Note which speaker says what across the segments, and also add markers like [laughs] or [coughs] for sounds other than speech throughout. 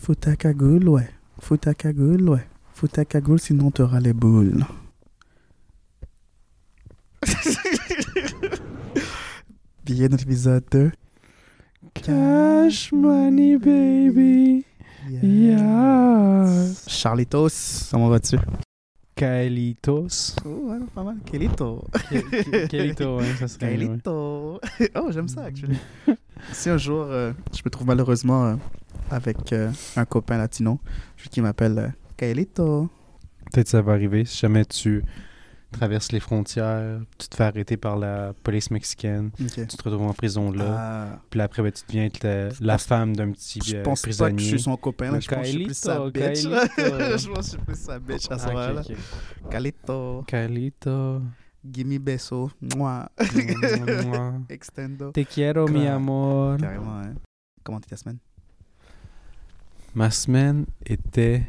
Speaker 1: Faut à cagoule, ouais. Faut ta cagoule, ouais. Faut ta cagoule, sinon t'auras les [laughs] boules. Bien dans l'épisode 2.
Speaker 2: Cash money, baby. Yeah.
Speaker 1: Charlitos, comment vas-tu? [laughs]
Speaker 2: Kalitos.
Speaker 1: Oh, ouais, pas mal. Kelito.
Speaker 2: Kalito, ouais, ça serait. ouais.
Speaker 1: Kelito. [laughs] Oh, j'aime ça, [laughs] actually. si un jour, euh, je me trouve malheureusement euh, avec euh, un copain latino, celui qui m'appelle euh, Kelito.
Speaker 2: Peut-être ça va arriver si jamais tu traverses les frontières, tu te fais arrêter par la police mexicaine, tu
Speaker 1: Ok.
Speaker 2: te retrouves en prison là,
Speaker 1: Ah,
Speaker 2: puis après ben, tu deviens la,
Speaker 1: Je
Speaker 2: la
Speaker 1: pense-
Speaker 2: femme d'un petit
Speaker 1: je
Speaker 2: euh,
Speaker 1: pense pas
Speaker 2: prisonnier.
Speaker 1: que je suis son copain, là.
Speaker 2: Le
Speaker 1: je pense que je suis plus sa
Speaker 2: Kaelito,
Speaker 1: bitch. là.
Speaker 2: Kaelito.
Speaker 1: [laughs] je pense que je suis plus sa bitch à ce
Speaker 2: Ah, ok,
Speaker 1: moment-là.
Speaker 2: ok.
Speaker 1: Calito, [laughs]
Speaker 2: Kalito.
Speaker 1: gimme beso, moi,
Speaker 2: Mouah, mouah.
Speaker 1: [laughs] extendo.
Speaker 2: Te quiero, mi
Speaker 1: Claro.
Speaker 2: amor.
Speaker 1: Carrément, hein. Comment t'es ta semaine?
Speaker 2: Ma semaine était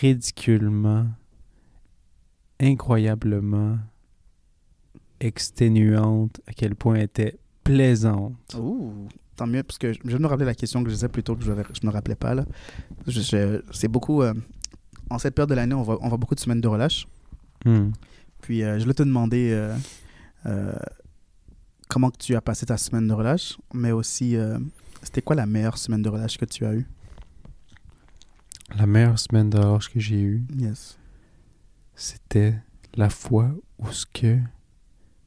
Speaker 2: ridiculement, incroyablement exténuante, à quel point elle était plaisante.
Speaker 1: Ouh, tant mieux, parce que je je viens de me rappeler la question que je disais plus tôt que je ne me rappelais pas. Là. Je- je- c'est beaucoup. euh, en cette période de l'année, on voit, on voit beaucoup de semaines de relâche.
Speaker 2: Hmm.
Speaker 1: Puis euh, je voulais te demander euh, euh, comment que tu as passé ta semaine de relâche, mais aussi euh, c'était quoi la meilleure semaine de relâche que tu as eue
Speaker 2: La meilleure semaine de relâche que j'ai eue,
Speaker 1: Yes.
Speaker 2: c'était la fois où ce que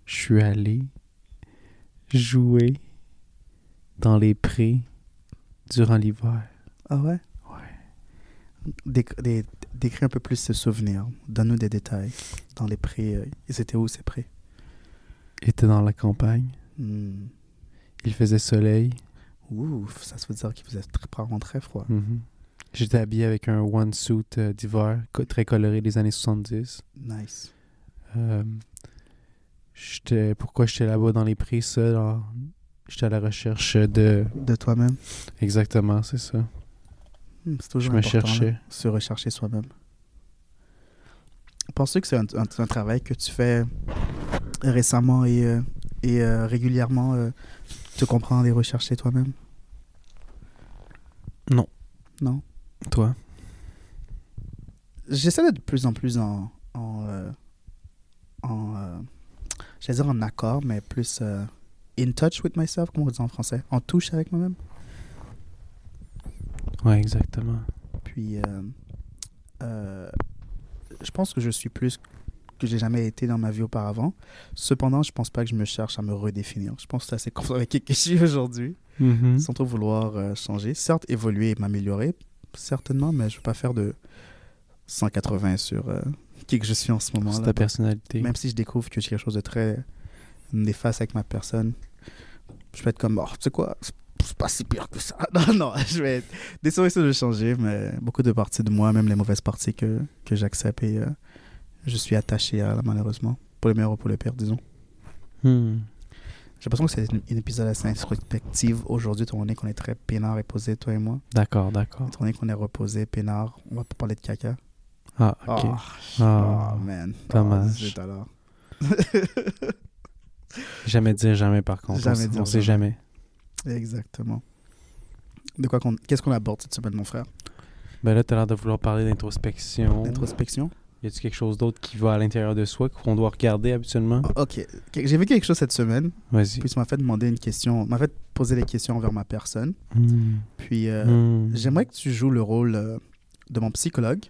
Speaker 2: je suis allé jouer dans les prés durant l'hiver.
Speaker 1: Ah ouais Déc- dé- décris un peu plus ce souvenir. Donne-nous des détails dans les prix. euh, et c'était où ces prix
Speaker 2: Était dans la campagne,
Speaker 1: Hmm.
Speaker 2: il faisait soleil.
Speaker 1: Ouf, ça se veut dire qu'il faisait très, probablement très froid.
Speaker 2: Mhm. J'étais habillé avec un one-suit euh, d'hiver, co- très coloré des années 70.
Speaker 1: Nice.
Speaker 2: Euh, j'étais- pourquoi j'étais là-bas dans les prix, ça? alors, J'étais à la recherche de...
Speaker 1: De toi-même
Speaker 2: Exactement, c'est ça.
Speaker 1: Hmm, C'est
Speaker 2: Je
Speaker 1: toujours
Speaker 2: me
Speaker 1: important, là,
Speaker 2: cherchais.
Speaker 1: se rechercher soi-même. Penses-tu que c'est un, un- un travail que tu fais récemment et, euh, et euh, régulièrement euh, te comprendre et rechercher toi-même
Speaker 2: Non.
Speaker 1: Non
Speaker 2: Toi?
Speaker 1: J'essaie d'être de plus en plus en. en, euh, en euh, j'allais dire en accord, mais plus euh, in touch with myself, comment on dit en français En touche avec moi-même
Speaker 2: Ouais, exactement.
Speaker 1: Puis, euh, euh, je pense que je suis plus que j'ai jamais été dans ma vie auparavant. Cependant, je pense pas que je me cherche à me redéfinir. Je pense que c'est assez confortable avec qui que je suis aujourd'hui,
Speaker 2: Mhm.
Speaker 1: sans trop vouloir euh, changer. Certes, évoluer et m'améliorer, certainement, mais je veux pas faire de 180 sur euh, qui que je suis en ce moment.
Speaker 2: C'est
Speaker 1: là.
Speaker 2: ta personnalité.
Speaker 1: Même si je découvre que j'ai quelque chose de très néfaste avec ma personne, je vais être comme, oh, tu sais quoi, c'est- c'est pas si pire que ça. [laughs] Non, non, je vais être... Des fois, ça, je vais changer, mais beaucoup de parties de moi, même les mauvaises parties que, que j'accepte et euh, je suis attaché à, malheureusement. Pour le meilleur ou pour le pire, disons.
Speaker 2: Hmm.
Speaker 1: J'ai l'impression que c'est une- un épisode assez introspectif aujourd'hui, étant donné qu'on est très peinard et posé, toi et moi.
Speaker 2: D'accord, d'accord.
Speaker 1: Étant donné qu'on est reposé, peinard, on va pas parler de caca.
Speaker 2: Ah, ok.
Speaker 1: Oh,
Speaker 2: Ah,
Speaker 1: oh, man.
Speaker 2: dommage.
Speaker 1: Oh, zut alors.
Speaker 2: Jamais dire jamais, par contre.
Speaker 1: Jamais
Speaker 2: on, s-
Speaker 1: dire
Speaker 2: on sait jamais.
Speaker 1: Exactement. De quoi qu'on, qu'est-ce qu'on aborde cette semaine, mon frère
Speaker 2: Ben là, t'as l'air de vouloir parler d'introspection.
Speaker 1: L'introspection.
Speaker 2: Y a-tu quelque chose d'autre qui va à l'intérieur de soi, qu'on doit regarder habituellement?
Speaker 1: Oh, ok. Que- J'ai vu quelque chose cette semaine.
Speaker 2: Vas-y.
Speaker 1: Puis tu m'as fait demander une question, m'a fait poser des questions envers ma personne.
Speaker 2: Hmm.
Speaker 1: Puis euh,
Speaker 2: Hmm.
Speaker 1: j'aimerais que tu joues le rôle euh, de mon psychologue.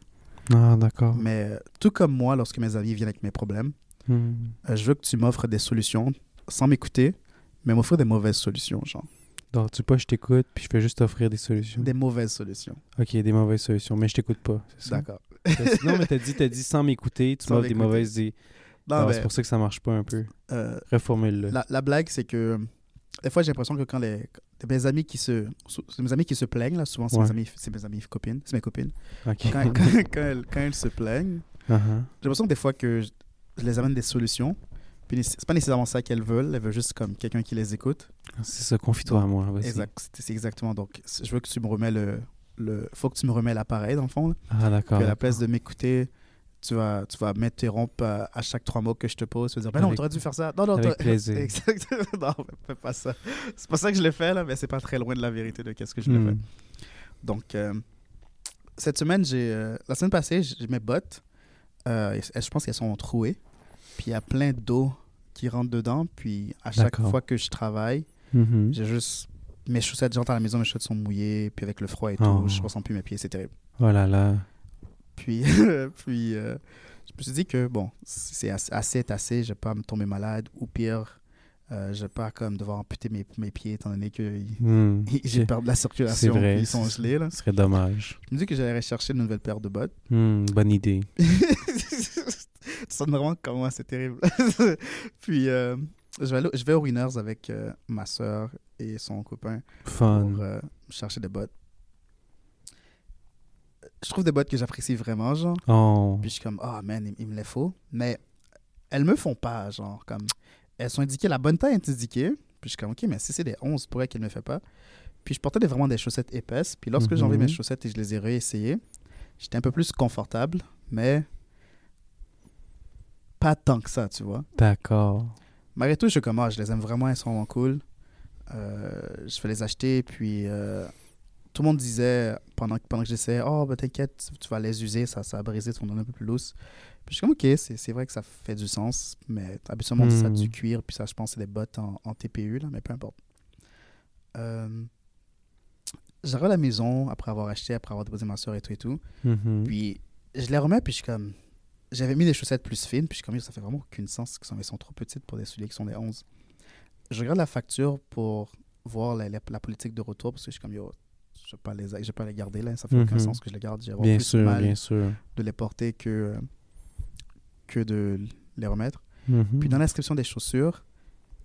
Speaker 2: Ah, d'accord.
Speaker 1: Mais euh, tout comme moi, lorsque mes amis viennent avec mes problèmes,
Speaker 2: Hmm.
Speaker 1: euh, je veux que tu m'offres des solutions sans m'écouter, mais m'offrir des mauvaises solutions, genre.
Speaker 2: Donc, tu pas, je t'écoute, puis je fais juste t'offrir des solutions.
Speaker 1: Des mauvaises solutions.
Speaker 2: Ok, des mauvaises solutions, mais je t'écoute
Speaker 1: [laughs]
Speaker 2: pas. C'est ça?
Speaker 1: D'accord.
Speaker 2: Parce- non, mais t'as dit, t'as dit sans m'écouter, tu
Speaker 1: Sans
Speaker 2: m'offres des
Speaker 1: m'écouter.
Speaker 2: mauvaises idées.
Speaker 1: [laughs] Non,
Speaker 2: Alors,
Speaker 1: mais,
Speaker 2: C'est pour ça que ça marche pas un peu.
Speaker 1: euh,
Speaker 2: Reformule-le.
Speaker 1: La, la blague, c'est que euh, des fois, j'ai l'impression que quand les, quand mes amis qui se, sou- mes amis qui se plaignent, là, souvent, c'est
Speaker 2: Ouais.
Speaker 1: mes amis, c'est mes amis copines, c'est mes copines.
Speaker 2: Ok. [laughs]
Speaker 1: Quand, [laughs] quand, quand elles, quand elles se plaignent,
Speaker 2: Uh-huh.
Speaker 1: j'ai l'impression que des fois que je, je les amène des solutions. Puis c'est pas nécessairement ça qu'elles veulent, elles veulent juste comme quelqu'un qui les écoute.
Speaker 2: C'est ça, confie-toi à moi. Vas-y.
Speaker 1: Exact, c'est- c'est exactement. Donc, c'est- je veux que tu me remets le, le, faut que tu me remets l'appareil dans le fond. là.
Speaker 2: Ah,
Speaker 1: Puis
Speaker 2: d'accord.
Speaker 1: à la place de m'écouter, tu vas, tu vas m'interrompre à, à chaque trois mots que je te pose. Tu vas dire, ben non,
Speaker 2: Avec-
Speaker 1: t'aurais dû faire ça. Non, non,
Speaker 2: avec
Speaker 1: t'aurais-
Speaker 2: plaisir.
Speaker 1: [laughs] Exactement. Non, mais fais pas ça. C'est pas ça que je le fais, là, mais c'est pas très loin de la vérité de qu'est-ce que je le fais.
Speaker 2: Hmm.
Speaker 1: Donc, euh, cette semaine, j'ai. euh, la semaine passée, j'ai mes bottes. Euh, elles- elles- je pense qu'elles sont trouées. Puis il y a plein d'eau qui rentre dedans. Puis à chaque
Speaker 2: D'accord.
Speaker 1: fois que je travaille,
Speaker 2: Mhm.
Speaker 1: j'ai juste. Mes chaussettes, j'entre à la maison, mes chaussettes sont mouillées. Puis avec le froid et tout,
Speaker 2: Oh.
Speaker 1: je ressens plus mes pieds. C'est terrible.
Speaker 2: Oh là là.
Speaker 1: Puis, puis euh, je me suis dit que bon, c'est assez, assez, est assez, je vais pas me tomber malade. Ou pire, euh, je vais pas comme devoir amputer mes, mes pieds étant donné que [laughs]
Speaker 2: Hmm.
Speaker 1: j'ai perdu la circulation.
Speaker 2: vrai,
Speaker 1: puis ils sont
Speaker 2: c'est-
Speaker 1: gelés. Là.
Speaker 2: Ce serait dommage.
Speaker 1: Je me dis que j'allais chercher une nouvelle paire de bottes. [laughs]
Speaker 2: Hmm, bonne idée.
Speaker 1: tu sonnes vraiment comme moi, c'est terrible. [laughs] puis euh, je, vais aller- je vais au Winners avec euh, ma soeur et son copain
Speaker 2: Fun.
Speaker 1: pour euh, chercher des bottes. Je trouve des bottes que j'apprécie vraiment, genre.
Speaker 2: Oh.
Speaker 1: Puis je suis comme, ah man, il, il me les faut. Mais elles me font pas, genre, comme. Elles sont indiquées, la bonne taille est indiquée. Puis je suis comme, ok, mais si c'est des 11, pourquoi qu'elle ne me fait pas Puis je portais des- vraiment des chaussettes épaisses. Puis lorsque j'ai enlevé
Speaker 2: Mhm.
Speaker 1: mes chaussettes et je les ai réessayées, j'étais un peu plus confortable, mais pas tant que ça, tu vois.
Speaker 2: D'accord.
Speaker 1: Malgré tout, je suis comme, ah, je les aime vraiment, elles sont vraiment cool. Euh, je vais les acheter, puis euh, tout le monde disait pendant, pendant que j'essayais, oh, ben t'inquiète, tu- tu vas les user, ça, ça va briser, ça va donner un peu plus lousse. Puis je suis comme, ok, c'est c'est vrai que ça fait du sens, mais habituellement, on dit ça
Speaker 2: Hmm.
Speaker 1: du cuir, puis ça, je pense, c'est des bottes en, en TPU, là, mais peu importe. Euh, J'arrive à la maison après avoir acheté, après avoir déposé ma soeur et tout et tout.
Speaker 2: Mhm.
Speaker 1: Puis je les remets, puis je suis comme. J'avais mis des chaussettes plus fines, puis je suis comme, ça fait vraiment aucune sens, que sont- elles sont trop petites pour des souliers qui sont des 11. Je regarde la facture pour voir la, la- la politique de retour, parce que je suis comme, yo, je vais pas les, je vais pas les garder là, ça fait aucun
Speaker 2: Mhm.
Speaker 1: sens que je les garde. J'ai
Speaker 2: bien
Speaker 1: plus
Speaker 2: sûr,
Speaker 1: mal
Speaker 2: bien sûr.
Speaker 1: de les porter que, euh, que de les remettre.
Speaker 2: Mhm.
Speaker 1: Puis dans l'inscription des chaussures,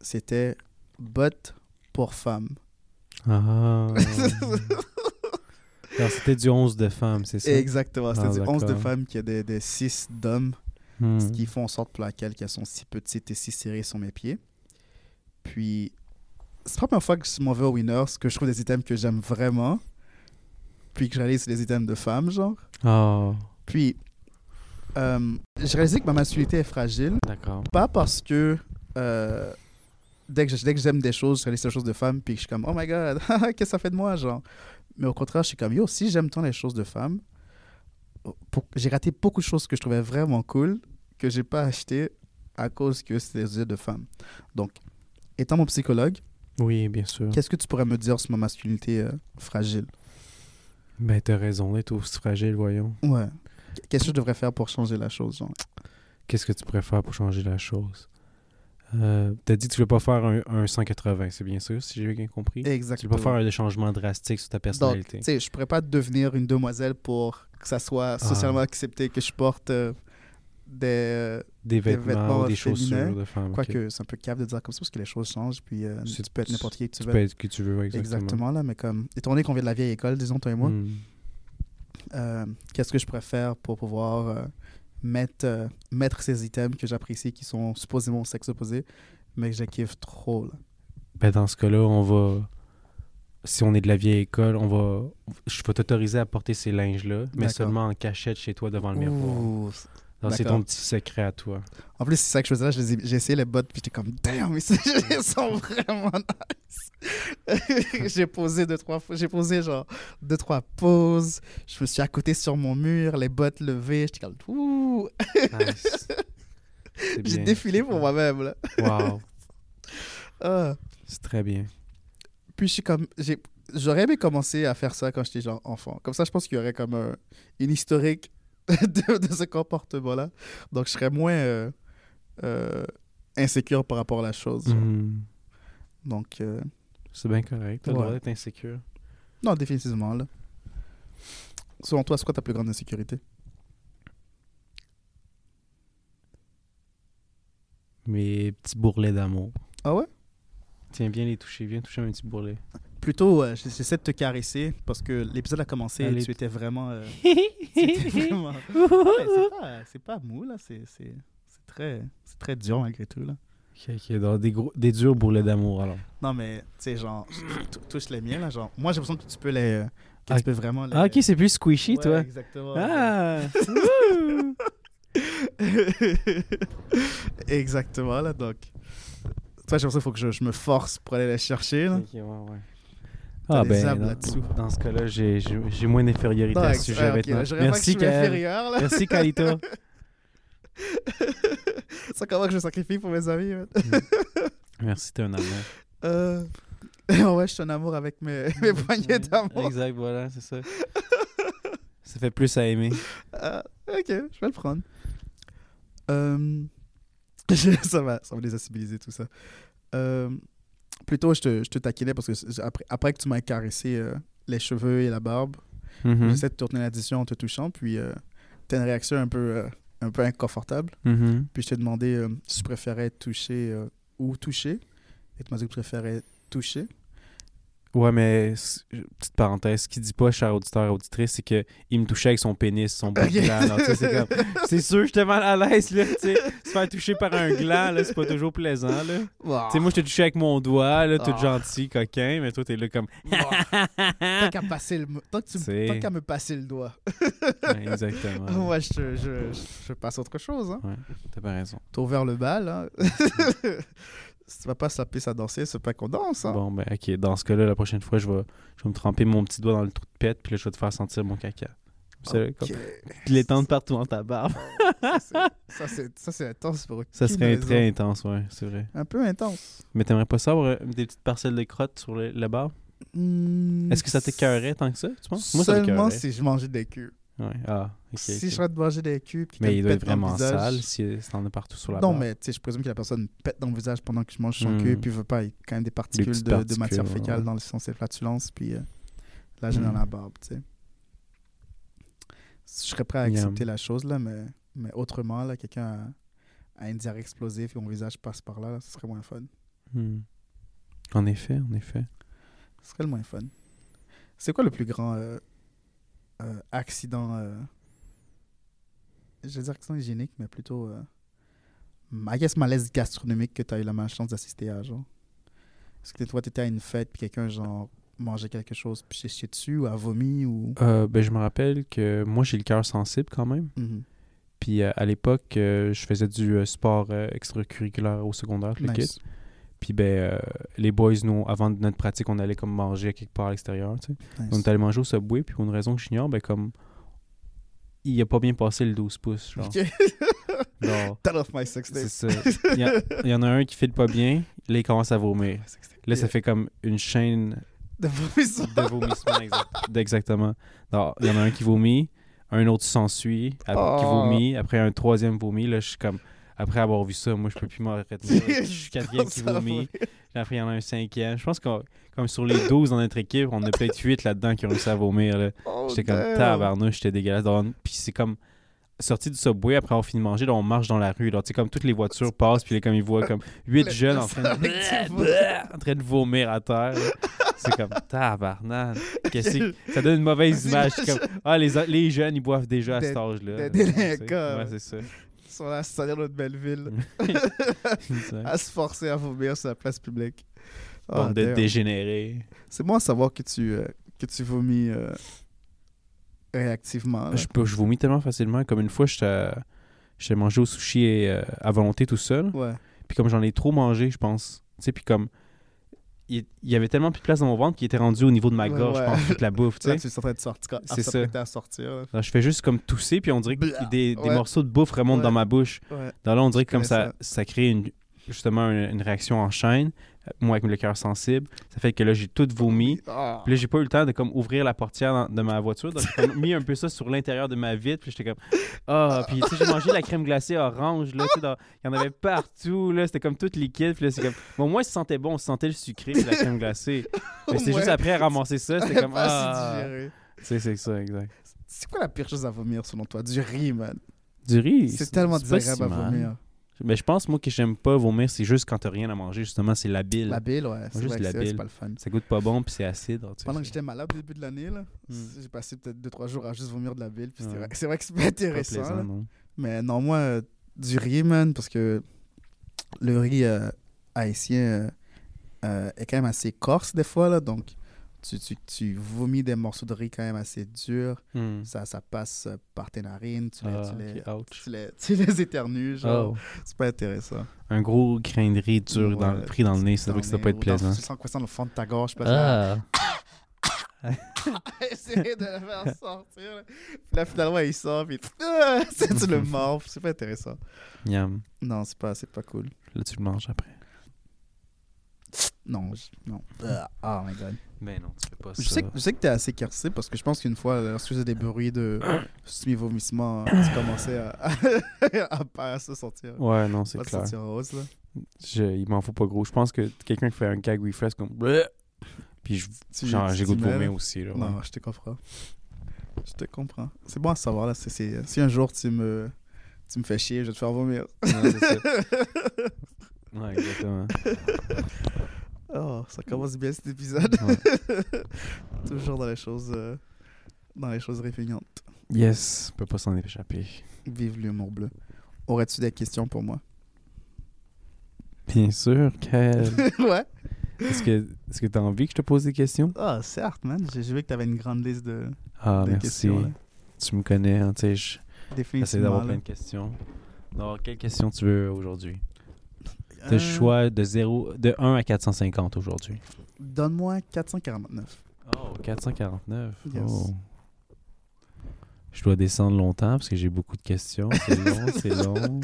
Speaker 1: c'était bottes pour femmes.
Speaker 2: Ah.
Speaker 1: [laughs]
Speaker 2: Alors, c'était du 11 de femmes, c'est ça?
Speaker 1: Exactement, c'était
Speaker 2: Ah,
Speaker 1: du 11 de
Speaker 2: d'accord.
Speaker 1: femmes qui a des, des 6 d'hommes.
Speaker 2: Hmm.
Speaker 1: ce qui fait en sorte pour laquelle qu'elles sont si petites et si serrées sur mes pieds. Puis, c'est pas la première fois que je m'en vais au Winners, que je trouve des items que j'aime vraiment, puis que je réalise que c'est des items de femmes, genre.
Speaker 2: Ah,
Speaker 1: Puis, euh, je réalisais que ma masculinité est fragile,
Speaker 2: d'accord.
Speaker 1: pas parce que euh, dès que je- dès que j'aime des choses, je réalise des choses de femmes, puis que je suis comme, oh my god, [laughs] qu'est-ce que ça fait de moi, genre. Mais au contraire, je suis comme, yo, si j'aime tant les choses de femmes, pour- j'ai raté beaucoup de choses que je trouvais vraiment cool, que j'ai pas acheté à cause que c'était des yeux de femmes. Donc, étant mon psychologue,
Speaker 2: Oui, bien sûr.
Speaker 1: qu'est-ce que tu pourrais me dire sur ma masculinité euh, fragile
Speaker 2: Ben, t'as raison, d'être aussi fragile, voyons.
Speaker 1: Ouais. Qu'est-ce que je devrais faire pour changer la chose, genre
Speaker 2: Qu'est-ce que tu pourrais faire pour changer la chose? Euh, t'as dit que tu veux pas faire un, un 180, c'est bien sûr, si j'ai bien compris? Tu
Speaker 1: Exactement.
Speaker 2: veux pas faire un changement drastique sur ta
Speaker 1: Donc,
Speaker 2: personnalité.
Speaker 1: tu sais, je pourrais pas devenir une demoiselle pour que ça
Speaker 2: Ah.
Speaker 1: soit socialement accepté que je porte euh, des. euh,
Speaker 2: des vêtements,
Speaker 1: vêtements
Speaker 2: ou des
Speaker 1: féminins,
Speaker 2: chaussures de femmes. ok.
Speaker 1: Quoique, c'est un peu cave de dire comme ça parce que les choses changent, puis euh,
Speaker 2: C'est-
Speaker 1: tu peux être n'importe qui que tu
Speaker 2: Tu
Speaker 1: veux.
Speaker 2: peux être qui tu veux, exactement.
Speaker 1: Exactement, là, mais comme. Étant donné qu'on vient de la vieille école, disons, toi et moi,
Speaker 2: Hmm.
Speaker 1: euh, qu'est-ce que je pourrais faire pour pouvoir euh, mettre, euh, mettre ces items que j'apprécie qui sont supposément au sexe opposé, mais que je kiffe trop, là.
Speaker 2: Ben, dans ce cas-là, on va. Si on est de la vieille école, on va. Je vais t'autoriser à porter ces linges-là, mais
Speaker 1: D'accord.
Speaker 2: seulement en cachette chez toi devant le miroir.
Speaker 1: Ouh.
Speaker 2: Alors, C'est
Speaker 1: d'accord.
Speaker 2: ton petit secret à
Speaker 1: [laughs]
Speaker 2: toi.
Speaker 1: En plus, c'est ça que je faisais là, je les ai- j'ai essayé les bottes, puis j'étais comme, damn, mais ça, [laughs] elles sont vraiment nice. [laughs] j'ai posé deux, trois fois, j'ai posé genre deux, trois poses, je me suis accoté sur mon mur, les bottes levées, j'étais comme, ouh,
Speaker 2: Nice. C'est
Speaker 1: j'ai
Speaker 2: bien.
Speaker 1: défilé pour moi-même, là.
Speaker 2: Wow.
Speaker 1: Ah.
Speaker 2: C'est très bien.
Speaker 1: Puis je suis comme, j'ai- j'aurais aimé commencer à faire ça quand j'étais genre enfant. Comme ça, je pense qu'il y aurait comme un, une historique [laughs] de, de ce comportement-là. Donc, je serais moins euh, euh, insécure par rapport à la chose. genre.
Speaker 2: Hmm.
Speaker 1: Donc, euh,
Speaker 2: C'est bien correct. T'as le
Speaker 1: Ouais.
Speaker 2: droit d'être insécure.
Speaker 1: Non, définitivement, là. Selon toi, c'est quoi ta plus grande insécurité
Speaker 2: Mes petits bourrelets d'amour.
Speaker 1: Ah ouais
Speaker 2: Tiens, viens les toucher. Viens toucher mes petits
Speaker 1: [laughs]
Speaker 2: bourrelets.
Speaker 1: Plutôt, euh, j'essaie de te caresser parce que l'épisode a commencé
Speaker 2: Allez.
Speaker 1: et tu étais
Speaker 2: [laughs]
Speaker 1: vraiment. euh, c'était vraiment- Ouais, c'est pas- c'est pas, mou, là. C'est c'est- c'est très, c'est très dur malgré tout, là.
Speaker 2: Ok, ok. Donc, des, gros, des durs bourrelets d'amour, alors.
Speaker 1: Non, mais, tu sais, genre, tou- touche les miens, là. Genre, moi, j'ai l'impression que tu peux les. euh, que
Speaker 2: Ah,
Speaker 1: tu peux vraiment les.
Speaker 2: Ah, ok, c'est plus squishy, [laughs]
Speaker 1: Ouais,
Speaker 2: toi.
Speaker 1: Exactement.
Speaker 2: Ah!
Speaker 1: [laughs] Exactement, là, donc. Toi, j'ai l'impression qu'il faut que je, je me force pour aller la chercher, là.
Speaker 2: Ok, ouais, ouais.
Speaker 1: T'as
Speaker 2: Ah
Speaker 1: des
Speaker 2: ben,
Speaker 1: abs
Speaker 2: dans,
Speaker 1: là-dessous.
Speaker 2: dans ce cas-là, j'ai j'ai- j'ai moins d'infériorité
Speaker 1: Non,
Speaker 2: à
Speaker 1: ex-
Speaker 2: ce sujet
Speaker 1: ouais, Ah, ok, là,
Speaker 2: maintenant.
Speaker 1: je dirais pas que je
Speaker 2: Merci,
Speaker 1: suis
Speaker 2: Kael.
Speaker 1: inférieur, hein, là.
Speaker 2: Merci,
Speaker 1: [laughs]
Speaker 2: Kalita.
Speaker 1: C'est comment que je me sacrifie pour mes amis, man.
Speaker 2: [laughs] Merci, t'es un amour.
Speaker 1: Euh... [laughs] ouais, je suis en amour
Speaker 2: [laughs]
Speaker 1: avec mes, mes poignées d'amour.
Speaker 2: Exact, voilà, c'est ça. ça fait plus à aimer.
Speaker 1: Ah, ok, je vais le prendre. Euh, [laughs] je- ça, va, ça va désensibiliser tout ça. Euh, Plutôt, je te, je te taquinais parce que c'est- après, après que tu m'as caressé euh, les cheveux et la barbe,
Speaker 2: Mhm,
Speaker 1: j'essaie de tourner l'addition en te touchant, puis euh, t'as une réaction un peu, euh, un peu inconfortable.
Speaker 2: mhm.
Speaker 1: Puis je t'ai demandé euh, si tu préférais toucher euh, ou toucher. Et tu m'as dit que tu préférais toucher.
Speaker 2: Ouais, mais c- petite parenthèse, ce qu'il dit pas, cher auditeur, auditrice, c'est que il me touchait avec son pénis, son bout de
Speaker 1: Ok.
Speaker 2: gland. alors, [laughs] tu sais, C'est
Speaker 1: [laughs]
Speaker 2: comme, c'est sûr, j'étais mal à l'aise, là, tu sais. Se faire toucher par un gland, là, c'est pas toujours plaisant, là.
Speaker 1: Wow.
Speaker 2: Tu sais, moi, je t'ai touché avec mon doigt, là, tout
Speaker 1: Ah.
Speaker 2: gentil, coquin, mais toi, t'es là comme.
Speaker 1: [laughs] Wow. Tant qu'à passer le... tant que tu-
Speaker 2: C'est-
Speaker 1: tant qu'à me passer le doigt.
Speaker 2: [laughs] Ouais, exactement.
Speaker 1: [laughs] Ah, Moi, je, te- je, je passe à autre chose. Hein.
Speaker 2: Ouais, t'as pas raison.
Speaker 1: T'as ouvert le bal.
Speaker 2: [laughs]
Speaker 1: Hein. si tu vas pas se la pisse à danser, c'est pas qu'on danse. Hein.
Speaker 2: Bon, ben, ok, dans ce cas-là, la prochaine fois, je vais, je vais me tremper mon petit doigt dans le trou de pète, puis là, je vais te faire sentir mon caca. Comme ça, là, comme-
Speaker 1: Ok.
Speaker 2: Puis l'étendre partout dans ta barbe.
Speaker 1: Ça, c'est- ça, c'est- ça, c'est intense pour
Speaker 2: Ça
Speaker 1: aucune
Speaker 2: serait
Speaker 1: raison.
Speaker 2: très intense, ouais, c'est vrai.
Speaker 1: Un peu intense.
Speaker 2: Mais t'aimerais pas ça, avoir euh, des petites parcelles de crotte sur le- la barbe Est-ce que ça t'écoeurerait tant que ça, tu penses Moi, ça
Speaker 1: Hmm. Mm. Seulement
Speaker 2: m'écoeurerait.
Speaker 1: si je mangeais des culs.
Speaker 2: Ouais, ah, ok.
Speaker 1: si
Speaker 2: ok.
Speaker 1: je suis de manger des cubes,
Speaker 2: Mais il doit être vraiment sale si si t'en as partout sur la
Speaker 1: non,
Speaker 2: barbe.
Speaker 1: mais tu sais, je présume que la personne pète dans le visage pendant que je mange son
Speaker 2: Hmm.
Speaker 1: cul, puis il veut pas, il y a quand même des particules,
Speaker 2: petites
Speaker 1: de, de matière
Speaker 2: particules,
Speaker 1: fécale
Speaker 2: ouais.
Speaker 1: dans le sens des flatulences, puis euh, là, j'ai
Speaker 2: Hmm.
Speaker 1: dans la barbe, tu sais. Je serais prêt à
Speaker 2: Yum.
Speaker 1: accepter la chose, là, mais, mais autrement, là, quelqu'un a, a une diarrhée explosive et mon visage passe par là, là, ce serait moins fun.
Speaker 2: Hmm. En effet, en effet.
Speaker 1: Ce serait le moins fun. C'est quoi le plus grand euh, euh, accident euh, Je vais dire accident hygiénique, mais plutôt. Euh, I guess malaise gastronomique que tu as eu la malchance d'assister à, genre. Est-ce que toi, tu étais à une fête, puis quelqu'un, genre, mangeait quelque chose, puis s'est chié dessus, ou a vomi, ou.
Speaker 2: Euh, ben, je me rappelle que moi, j'ai le cœur sensible quand même.
Speaker 1: Mhm.
Speaker 2: Puis euh, à l'époque, euh, je faisais du euh, sport euh, extracurriculaire au secondaire, le kit.
Speaker 1: Nice.
Speaker 2: Puis ben, euh, les boys, nous, avant de notre pratique, on allait comme manger quelque part à l'extérieur, tu sais. On
Speaker 1: Nice.
Speaker 2: est allé manger au Subway, puis pour une raison que j'ignore, ben comme... Il a pas bien passé le 12 pouces, genre.
Speaker 1: Ok.
Speaker 2: [laughs]
Speaker 1: [laughs]
Speaker 2: Genre,
Speaker 1: Cut off my sex tape.
Speaker 2: c'est
Speaker 1: [laughs]
Speaker 2: ça. Il y, a- il y en a un qui file pas bien, là, il commence à vomir.
Speaker 1: Sex tape.
Speaker 2: Là, ça fait comme une chaîne [laughs]
Speaker 1: De vomissement.
Speaker 2: de vomissements, exact- d'exactement. Alors, il y en a un qui vomit, un autre s'ensuit, après qui
Speaker 1: Oh.
Speaker 2: vomit, après un troisième vomit, là, je suis comme... Après avoir vu ça, moi, je peux plus m'arrêter.
Speaker 1: [laughs]
Speaker 2: Je suis quatrième qui
Speaker 1: Ça va
Speaker 2: vomit.
Speaker 1: vomir.
Speaker 2: Puis Après, il y en a un cinquième. Je pense que comme sur les 12 dans notre équipe, on a peut-être 8 là-dedans qui ont réussi à vomir. Là.
Speaker 1: Oh,
Speaker 2: J'étais comme
Speaker 1: damn.
Speaker 2: tabarnouche, j'étais dégueulasse. Donc, puis c'est comme sorti du subway, après on finit de manger, là, on marche dans la rue. Là, tu sais, comme toutes les voitures passent, puis là, comme ils voient comme 8
Speaker 1: Le-
Speaker 2: jeunes en train, de...
Speaker 1: avec du vomi.
Speaker 2: en train de [laughs] vomir à terre. là. C'est comme tabarnak. Qu'est-ce
Speaker 1: [laughs]
Speaker 2: que- Ça donne une mauvaise
Speaker 1: Des
Speaker 2: image. C'est comme, ah, les, les jeunes, ils boivent déjà à
Speaker 1: Des-
Speaker 2: cet âge-là.
Speaker 1: des délinquants.
Speaker 2: Ouais, c'est
Speaker 1: [laughs]
Speaker 2: ça.
Speaker 1: [laughs] Ils sont là à se salir notre belle ville.
Speaker 2: Mm.
Speaker 1: [laughs]
Speaker 2: Exact.
Speaker 1: à se forcer à vomir sur la place publique. Ah,
Speaker 2: Bande de
Speaker 1: damn.
Speaker 2: dégénérés.
Speaker 1: c'est bon à savoir que tu, euh, que tu vomis euh, réactivement. là.
Speaker 2: Je, peux- je vomis tellement facilement. Comme une fois, j'étais j'étais mangé au sushi et, euh, à volonté tout seul.
Speaker 1: Ouais.
Speaker 2: Puis comme j'en ai trop mangé, je pense. Tu sais, puis comme. Il il y avait tellement plus de place dans mon ventre qu'il était rendu au niveau de ma
Speaker 1: Ouais,
Speaker 2: gorge,
Speaker 1: [laughs] ouais.
Speaker 2: je pense, toute la bouffe, tu
Speaker 1: Là,
Speaker 2: sais.
Speaker 1: tu es en train de sortir, à
Speaker 2: C'est ça.
Speaker 1: s'apprêter à sortir. là.
Speaker 2: Alors, je fais juste comme tousser, puis on dirait que
Speaker 1: Blah.
Speaker 2: des, des
Speaker 1: Ouais.
Speaker 2: morceaux de bouffe remontent
Speaker 1: Ouais.
Speaker 2: dans ma bouche.
Speaker 1: Ouais.
Speaker 2: Dans là, on dirait que
Speaker 1: Je
Speaker 2: comme
Speaker 1: connais
Speaker 2: ça, ça crée une, justement une, une réaction en chaîne. Euh, Moi, avec le cœur sensible, ça fait que là, j'ai tout vomi.
Speaker 1: Ah.
Speaker 2: Puis là, j'ai pas eu le temps de comme ouvrir la portière dans- de ma voiture. Donc, j'ai comme mis un peu ça sur l'intérieur de ma vitre. Puis j'étais comme, ah, puis tu sais, j'ai mangé de la crème glacée orange. Là, tu sais, dans- il y en avait partout. Là, c'était comme tout liquide. Puis là, c'est comme, bon, moi, ça sentait bon. On sentait le sucré de la crème
Speaker 1: [laughs]
Speaker 2: glacée. Mais c'était
Speaker 1: Ouais.
Speaker 2: juste après à ramasser ça.
Speaker 1: [laughs]
Speaker 2: C'était comme,
Speaker 1: Pas assez
Speaker 2: ah.
Speaker 1: digéré.
Speaker 2: Tu sais, c'est ça, exact.
Speaker 1: C'est quoi la pire chose à vomir selon toi Du riz, man.
Speaker 2: Du riz.
Speaker 1: C'est tellement
Speaker 2: c'est pas
Speaker 1: désagréable à
Speaker 2: si mal.
Speaker 1: vomir.
Speaker 2: Mais je pense, moi, que j'aime pas vomir, c'est juste quand t'as rien à manger. Justement, c'est la bile.
Speaker 1: La bile, ouais. C'est
Speaker 2: juste
Speaker 1: vrai que
Speaker 2: la
Speaker 1: c'est vrai que c'est
Speaker 2: bile.
Speaker 1: pas le fun.
Speaker 2: Ça goûte pas bon, puis c'est acide. hein, tu sais,
Speaker 1: Pendant que
Speaker 2: c'est-
Speaker 1: j'étais malade au début de l'année, là,
Speaker 2: Hmm.
Speaker 1: j'ai passé peut-être 2-3 jours à juste vomir de la bile. Puis c'est
Speaker 2: Ouais.
Speaker 1: vrai- c'est vrai que c'est pas
Speaker 2: pas
Speaker 1: intéressant.
Speaker 2: plaisant,
Speaker 1: là.
Speaker 2: non.
Speaker 1: Mais non, moi, euh, du riz, man, parce que le riz euh, haïtien euh, euh, est quand même assez corse des fois, là, donc tu, tu, tu vomis des morceaux de riz quand même assez durs.
Speaker 2: Hmm.
Speaker 1: Ça, ça passe euh, par tes narines. Tu les,
Speaker 2: Ah,
Speaker 1: tu les,
Speaker 2: ok, ouch.
Speaker 1: tu les, [laughs] tu les éternues. Genre.
Speaker 2: Oh.
Speaker 1: C'est pas intéressant.
Speaker 2: Un gros grain de riz dur
Speaker 1: Ouais,
Speaker 2: dans, pris dans le nez, ça
Speaker 1: Dans
Speaker 2: doit, que ça
Speaker 1: les-
Speaker 2: doit pas être hein.
Speaker 1: ou dans-
Speaker 2: plaisant.
Speaker 1: Tu sens quoi ça dans le fond de ta gorge. puis [laughs] là,
Speaker 2: Ah.
Speaker 1: tu vas essayer de le faire sortir. là. Puis là, finalement, il sort. Puis [laughs] tu
Speaker 2: [laughs]
Speaker 1: tu le morphes. C'est pas intéressant.
Speaker 2: Ah! Yum.
Speaker 1: Non, c'est pas, c'est pas cool.
Speaker 2: Là, tu le manges après.
Speaker 1: Non, je- non. Ah, Oh my god.
Speaker 2: Ben non, tu fais pas
Speaker 1: Je sais, que- je sais que t'es assez carcé parce que je pense qu'une fois, euh, lorsque je faisais des bruits [coughs] de semi-vomissement, tu commençais à, [laughs] à, pas se sentir.
Speaker 2: Ouais, non, c'est
Speaker 1: Pas se
Speaker 2: clair.
Speaker 1: sentir rose, là.
Speaker 2: Je, il m'en faut pas gros. Je pense que quelqu'un qui fait un gag reflex comme. Puis je-
Speaker 1: Tu-
Speaker 2: genre,
Speaker 1: tu
Speaker 2: j'ai goût de
Speaker 1: t'imagines?
Speaker 2: vomir aussi. Là, ouais.
Speaker 1: Non, je te comprends. Je te comprends. C'est bon à savoir, là. c'est- c'est- si un jour tu me, tu me fais chier, je vais te faire vomir.
Speaker 2: Non, c'est
Speaker 1: [laughs]
Speaker 2: ça. Ouais, exactement.
Speaker 1: Oh, ça commence bien cet épisode.
Speaker 2: Ouais.
Speaker 1: [laughs] Toujours dans les choses, euh, dans les choses répugnantes.
Speaker 2: Yes, on peut pas s'en échapper.
Speaker 1: Vive l'humour bleu. Aurais-tu des questions pour moi? [laughs]
Speaker 2: Bien sûr, Kev.
Speaker 1: [laughs] ouais.
Speaker 2: Est-ce que est-ce que t'as envie que je te pose des questions?
Speaker 1: Ah, certes, man. J'ai j'ai vu que t'avais une grande liste de,
Speaker 2: Ah,
Speaker 1: des
Speaker 2: merci.
Speaker 1: questions. là.
Speaker 2: Tu me connais, hein, tu sais, je- j'essaie
Speaker 1: Définitivement.
Speaker 2: d'avoir
Speaker 1: là.
Speaker 2: plein de questions. Alors, quelles questions tu veux aujourd'hui? T'as
Speaker 1: Euh,
Speaker 2: le choix de 0, de 1 à 450 aujourd'hui.
Speaker 1: Donne-moi 449.
Speaker 2: Oh, 449.
Speaker 1: Yes.
Speaker 2: Oh. Je dois descendre longtemps parce que j'ai beaucoup de questions. C'est
Speaker 1: [laughs]
Speaker 2: long, c'est long.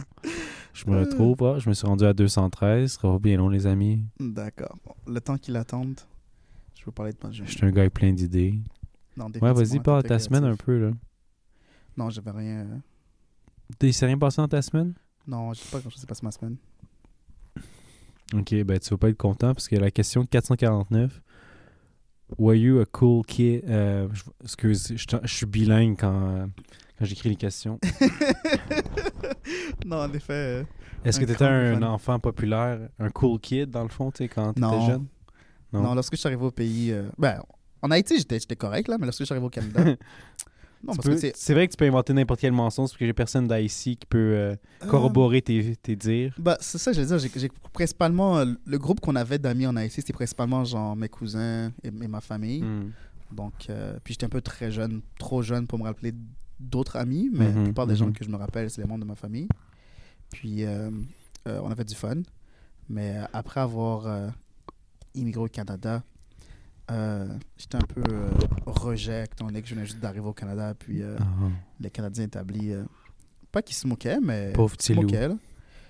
Speaker 2: Je
Speaker 1: Euh.
Speaker 2: me retrouve. ah, je me suis rendu à 213. Ça va bien long, les amis.
Speaker 1: D'accord. Bon, le temps qu'il attende, je peux parler de ma
Speaker 2: Je
Speaker 1: jeunesse.
Speaker 2: suis un gars avec plein d'idées.
Speaker 1: Non,
Speaker 2: Ouais,
Speaker 1: définitivement,
Speaker 2: vas-y, parle de
Speaker 1: t'es
Speaker 2: ta
Speaker 1: créatif.
Speaker 2: semaine un peu. là.
Speaker 1: Non, j'avais rien. euh,
Speaker 2: Il s'est rien passé dans ta semaine?
Speaker 1: Non, je sais pas quand je sais pas ma semaine. [laughs]
Speaker 2: Ok, ben tu vas pas être content parce que la question 449. Were you a cool kid? euh, je- excuse, je, t'en- je suis bilingue quand, euh, quand j'écris les questions.
Speaker 1: non, en effet. euh,
Speaker 2: Est-ce que
Speaker 1: Un
Speaker 2: t'étais un
Speaker 1: francophone.
Speaker 2: enfant populaire, un cool kid dans le fond, tu sais, quand t'étais
Speaker 1: Non.
Speaker 2: jeune? Non.
Speaker 1: Non. lorsque je suis arrivé au pays. euh, Ben, en Haïti, j'étais j'étais correct, là, mais lorsque je suis arrivé
Speaker 2: [laughs]
Speaker 1: au Canada. non,
Speaker 2: Tu
Speaker 1: parce que
Speaker 2: peux-
Speaker 1: c'est.
Speaker 2: C'est vrai que tu peux inventer n'importe quel mensonge parce que j'ai personne d'ici qui peut euh,
Speaker 1: Ah.
Speaker 2: corroborer tes, tes dires.
Speaker 1: Bah, c'est ça, je veux dire, j'ai- j'ai principalement, euh, le groupe qu'on avait d'amis en Haïti, c'était principalement genre mes cousins et, et ma famille.
Speaker 2: Hmm.
Speaker 1: Donc, euh, puis j'étais un peu très jeune, trop jeune pour me rappeler d'autres amis, mais
Speaker 2: Mhm,
Speaker 1: la plupart des gens
Speaker 2: mhm.
Speaker 1: que je me rappelle, c'est les membres de ma famille. Puis, euh, euh, on avait du fun. Mais euh, après avoir euh, immigré au Canada, euh, j'étais un peu euh, rejet, étant donné que je venais juste d'arriver au Canada. Puis, euh,
Speaker 2: Ah,
Speaker 1: les Canadiens établis, euh, pas qu'ils se moquaient, mais
Speaker 2: pauvre
Speaker 1: ils se
Speaker 2: petit loup.
Speaker 1: moquaient, là.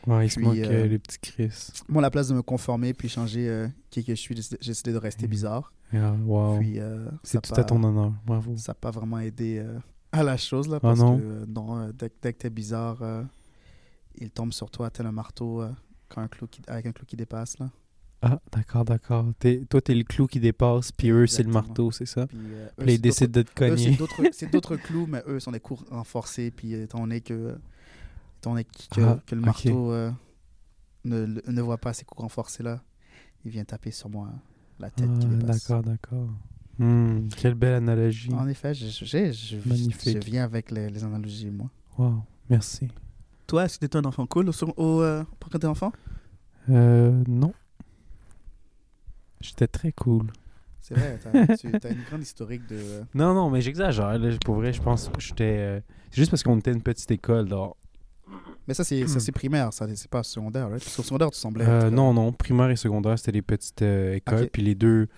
Speaker 2: Ouais, il se
Speaker 1: Puis,
Speaker 2: moque,
Speaker 1: euh,
Speaker 2: euh, les petits Chris.
Speaker 1: Moi, à la place de me conformer puis changer euh, qui que je suis, j'ai j'ai décidé de rester
Speaker 2: Mhm.
Speaker 1: bizarre.
Speaker 2: Ah, wow.
Speaker 1: Puis, euh, ça
Speaker 2: C'est tout
Speaker 1: pas-
Speaker 2: à ton honneur. Bravo.
Speaker 1: ça n'a pas vraiment aidé euh, à la chose là
Speaker 2: Ah
Speaker 1: parce
Speaker 2: non?
Speaker 1: que euh, non, euh, dès, que- dès que t'es bizarre euh, il tombe sur toi tel un marteau euh, quand un clou qui- avec un clou qui dépasse là
Speaker 2: Ah, d'accord, d'accord. T'es- toi, t'es le clou qui dépasse, puis eux, c'est le
Speaker 1: Exactement.
Speaker 2: marteau, c'est ça?
Speaker 1: puis euh, eux,
Speaker 2: Puis là,
Speaker 1: c'est
Speaker 2: ils décident de te
Speaker 1: d'autres- eux, c'est
Speaker 2: cogner.
Speaker 1: d'autres
Speaker 2: [laughs]
Speaker 1: c'est d'autres clous mais eux sont des coups renforcés puis euh, étant donné que euh, étant donné que, que-
Speaker 2: Ah,
Speaker 1: que le
Speaker 2: ok.
Speaker 1: marteau euh, ne, le- ne voit pas ces coups renforcés là il vient taper sur moi euh, la tête qui
Speaker 2: Ah,
Speaker 1: dépasse
Speaker 2: d'accord, d'accord. Hmm, quelle belle analogie.
Speaker 1: en effet je, je, j'ai- je- je-
Speaker 2: Magnifique.
Speaker 1: je viens avec les, les analogies moi
Speaker 2: Wow, merci.
Speaker 1: toi est-ce que t'étais un enfant cool au, quand t'étais enfant
Speaker 2: Euh, non. J'étais très cool.
Speaker 1: C'est vrai, t'as [laughs] tu- t'as une grande historique de. euh,
Speaker 2: Non, non, mais j'exagère. là. Pour vrai, je pense que j'étais... euh, C'est juste parce qu'on était une petite école, là.
Speaker 1: Mais ça, c'est ça, c'est primaire, ça, c'est pas secondaire. Right? Parce qu'au secondaire, tu semblais.
Speaker 2: Euh,
Speaker 1: être, euh,
Speaker 2: non, non. Primaire et secondaire, c'était des petites euh, écoles.
Speaker 1: Ok.
Speaker 2: Puis les deux...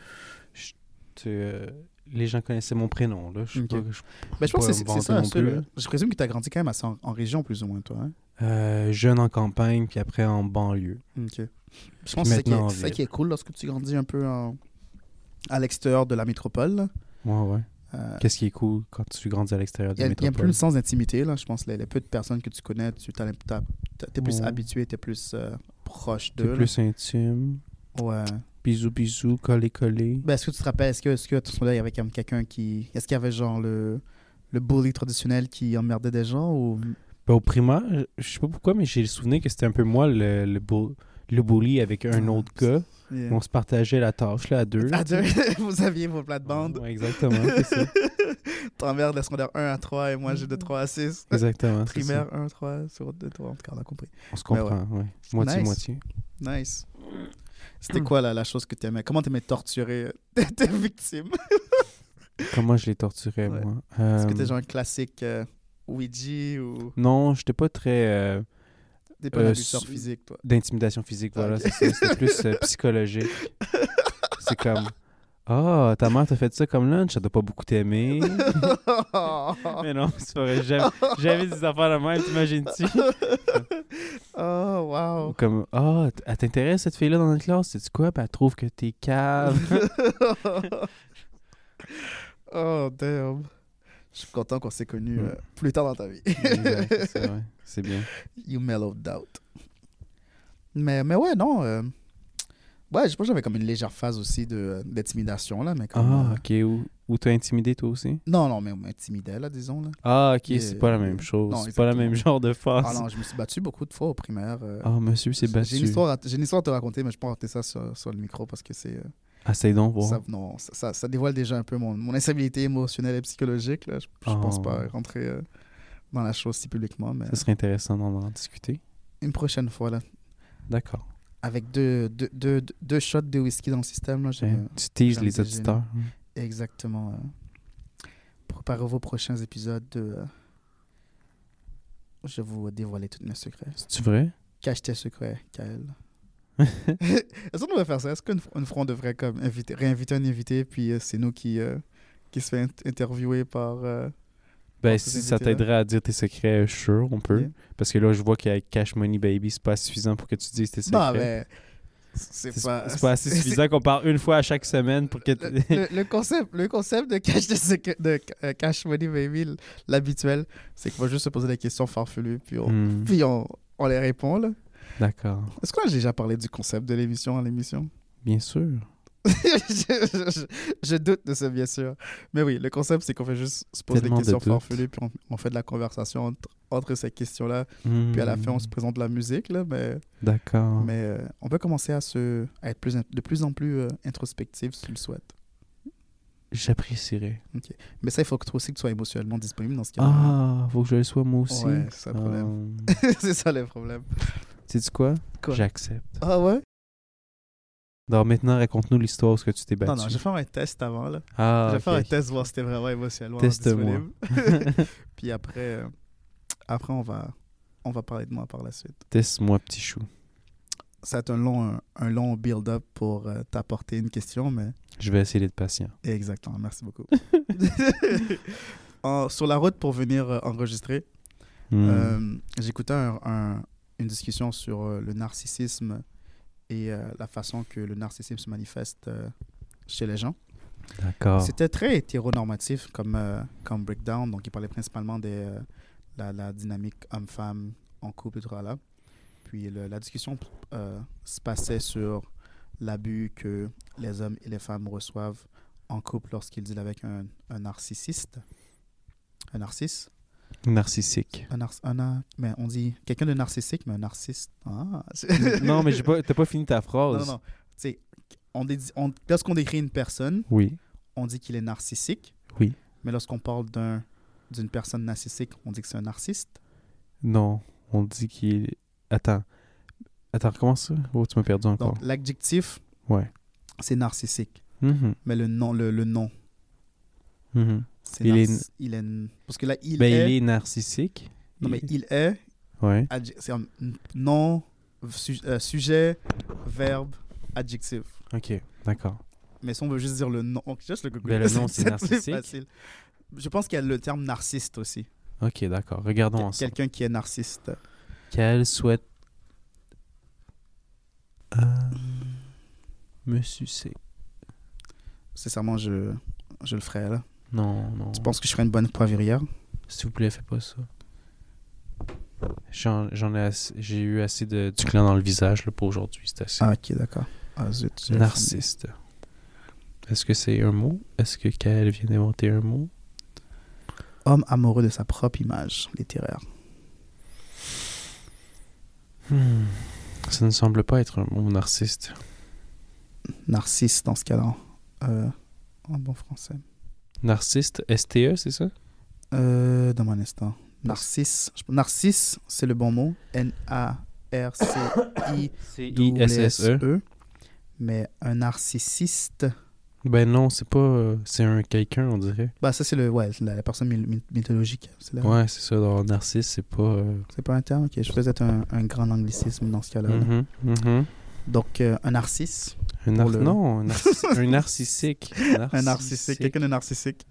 Speaker 2: je- tu, euh, les gens connaissaient mon prénom, là. Je sais
Speaker 1: Ok.
Speaker 2: pas- je-
Speaker 1: Mais je pense que
Speaker 2: pas
Speaker 1: c'est-
Speaker 2: me
Speaker 1: c'est ça.
Speaker 2: vanter non
Speaker 1: ça,
Speaker 2: plus.
Speaker 1: le- Je présume que t'as grandi quand même assez en, en région, plus ou moins, toi. hein?
Speaker 2: Euh, jeune en campagne, puis après en banlieue.
Speaker 1: Ok. Je pense que c'est ça qui
Speaker 2: maintenant en
Speaker 1: est- c'est ça qui est cool lorsque tu grandis un peu en- à l'extérieur de la métropole. là.
Speaker 2: Ouais, ouais.
Speaker 1: Euh,
Speaker 2: Qu'est-ce qui est cool quand tu grandis à l'extérieur
Speaker 1: Il
Speaker 2: de
Speaker 1: y a-
Speaker 2: la
Speaker 1: il y a,
Speaker 2: métropole?
Speaker 1: plus de sens d'intimité, là. Je pense les, les peu de personnes que tu connais, tu t'as- t'as- t'es plus
Speaker 2: Ouais.
Speaker 1: habitué, t'es plus euh, proche
Speaker 2: T'es
Speaker 1: d'eux. là.
Speaker 2: plus intime.
Speaker 1: Ouais.
Speaker 2: Bisous, bisous, collé, collé.
Speaker 1: Ben, est-ce que tu te rappelles, est-ce que, est-ce que à ton secondaire, il y avait comme quelqu'un qui. Est-ce qu'il y avait genre le, le bully traditionnel qui emmerdait des gens ou.
Speaker 2: Ben, au primaire, je- je sais pas pourquoi, mais j'ai le souvenir que c'était un peu moi le, le, bou- le bully avec un
Speaker 1: Ah,
Speaker 2: autre gars. On se partageait la tâche, là, à deux.
Speaker 1: À deux, Ah, [laughs] vous aviez vos plates-bandes.
Speaker 2: Ouais, exactement, c'est ça.
Speaker 1: [laughs] T'emmerdes la secondaire 1 à 3 et moi j'ai de 3 à 6.
Speaker 2: Exactement. Ah, c'est ça.
Speaker 1: Primaire 1, 3, sur 2, 3. En tout cas, on a compris.
Speaker 2: On se
Speaker 1: Mais ouais.
Speaker 2: comprend, ouais. Moitié,
Speaker 1: Nice.
Speaker 2: moitié.
Speaker 1: Nice. C'était quoi la, la chose que tu aimais Comment tu aimais torturer [laughs] euh, tes, tes victimes
Speaker 2: Comment je les torturais,
Speaker 1: Ouais.
Speaker 2: moi
Speaker 1: Est-ce que
Speaker 2: Euh,
Speaker 1: t'es genre un classique euh, Ouija ou
Speaker 2: Non, j'étais pas très euh,
Speaker 1: t'es pas
Speaker 2: Euh,
Speaker 1: un abuseur
Speaker 2: su-
Speaker 1: physique, toi [laughs]
Speaker 2: d'intimidation physique,
Speaker 1: Ah,
Speaker 2: voilà,
Speaker 1: ok.
Speaker 2: c'est ça. C'était plus
Speaker 1: [laughs]
Speaker 2: euh, psychologique. C'est comme, ah, ta mère t'a fait ça comme lunch, elle t'a pas beaucoup
Speaker 1: [laughs]
Speaker 2: aimé. [laughs] Mais non, c'est pas vrai, j'aime- j'avais des affaires de même, t'imagines-tu?
Speaker 1: [laughs] Oh,
Speaker 2: Ou [laughs]
Speaker 1: wow
Speaker 2: Comme, ah, t- elle t'intéresse cette fille-là dans notre classe, c'est quoi? Puis elle trouve que t'es
Speaker 1: [laughs]
Speaker 2: cave.
Speaker 1: Oh, damn Je suis content qu'on s'est connus
Speaker 2: Mm.
Speaker 1: euh, plus tard dans ta vie. [laughs]
Speaker 2: Exact, c'est vrai, c'est bien.
Speaker 1: You mellowed out. Mais, mais ouais, non. euh, Ouais, je pense que j'avais comme une légère phase aussi de- euh, d'intimidation, là, mais comme...
Speaker 2: Ah,
Speaker 1: euh,
Speaker 2: ok, ou, ou t'as intimidé toi aussi?
Speaker 1: Non, non, mais on m'intimidait, là, disons, là.
Speaker 2: Ah, ok,
Speaker 1: Yeah.
Speaker 2: c'est pas la même chose,
Speaker 1: Non,
Speaker 2: c'est pas le
Speaker 1: exactement.
Speaker 2: même genre de
Speaker 1: Ah
Speaker 2: phase.
Speaker 1: non, je me suis battu beaucoup de fois au primaire. euh,
Speaker 2: Ah, monsieur s'est
Speaker 1: J'ai une,
Speaker 2: battu.
Speaker 1: histoire à- j'ai une histoire à te raconter, mais je peux raconter ça sur, sur le micro parce que c'est... euh,
Speaker 2: Assez donc, voir.
Speaker 1: ça, non, ça, ça- ça dévoile déjà un peu mon, mon instabilité émotionnelle et psychologique. Là. Je, je pense
Speaker 2: Oh.
Speaker 1: pas rentrer euh, dans la chose si publiquement, mais
Speaker 2: Ça serait intéressant d'en en discuter.
Speaker 1: une prochaine fois, là.
Speaker 2: D'accord.
Speaker 1: Avec deux, deux, deux, deux shots de whisky dans le système, là, j'ai-
Speaker 2: Tiens, Tu teases
Speaker 1: j'aime
Speaker 2: les
Speaker 1: déjà.
Speaker 2: auditeurs.
Speaker 1: Hmm. exactement... euh, préparez vos prochains épisodes de... euh, je vais vous dévoiler tous mes secrets.
Speaker 2: C'est-tu vrai?
Speaker 1: Cache tes secrets, Kael. Est-ce qu'on devrait faire ça? Est-ce qu'une fr- une fois, on devrait comme inviter, réinviter un invité, puis euh, c'est nous qui, euh, qui se fait int- interviewer par. euh,
Speaker 2: Ben,
Speaker 1: Pense aux
Speaker 2: si ça
Speaker 1: invités, là.
Speaker 2: t'aiderait à dire tes secrets, euh, sure, on peut.
Speaker 1: Yeah.
Speaker 2: Parce que là, je vois qu'avec Cash Money Baby, c'est pas suffisant pour que tu dises tes secrets.
Speaker 1: Non, mais. Bah, ben, [laughs] C'est
Speaker 2: c'est
Speaker 1: pas.
Speaker 2: c'est pas assez suffisant qu'on parle une fois à chaque semaine pour que.
Speaker 1: Le,
Speaker 2: t-
Speaker 1: le- le concept, le concept de cash, de, secret- de euh, cash money baby, l'habituel, c'est qu'on va juste se poser des questions farfelues, puis
Speaker 2: [laughs]
Speaker 1: on,
Speaker 2: Hmm,
Speaker 1: puis on, on les répond. là.
Speaker 2: D'accord.
Speaker 1: Est-ce qu'on a déjà parlé du concept de l'émission à l'émission? [laughs]
Speaker 2: Bien sûr.
Speaker 1: je, je- je doute de ça, bien sûr. Mais oui, le concept, c'est qu'on fait juste se poser
Speaker 2: Tellement de
Speaker 1: des questions
Speaker 2: doutes.
Speaker 1: farfelues, puis on, on fait de la conversation entre, entre ces questions-là. Puis à la
Speaker 2: Hmm,
Speaker 1: fin, on se présente la musique, là, mais,
Speaker 2: D'accord.
Speaker 1: mais euh, on peut commencer à, se, à être plus, in- de plus en plus euh, introspectif, si tu le souhaites.
Speaker 2: J'apprécierais.
Speaker 1: Mais ça, il faut que, tu- aussi que tu sois émotionnellement disponible dans ce cas-là.
Speaker 2: Ah, faut que je le sois moi aussi.
Speaker 1: ouais, c'est ça le problème. [laughs]
Speaker 2: [laughs]
Speaker 1: c'est ça le problème.
Speaker 2: sais quoi?
Speaker 1: Quoi?
Speaker 2: J'accepte.
Speaker 1: Ah ouais?
Speaker 2: Alors maintenant, raconte-nous l'histoire où est-ce que tu t'es battu.
Speaker 1: Non, non, je vais faire un test avant, là.
Speaker 2: Ah,
Speaker 1: je vais faire
Speaker 2: ok.
Speaker 1: un test, voir si t'es vraiment émotionnellement
Speaker 2: Teste-moi.
Speaker 1: disponible.
Speaker 2: [laughs]
Speaker 1: [laughs] Puis après, euh, après on, va, on va parler de moi par la suite.
Speaker 2: Teste-moi, petit chou.
Speaker 1: ça va être un long, un, un long build-up pour euh, t'apporter une question, mais
Speaker 2: Je vais essayer d'être
Speaker 1: [laughs]
Speaker 2: patient.
Speaker 1: exactement,
Speaker 2: [laughs]
Speaker 1: merci beaucoup. [laughs] En- sur la route pour venir euh, enregistrer,
Speaker 2: Hmm.
Speaker 1: euh, j'écoutais un- un- une discussion sur euh, le narcissisme et euh, la façon que le narcissisme se manifeste euh, chez les gens.
Speaker 2: D'accord.
Speaker 1: C'était très hétéronormatif comme, euh, comme breakdown, donc il parlait principalement de la, la dynamique homme-femme en couple et tout ça là. Puis le- la discussion euh, se passait sur l'abus que les hommes et les femmes reçoivent en couple lorsqu'ils dealent avec un, un narcissiste. Un narcisse [laughs]
Speaker 2: Narcissique.
Speaker 1: un, nar- un nar- Mais on dit quelqu'un de narcissique, mais un narcissiste.
Speaker 2: [laughs]
Speaker 1: Ah,
Speaker 2: non, mais j'ai pas- t'as pas fini ta
Speaker 1: non,
Speaker 2: phrase.
Speaker 1: non, non. Tu sais, on dédi- on- lorsqu'on décrit une personne,
Speaker 2: Oui.
Speaker 1: on dit qu'il est narcissique.
Speaker 2: Oui.
Speaker 1: Mais lorsqu'on parle d'un d'une personne narcissique, on dit que c'est un narcissiste.
Speaker 2: Non, on dit qu'il. Attends. Attends, comment ça? Oh, tu m'as perdu encore.
Speaker 1: Donc l'adjectif,
Speaker 2: Ouais.
Speaker 1: c'est narcissique.
Speaker 2: Mhm,
Speaker 1: Mais le nom, le, le nom,
Speaker 2: mhm.
Speaker 1: c'est
Speaker 2: Il est-
Speaker 1: narci- il est parce que là il
Speaker 2: Ben,
Speaker 1: est
Speaker 2: il est narcissique.
Speaker 1: non mais il est
Speaker 2: Ouais.
Speaker 1: adje- c'est un nom su- euh, sujet verbe adjectif.
Speaker 2: Ok, d'accord.
Speaker 1: Mais si on veut juste dire le nom, juste le Google.
Speaker 2: Ben, le
Speaker 1: [laughs]
Speaker 2: nom, c'est
Speaker 1: plus
Speaker 2: narcissique.
Speaker 1: facile. Je pense qu'il y a le terme narcissiste aussi.
Speaker 2: Ok, d'accord. Regardons
Speaker 1: Quel-
Speaker 2: ensemble.
Speaker 1: Quelqu'un qui est narcissiste.
Speaker 2: Qu'elle souhaite. Euh, Me sucer.
Speaker 1: Sincèrement, je je le ferais là.
Speaker 2: Non, non.
Speaker 1: Tu penses que je ferais une bonne poivrière
Speaker 2: S'il vous plaît, fais pas ça. J'en j'en ai assez- j'ai eu assez de, du clan dans le visage là, pour aujourd'hui. C'est assez.
Speaker 1: Ah, ok, d'accord. Ah, zut. j'ai-
Speaker 2: Narciste. Est-ce que c'est un mot? Est-ce que Kael vient d'inventer un mot?
Speaker 1: Homme amoureux de sa propre image littéraire.
Speaker 2: Hmm. Ça ne semble pas être un mot narciste.
Speaker 1: Narcisse dans ce cas-là. Euh, en bon français.
Speaker 2: Narciste, STE, E, c'est ça?
Speaker 1: Euh, dans mon instant. Narcisse. Je- Narcisse,
Speaker 2: [coughs]
Speaker 1: c'est le bon mot. N-A-R-C-I-S-S-E.
Speaker 2: E. C'est I-S-S-E.
Speaker 1: E. Mais un narcissiste,
Speaker 2: Ben non, c'est pas. euh, c'est un quelqu'un, on dirait.
Speaker 1: bah ça c'est le, ouais, la, la personne myl- myl- mythologique. C'est la-
Speaker 2: Ouais, c'est ça. Dans narcisse, c'est pas. euh,
Speaker 1: c'est pas un terme, ok. Je faisais un, un grand anglicisme dans ce cas-là. là.
Speaker 2: mhm, mhm.
Speaker 1: Donc euh, un narcisse,
Speaker 2: Un nar-
Speaker 1: Pour le-
Speaker 2: Non, un,
Speaker 1: [laughs]
Speaker 2: narci- un narcissique.
Speaker 1: un narcissique, quelqu'un de narcissique.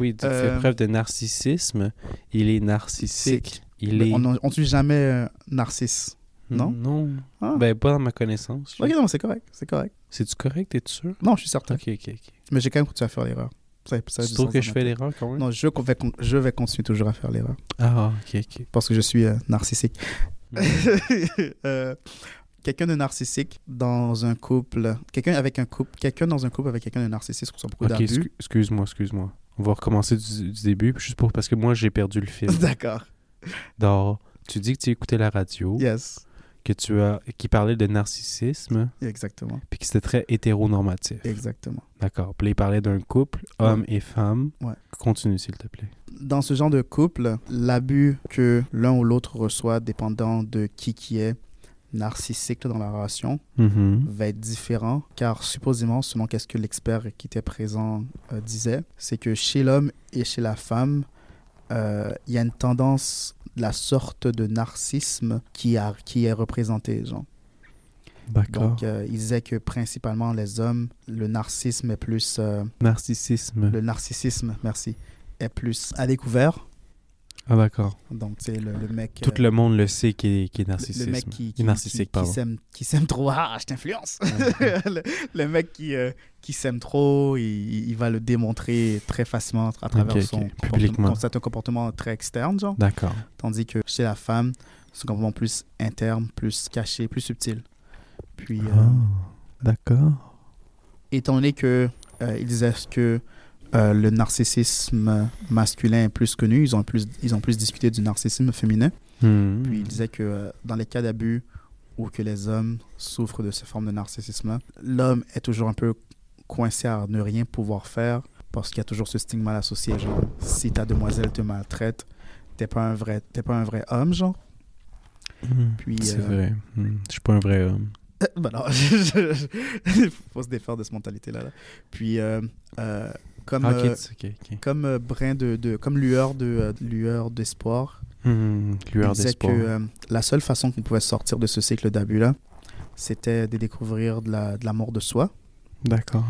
Speaker 2: Oui, tu
Speaker 1: Euh,
Speaker 2: fais preuve de narcissisme. Il est narcissique. Il est.
Speaker 1: Ben, On ne dit jamais euh, narcisse. non?
Speaker 2: Non.
Speaker 1: Ah.
Speaker 2: Ben, pas dans ma connaissance. là.
Speaker 1: Ok, non, c'est correct, c'est correct.
Speaker 2: C'est-tu correct? Es-tu sûr?
Speaker 1: Non, je suis certain.
Speaker 2: Ok, ok, ok.
Speaker 1: Mais j'ai quand même continué à faire l'erreur. Ça, ça a
Speaker 2: Tu
Speaker 1: du
Speaker 2: trouves
Speaker 1: sens
Speaker 2: que
Speaker 1: dans
Speaker 2: je
Speaker 1: ma
Speaker 2: fais
Speaker 1: tête.
Speaker 2: l'erreur quand même?
Speaker 1: Non, je vais, con- je vais continuer toujours à faire l'erreur
Speaker 2: Ah, ok,
Speaker 1: [laughs]
Speaker 2: ok.
Speaker 1: parce que je suis euh,
Speaker 2: [laughs]
Speaker 1: narcissique. [laughs]
Speaker 2: Mm.
Speaker 1: Euh, quelqu'un de narcissique dans un couple, quelqu'un avec un couple, quelqu'un dans un couple avec quelqu'un de narcissique sur son beaucoup
Speaker 2: Ok,
Speaker 1: d'abus.
Speaker 2: excu- excuse-moi, excuse-moi. On va recommencer du, du début, puis juste pour parce que moi j'ai perdu le
Speaker 1: [laughs]
Speaker 2: fil.
Speaker 1: [laughs] D'accord.
Speaker 2: D'or, tu dis que tu écoutais la radio,
Speaker 1: Yes.
Speaker 2: que tu as, qui parlait de narcissisme,
Speaker 1: Exactement.
Speaker 2: puis que c'était très hétéronormatif.
Speaker 1: Exactement.
Speaker 2: D'accord. Puis là, il parlait d'un couple, homme et femme.
Speaker 1: Ouais.
Speaker 2: Continue s'il te plaît.
Speaker 1: Dans ce genre de couple, l'abus que l'un ou l'autre reçoit, dépendant de qui qui est narcissique dans la relation,
Speaker 2: Mhm.
Speaker 1: va être différent, car supposément, selon qu'est-ce que l'expert qui était présent euh, disait, c'est que chez l'homme et chez la femme, euh, il y a une tendance, la sorte de narcissisme qui, a, qui est représentée. Genre.
Speaker 2: D'accord.
Speaker 1: Donc, euh, il disait que principalement les hommes, le narcissisme est plus, euh,
Speaker 2: Narcissisme.
Speaker 1: le narcissisme, merci, est plus à découvert.
Speaker 2: Ah d'accord.
Speaker 1: Donc, tu sais, le, le mec. euh,
Speaker 2: Tout le monde le sait qui est, qui est
Speaker 1: le
Speaker 2: narcissisme.
Speaker 1: le mec qui,
Speaker 2: Qui est
Speaker 1: qui,
Speaker 2: narcissique,
Speaker 1: qui- qui
Speaker 2: pardon.
Speaker 1: s'aime qui s'aime trop ah je t'influence [laughs] le, le mec qui euh, qui s'aime trop il, il va le démontrer très facilement à travers
Speaker 2: Ok, ok.
Speaker 1: son comportement.
Speaker 2: Publiquement.
Speaker 1: Donc, c'est un comportement très externe
Speaker 2: [laughs]
Speaker 1: genre [laughs]
Speaker 2: D'accord.
Speaker 1: tandis que chez la femme c'est un comportement plus interne plus caché plus subtil puis euh,
Speaker 2: Ah, d'accord.
Speaker 1: étant donné que euh, ils disent que euh, le narcissisme masculin est plus connu ils ont plus ils ont plus discuté du narcissisme féminin
Speaker 2: Hmm.
Speaker 1: Puis il disait que euh, dans les cas d'abus ou que les hommes souffrent de ces formes de narcissisme, l'homme est toujours un peu coincé à ne rien pouvoir faire parce qu'il y a toujours ce stigma associé. Genre, si ta demoiselle te maltraite, t'es pas un vrai, t'es pas un vrai homme, genre. [laughs]
Speaker 2: Hmm.
Speaker 1: Puis,
Speaker 2: C'est
Speaker 1: euh,
Speaker 2: vrai. Hmm. Je suis pas un vrai homme.
Speaker 1: Euh, bah non, [laughs] je- je- il faut se défaire de cette mentalité-là. là. Puis euh, euh, comme
Speaker 2: Ah, ok,
Speaker 1: euh,
Speaker 2: ok, ok.
Speaker 1: comme euh, brin de, de- comme lueur de euh, lueur d'espoir,
Speaker 2: Hmm,
Speaker 1: Il
Speaker 2: Lueur
Speaker 1: disait que
Speaker 2: d'espoir.
Speaker 1: euh, la seule façon qu'on pouvait sortir de ce cycle d'abus-là, c'était de découvrir de la, de la mort de soi.
Speaker 2: D'accord.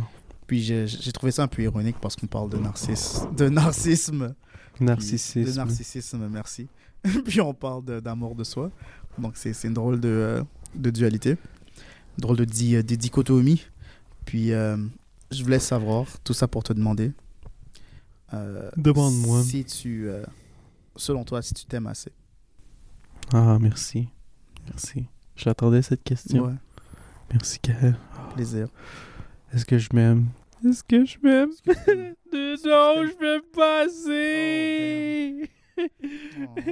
Speaker 1: Puis j'ai j'ai trouvé ça un peu ironique parce qu'on parle de, narcisse, de narcissisme. Puis-
Speaker 2: Narcissisme.
Speaker 1: De narcissisme, merci. [laughs] Puis on parle de- d'amour de, soi. Donc c'est c'est une drôle de, euh, de dualité, une drôle de, di- euh, de dichotomie. Puis euh, je voulais savoir, tout ça pour te demander. euh,
Speaker 2: Demande-moi.
Speaker 1: Si tu, euh, selon toi, si tu t'aimes assez.
Speaker 2: Ah, merci. Merci. J'attendais cette question.
Speaker 1: Ouais,
Speaker 2: Merci, Kael. [laughs]
Speaker 1: plaisir.
Speaker 2: Est-ce que je m'aime? Est-ce que je m'aime? non, je m'aime pas assez! Euh, Oh,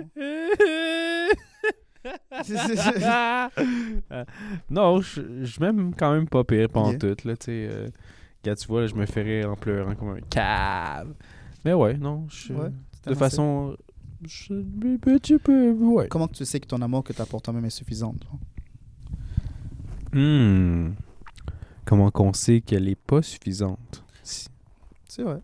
Speaker 2: [laughs] non, je, je m'aime quand même pas pire, pas en
Speaker 1: Ok.
Speaker 2: tout. Là, tu sais, euh, quand tu vois, là, je me fais rire en pleurant comme un cave. Mais ouais, non, je,
Speaker 1: Ouais,
Speaker 2: euh, de façon... Je, mais petit peu, ouais.
Speaker 1: Comment que tu sais que ton amour que tu as pour toi-même est suffisant genre?
Speaker 2: Hmm. Comment qu'on sait qu'elle est pas suffisante? Si-
Speaker 1: C'est vrai.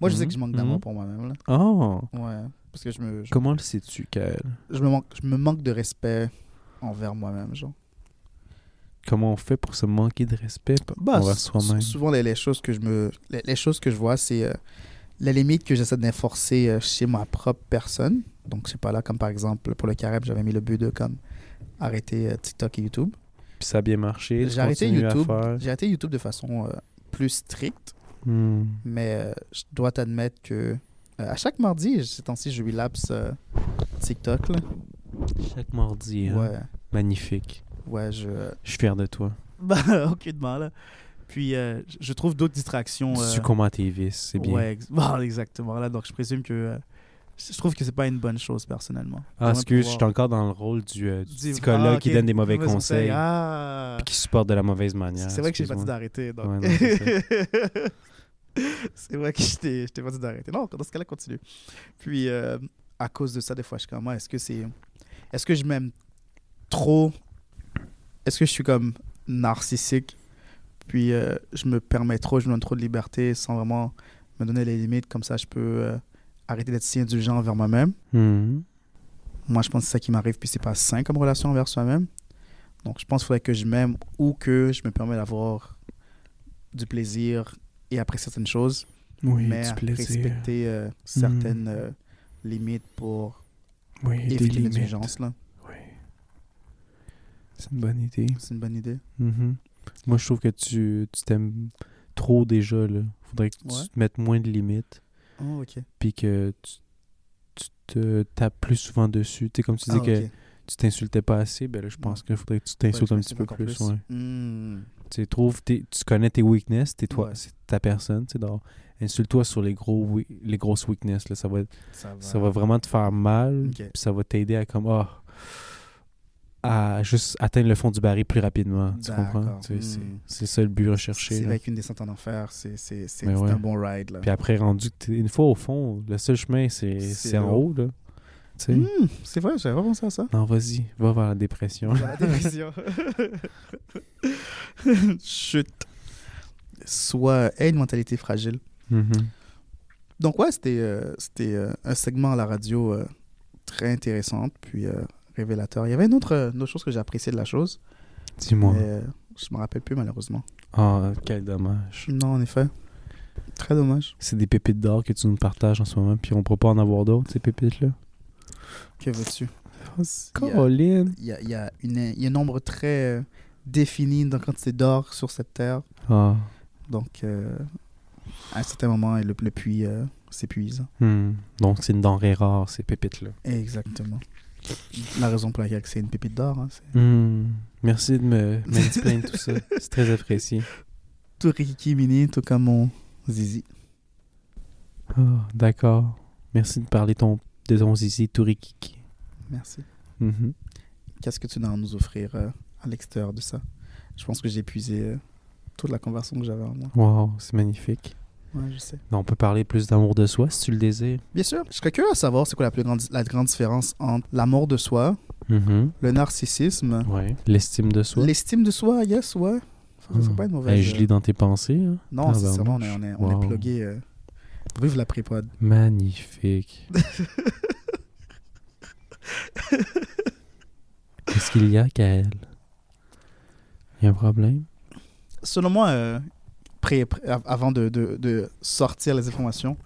Speaker 1: Moi, je sais
Speaker 2: Mhm,
Speaker 1: que je manque d'amour
Speaker 2: mhm.
Speaker 1: pour moi-même. là.
Speaker 2: Oh!
Speaker 1: Ouais. Parce que je me, je,
Speaker 2: Comment le sais-tu, Kael?
Speaker 1: je me, manque, je me manque de respect envers moi-même. genre.
Speaker 2: Comment on fait pour se manquer de respect p-
Speaker 1: Bah,
Speaker 2: envers
Speaker 1: sou-
Speaker 2: soi-même?
Speaker 1: Souvent, les, les choses que je me, les, les choses que je vois, c'est euh, la limite que j'essaie d'enforcer euh, chez ma propre personne. Donc, c'est pas là, comme par exemple, pour le carême, j'avais mis le but de comme arrêter euh, TikTok et YouTube.
Speaker 2: Puis ça a bien marché. tu
Speaker 1: J'ai arrêté
Speaker 2: continues à
Speaker 1: YouTube.
Speaker 2: faire.
Speaker 1: J'ai arrêté YouTube de façon euh, plus stricte.
Speaker 2: Hmm.
Speaker 1: Mais euh, je dois t'admettre que euh, à chaque mardi, ces temps-ci, je relapse euh, TikTok. Là.
Speaker 2: Chaque mardi. hein.
Speaker 1: Ouais,
Speaker 2: Magnifique.
Speaker 1: ouais, je. euh,
Speaker 2: Je suis fier de toi.
Speaker 1: [laughs] Bah, aucunement, là. Puis, euh, je- je trouve d'autres distractions.
Speaker 2: Tu
Speaker 1: euh,
Speaker 2: Succombe à tes vices, c'est bien.
Speaker 1: Ouais, ex- [laughs] bon, exactement. Là, donc, je présume que. euh, je trouve que c'est pas une bonne chose, personnellement.
Speaker 2: Ah,
Speaker 1: Comment
Speaker 2: excuse, je
Speaker 1: pouvoir
Speaker 2: suis encore dans le rôle du, euh, du
Speaker 1: dire-
Speaker 2: psychologue
Speaker 1: Ah,
Speaker 2: qui
Speaker 1: ok,
Speaker 2: donne des mauvais
Speaker 1: mauvais
Speaker 2: conseils,
Speaker 1: Ah.
Speaker 2: puis qui supporte de la mauvaise manière.
Speaker 1: C'est vrai que j'ai pas dit
Speaker 2: excuse-moi.
Speaker 1: d'arrêter. donc.
Speaker 2: Ouais, non,
Speaker 1: [laughs] c'est vrai que je t'ai je t'ai pas dit d'arrêter. Non, dans ce cas-là, continue. Puis, euh, à cause de ça, des fois, je suis comme, Ah, est-ce que c'est. Est-ce que je m'aime trop Est-ce que je suis comme narcissique Puis euh, je me permets trop, je me donne trop de liberté sans vraiment me donner les limites. Comme ça, je peux euh, arrêter d'être si indulgent envers moi-même.
Speaker 2: Hmm.
Speaker 3: Mhm.
Speaker 1: Moi, je pense que c'est ça qui m'arrive, puis c'est pas sain comme relation envers soi-même. Donc, je pense qu'il faudrait que je m'aime ou que je me permets d'avoir du plaisir et après certaines choses,
Speaker 2: Oui,
Speaker 1: mais
Speaker 2: du
Speaker 1: à
Speaker 2: plaisir.
Speaker 1: respecter euh, certaines euh, limites pour
Speaker 2: Oui, des
Speaker 1: éviter
Speaker 2: limites.
Speaker 1: l'indulgence. là.
Speaker 2: Oui. C'est une bonne idée.
Speaker 1: C'est une bonne idée.
Speaker 2: Mhm. Moi, je trouve que tu tu t'aimes trop déjà. Là. Faudrait que tu
Speaker 1: Ouais.
Speaker 2: te mettes moins de limites.
Speaker 1: Oh, ok.
Speaker 2: Puis que tu, tu te tapes plus souvent dessus. Tu sais, comme tu dis
Speaker 1: Ah,
Speaker 2: que
Speaker 1: ok.
Speaker 2: tu t'insultais pas assez, ben là, je pense qu'il faudrait que tu
Speaker 1: Ouais,
Speaker 2: t'insultes
Speaker 1: je
Speaker 2: un
Speaker 1: me
Speaker 2: petit
Speaker 1: suis
Speaker 2: peu
Speaker 1: encore
Speaker 2: plus. ouais.
Speaker 1: Hmm.
Speaker 2: Tu sais, trouves tes- tu connais tes weaknesses, t'es toi,
Speaker 1: Ouais.
Speaker 2: c'est ta personne. tu sais, donc, Insulte-toi sur les, gros, we- les grosses weaknesses. Là. Ça, va, être-
Speaker 1: Ça va.
Speaker 2: ça va vraiment te faire mal.
Speaker 1: Ok.
Speaker 2: puis ça va t'aider à comme ah, à juste atteindre le fond du baril plus rapidement. Tu comprends?
Speaker 1: D'accord.
Speaker 2: Tu sais, c'est-
Speaker 1: Hmm.
Speaker 2: C'est ça le but recherché.
Speaker 1: C'est
Speaker 2: là.
Speaker 1: avec une descente en enfer, c'est c'est- c'est-
Speaker 2: Mais
Speaker 1: c'est
Speaker 2: ouais.
Speaker 1: un bon ride. Là.
Speaker 2: Puis après, rendu que t'es- une fois au fond, le seul chemin, c'est
Speaker 1: C'est
Speaker 2: c'est en
Speaker 1: là.
Speaker 2: haut. Là. Tu sais,
Speaker 1: Hmm, c'est vrai, j'avais pas pensé à ça.
Speaker 2: Non, vas-y, va vers la dépression.
Speaker 1: [laughs] La dépression. Chut. Soit aide mentalité fragile.
Speaker 2: [laughs] Mhm.
Speaker 1: Donc ouais, c'était euh, c'était euh, un segment à la radio euh, très intéressant, puis euh, révélateur. Il y avait une autre, euh, une autre chose que j'ai appréciée de la chose,
Speaker 2: Dis-moi.
Speaker 1: mais euh, je me rappelle plus malheureusement.
Speaker 2: Ah, quel dommage.
Speaker 1: Non, en effet. Très dommage.
Speaker 2: C'est des pépites d'or que tu nous partages en ce moment, puis on pourra pas en avoir d'autres, ces pépites-là.
Speaker 1: Que veux-tu? Yeah.
Speaker 2: Colin!
Speaker 1: Il y a, il y a une, il y a un nombre très euh, défini de quantité d'or sur cette terre.
Speaker 2: Ah,
Speaker 1: Donc, euh, à un certain moment, le, le puits euh, s'épuise.
Speaker 2: hmm. Donc, c'est une denrée rare, ces pépites-là.
Speaker 1: Exactement. La raison pour laquelle c'est une pépite d'or. hein, c'est-
Speaker 2: Hmm. Merci de me m'explainer tout ça. C'est très apprécié.
Speaker 1: Tout Rikiki Mini, tout comme mon zizi.
Speaker 2: Ah, d'accord. Merci de parler ton, de ton zizi tourikiki.
Speaker 1: Merci.
Speaker 2: Mhm.
Speaker 1: Qu'est-ce que tu as à nous offrir euh, à l'extérieur de ça Je pense que j'ai épuisé euh, toute la conversation que j'avais en moi.
Speaker 2: Wow, c'est magnifique.
Speaker 1: Ouais, je sais.
Speaker 2: Mais on peut parler plus d'amour de soi si tu le désires.
Speaker 1: Bien sûr, je serais curieux à savoir c'est quoi la plus grande, la grande différence entre l'amour de soi,
Speaker 2: Mhm.
Speaker 1: le narcissisme,
Speaker 2: Ouais. L'estime de soi.
Speaker 1: l'estime de soi, yes, ouais. Ça, ça,
Speaker 2: Ah.
Speaker 1: c'est pas une
Speaker 2: Hey,
Speaker 1: mauvaise. euh,
Speaker 2: je lis dans tes pensées. hein.
Speaker 1: Non, c'est ça, on
Speaker 2: Tabarnouche.
Speaker 1: est, on est, on est
Speaker 2: Wow.
Speaker 1: plugué, euh, Vive la prépod.
Speaker 2: Magnifique.
Speaker 1: [laughs]
Speaker 2: Qu'est-ce qu'il y a, Kael? Il y a un problème?
Speaker 1: selon moi, euh, pré- pré- av- avant de, de- de sortir les informations,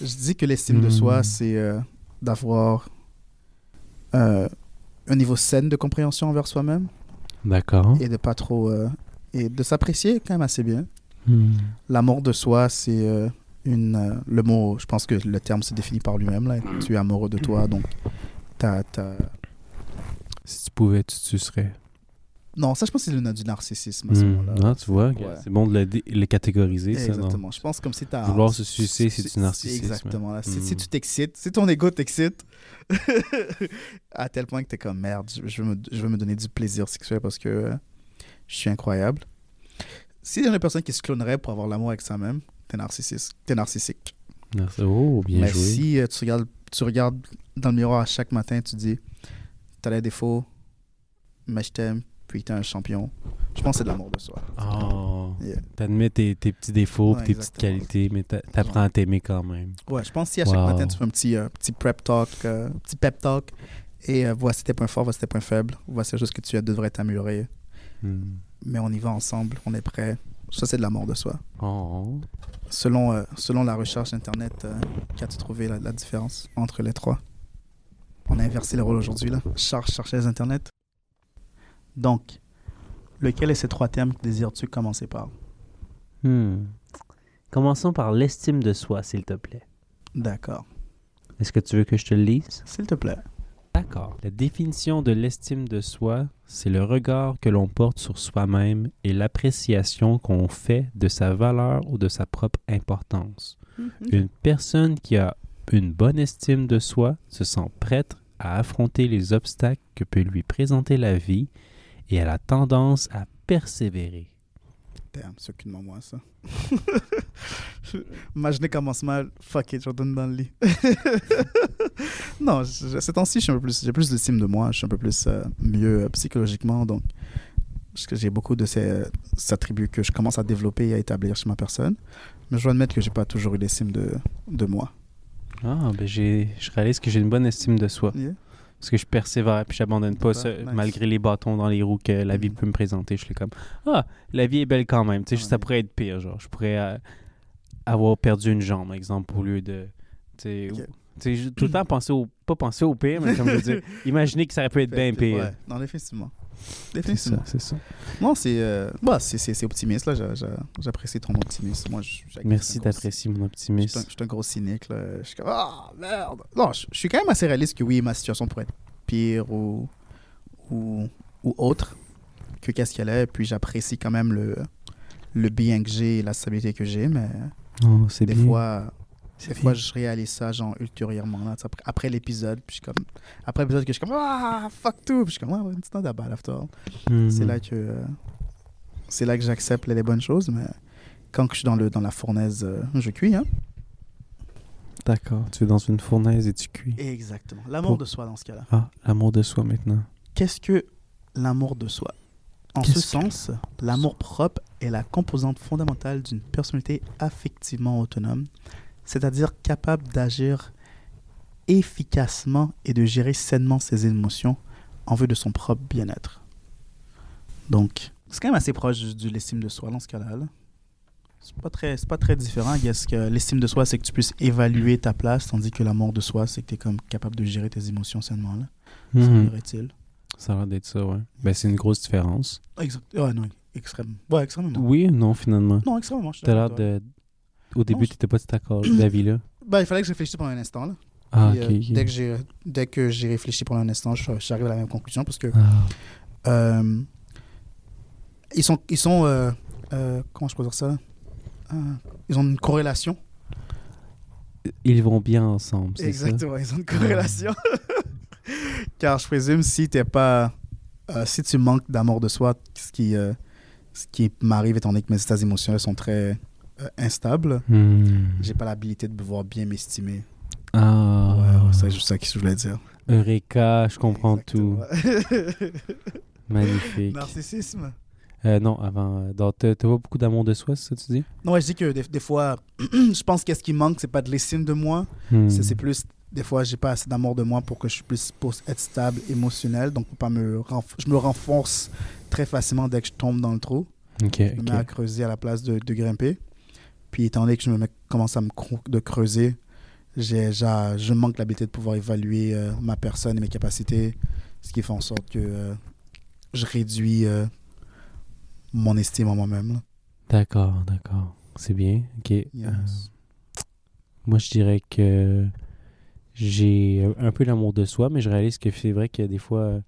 Speaker 1: je dis que l'estime de
Speaker 2: Hmm.
Speaker 1: soi, c'est euh, d'avoir euh, un niveau sain de compréhension envers soi-même
Speaker 2: D'accord.
Speaker 1: et de pas trop euh, et de s'apprécier quand même assez bien.
Speaker 2: Hmm.
Speaker 1: L'amour de soi, c'est euh, une euh, le mot. Je pense que le terme se définit par lui-même. Là, tu es amoureux de toi, donc t'as, t'as-
Speaker 2: Si tu pouvais, tu te sucerais.
Speaker 1: non, ça, je pense que c'est le- du narcissisme à ce
Speaker 2: Hmm.
Speaker 1: moment-là.
Speaker 2: Ah, tu vois, que
Speaker 1: Ouais.
Speaker 2: c'est bon de le, dé- le catégoriser, ça, non?
Speaker 1: Eh, Exactement. Je pense comme si t'as.
Speaker 2: Vouloir se sucer, c'est du narcissisme.
Speaker 1: Exactement. là. Si, si
Speaker 2: Mm.
Speaker 1: tu t'excites, si ton ego t'excite, [laughs] à tel point que t'es comme merde, je, je veux me, je veux me donner du plaisir sexuel parce que euh, je suis incroyable. Si y a une personne qui se clonerait pour avoir l'amour avec soi-même, t'es narcissique. T'es narcissique.
Speaker 2: Non, c'est- Oh, bien
Speaker 1: Mais
Speaker 2: joué.
Speaker 1: si euh, tu regardes, tu regardes dans le miroir à chaque matin, tu dis t'as des défauts, mais je t'aime, puis t'es un champion. Je pense que c'est de l'amour de soi.
Speaker 2: Oh,
Speaker 1: Yeah.
Speaker 2: t'admets tes, tes petits défauts,
Speaker 1: Ouais,
Speaker 2: pis tes petites
Speaker 1: exactement.
Speaker 2: qualités, mais t'a- t'apprends à t'aimer quand même.
Speaker 1: Ouais, je pense que si à chaque
Speaker 2: Wow.
Speaker 1: matin tu fais un petit, euh, petit prep talk, euh, petit pep talk, et euh, voici tes points forts, voici tes points faibles, voici les choses que tu euh, devrais t'améliorer.
Speaker 2: Hmm.
Speaker 1: Mais on y va ensemble, on est prêt. Ça, c'est de l'amour de soi.
Speaker 2: Oh,
Speaker 1: Selon, euh, selon la recherche Internet, euh, qu'as-tu trouvé la, la différence entre les trois On a inversé les rôles aujourd'hui, là. Charge, chercheuse Internet. Donc, lequel de ces trois thèmes désires-tu commencer par
Speaker 4: Hmm. Commençons par l'estime de soi, s'il te plaît.
Speaker 1: D'accord.
Speaker 4: Est-ce que tu veux que je te le lise?
Speaker 1: S'il te plaît.
Speaker 2: D'accord. La définition de l'estime de soi, c'est le regard que l'on porte sur soi-même et l'appréciation qu'on fait de sa valeur ou de sa propre importance. Une personne qui a une bonne estime de soi se sent prête à affronter les obstacles que peut lui présenter la vie et elle a tendance à persévérer.
Speaker 1: Damn, c'est aucunement moi, ça. [laughs] Ma journée commence mal. Fuck it, je retourne dans le lit. [laughs] non, je- je- ces temps-ci, je suis un peu plus- j'ai plus d'estime de moi. Je suis un peu plus euh, mieux euh, psychologiquement. Donc, Parce que j'ai beaucoup de ces, ces attributs que je commence à développer et à établir chez ma personne. Mais je dois admettre que j'ai pas toujours eu l'estime de, de moi.
Speaker 2: Ah, ben j'ai, je réalise que j'ai une bonne estime de soi.
Speaker 1: Yeah.
Speaker 2: Parce que je persévère puis j'abandonne pas
Speaker 1: Ah,
Speaker 2: ça,
Speaker 1: nice.
Speaker 2: malgré les bâtons dans les roues que la vie
Speaker 1: Mhm.
Speaker 2: peut me présenter. Je suis comme ah la vie est belle quand même. Tu sais,
Speaker 1: Ah,
Speaker 2: ça
Speaker 1: oui.
Speaker 2: pourrait être pire. Genre je pourrais euh, avoir perdu une jambe exemple au lieu de tu sais,
Speaker 1: Ok.
Speaker 2: ou- tu sais, j'ai tout le temps penser au pas penser au pire mais comme je
Speaker 1: [laughs]
Speaker 2: dis imaginer que ça aurait pu être bien pire.
Speaker 1: Ouais. Non, définitivement.
Speaker 2: C'est ça,
Speaker 1: Définitivement.
Speaker 2: c'est ça.
Speaker 1: Non, c'est euh, bah, c'est- c'est c'est optimiste. là. J'a- j'a- J'apprécie ton optimisme. Moi, je- j'ac-
Speaker 2: Merci
Speaker 1: je suis un gros-
Speaker 2: d'apprécier mon
Speaker 1: Je suis un-
Speaker 2: optimisme.
Speaker 1: je suis un gros cynique. là. Je suis comme, ah, merde. Non, je, je suis quand même assez réaliste que oui, ma situation pourrait être pire ou, ou, ou autre que qu'est-ce qu'elle est. Puis j'apprécie quand même le, le bien que j'ai et la stabilité que j'ai. Mais
Speaker 2: Oh, c'est
Speaker 1: des
Speaker 2: bien.
Speaker 1: fois,
Speaker 2: C'est
Speaker 1: des
Speaker 2: bien.
Speaker 1: fois, je réalise ça, genre, ultérieurement. Là, tu sais, après après l'épisode, puis je suis comme, après l'épisode, que je suis comme, ah, fuck tout. Puis je suis comme, ouais, ouais, it's not that bad after all.
Speaker 2: Mhm.
Speaker 1: C'est là que euh, c'est là que j'accepte les bonnes choses, mais quand que je suis dans le dans la fournaise, euh, je cuis. Hein.
Speaker 2: D'accord, tu es dans une fournaise et tu cuis.
Speaker 1: Exactement. L'amour
Speaker 2: Pour-
Speaker 1: de soi dans ce cas-là.
Speaker 2: Ah, l'amour de soi maintenant.
Speaker 1: Qu'est-ce que l'amour de soi En ce
Speaker 2: Qu'est-ce que
Speaker 1: sens, l'amour propre est la composante fondamentale d'une personnalité affectivement autonome, c'est-à-dire capable d'agir efficacement et de gérer sainement ses émotions en vue de son propre bien-être. Donc, c'est quand même assez proche de l'estime de soi dans ce cas-là. là. C'est pas très, c'est pas très différent. Est-ce que l'estime de soi, c'est que tu puisses évaluer ta place, tandis que l'amour de soi, c'est que tu es comme capable de gérer tes émotions sainement là.
Speaker 2: Mhm.
Speaker 1: il
Speaker 2: Ça a l'air d'être ça, ouais. Ben, c'est une grosse différence.
Speaker 1: Exact. Ouais, non, extrêmement. Ouais, extrêmement.
Speaker 2: Oui, non, finalement.
Speaker 1: Non, extrêmement. je suis
Speaker 2: T'as l'air
Speaker 1: d'accord avec
Speaker 2: de. Au début,
Speaker 1: je-
Speaker 2: t'étais pas de cet
Speaker 1: [coughs]
Speaker 2: accord d'avis-là.
Speaker 1: toi. Bah, il fallait que je réfléchisse pendant un instant. Là.
Speaker 2: Ah,
Speaker 1: Puis,
Speaker 2: ok.
Speaker 1: euh,
Speaker 2: ok.
Speaker 1: Dès que j'ai dès que j'ai réfléchi pendant un instant, je- j'arrive à la même conclusion parce que
Speaker 2: Ah.
Speaker 1: euh, ils sont ils sont euh, euh, comment je peux dire ça Euh, Ils ont une corrélation.
Speaker 2: Ils vont bien ensemble, c'est ça?
Speaker 1: Exactement, ils ont une corrélation. [laughs] Car je présume si t'es pas euh, si tu manques d'amour de soi, ce qui euh, ce qui m'arrive étant donné que mes états émotionnels sont très euh, instables,
Speaker 2: Hmm.
Speaker 1: j'ai pas l'habilité de pouvoir bien m'estimer.
Speaker 2: Ah.
Speaker 1: Ouais, ouais, c'est juste ça que je voulais dire.
Speaker 2: Eureka, je comprends tout.
Speaker 1: [laughs] tout.
Speaker 2: Magnifique.
Speaker 1: Narcissisme.
Speaker 2: Euh, non, avant. euh, dans- T'as t'as pas beaucoup d'amour de soi, c'est ça que tu dis?
Speaker 1: Non, ouais, je dis que des, des fois, [clears throat] je pense qu'est-ce qui manque, c'est pas de l'estime de moi,
Speaker 2: Hmm.
Speaker 1: c'est c'est plus des fois j'ai pas assez d'amour de moi pour que je puisse pour être stable émotionnel, donc pour pas me renf- je me renforce très facilement dès que je tombe dans le trou,
Speaker 2: Ok,
Speaker 1: je me
Speaker 2: ok.
Speaker 1: mets à creuser à la place de, de grimper. Puis étant donné que je me mets- commence à me cro- de creuser, j'ai j'a- je manque l'habilité de pouvoir évaluer euh, ma personne et mes capacités, ce qui fait en sorte que euh, je réduis euh, mon estime en moi-même. là.
Speaker 2: D'accord, d'accord. C'est bien. Ok.
Speaker 1: Yes.
Speaker 2: Euh, Moi, je dirais que j'ai un peu l'amour de soi, mais je réalise que c'est vrai que des fois, euh,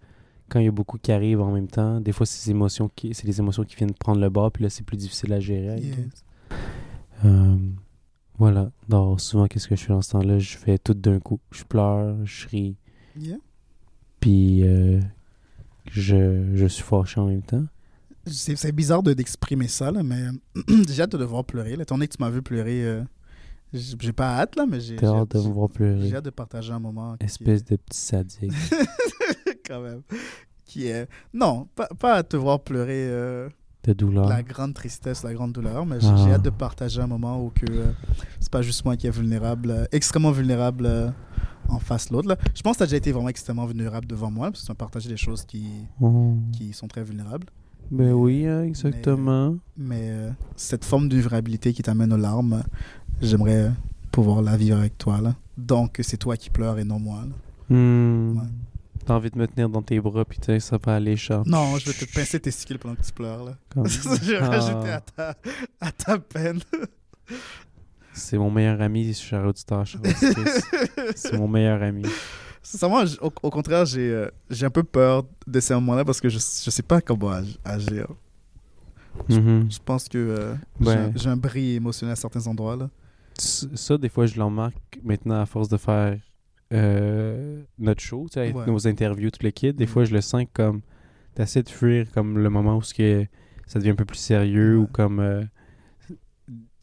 Speaker 2: quand il y a beaucoup qui arrivent en même temps, des fois, c'est les émotions qui, c'est les émotions qui viennent prendre le bord, puis là, c'est plus difficile à gérer. I
Speaker 1: Yeah.
Speaker 2: guess. Euh, voilà. Donc, souvent, qu'est-ce que je fais dans ce temps-là? Je fais tout d'un coup. Je pleure, je ris,
Speaker 1: Yeah.
Speaker 2: puis euh, je, je suis fâché en même temps.
Speaker 1: C'est c'est bizarre de d'exprimer ça, là, mais [clears throat] déjà de devoir pleurer. Là. Étant donné que tu m'as vu pleurer, euh, j'ai j'ai pas hâte, là, mais j'ai
Speaker 2: T'as hâte de me
Speaker 1: j'ai-
Speaker 2: voir pleurer.
Speaker 1: j'ai hâte de partager un moment. qui
Speaker 2: Espèce de petit sadique.
Speaker 1: est- quand même. Qui est... Non, pas, pas à te voir pleurer euh,
Speaker 2: de douleur.
Speaker 1: la grande tristesse, la grande douleur, mais j'ai
Speaker 2: Ah.
Speaker 1: j'ai hâte de partager un moment où que euh, c'est pas juste moi qui est vulnérable, euh, extrêmement vulnérable euh, en face de l'autre. là. Je pense que t'as déjà été vraiment extrêmement vulnérable devant moi, parce que tu m'as partagé des choses qui,
Speaker 2: Oh.
Speaker 1: qui sont très vulnérables.
Speaker 2: Ben oui, hein, exactement.
Speaker 1: Mais euh, cette forme de vulnérabilité qui t'amène aux larmes, euh, j'aimerais euh, pouvoir la vivre avec toi. Là. Donc, c'est toi qui pleures et non moi. là.
Speaker 2: Hmm.
Speaker 1: Ouais.
Speaker 2: T'as envie de me tenir dans tes bras, puis tu sais, ça va aller, Charles.
Speaker 1: Non, je vais te pincer tes testicules pendant que tu pleures. Là. [laughs]
Speaker 2: Comme-
Speaker 1: je vais
Speaker 2: Ah,
Speaker 1: rajouter à ta, à ta peine.
Speaker 2: [laughs] C'est mon meilleur ami, cher auditeur, cher auditrice.
Speaker 1: [laughs]
Speaker 2: C'est mon meilleur ami.
Speaker 1: Sincèrement, j- au, au contraire, j'ai euh, j'ai un peu peur de ces moments-là parce que je, je sais pas comment ag- agir.
Speaker 2: Mhm.
Speaker 1: Je pense que euh,
Speaker 2: Ouais.
Speaker 1: j'ai un- j'ai un bris émotionnel à certains endroits. Là.
Speaker 2: S- Ça, des fois, je l'emmarque maintenant à force de faire euh, notre show, tu sais, avec
Speaker 1: Ouais.
Speaker 2: nos interviews, tout le kit. Des
Speaker 1: Mhm.
Speaker 2: fois, je le sens comme t'essaies de fuir comme le moment où ce que ça devient un peu plus sérieux
Speaker 1: Ouais.
Speaker 2: ou comme euh,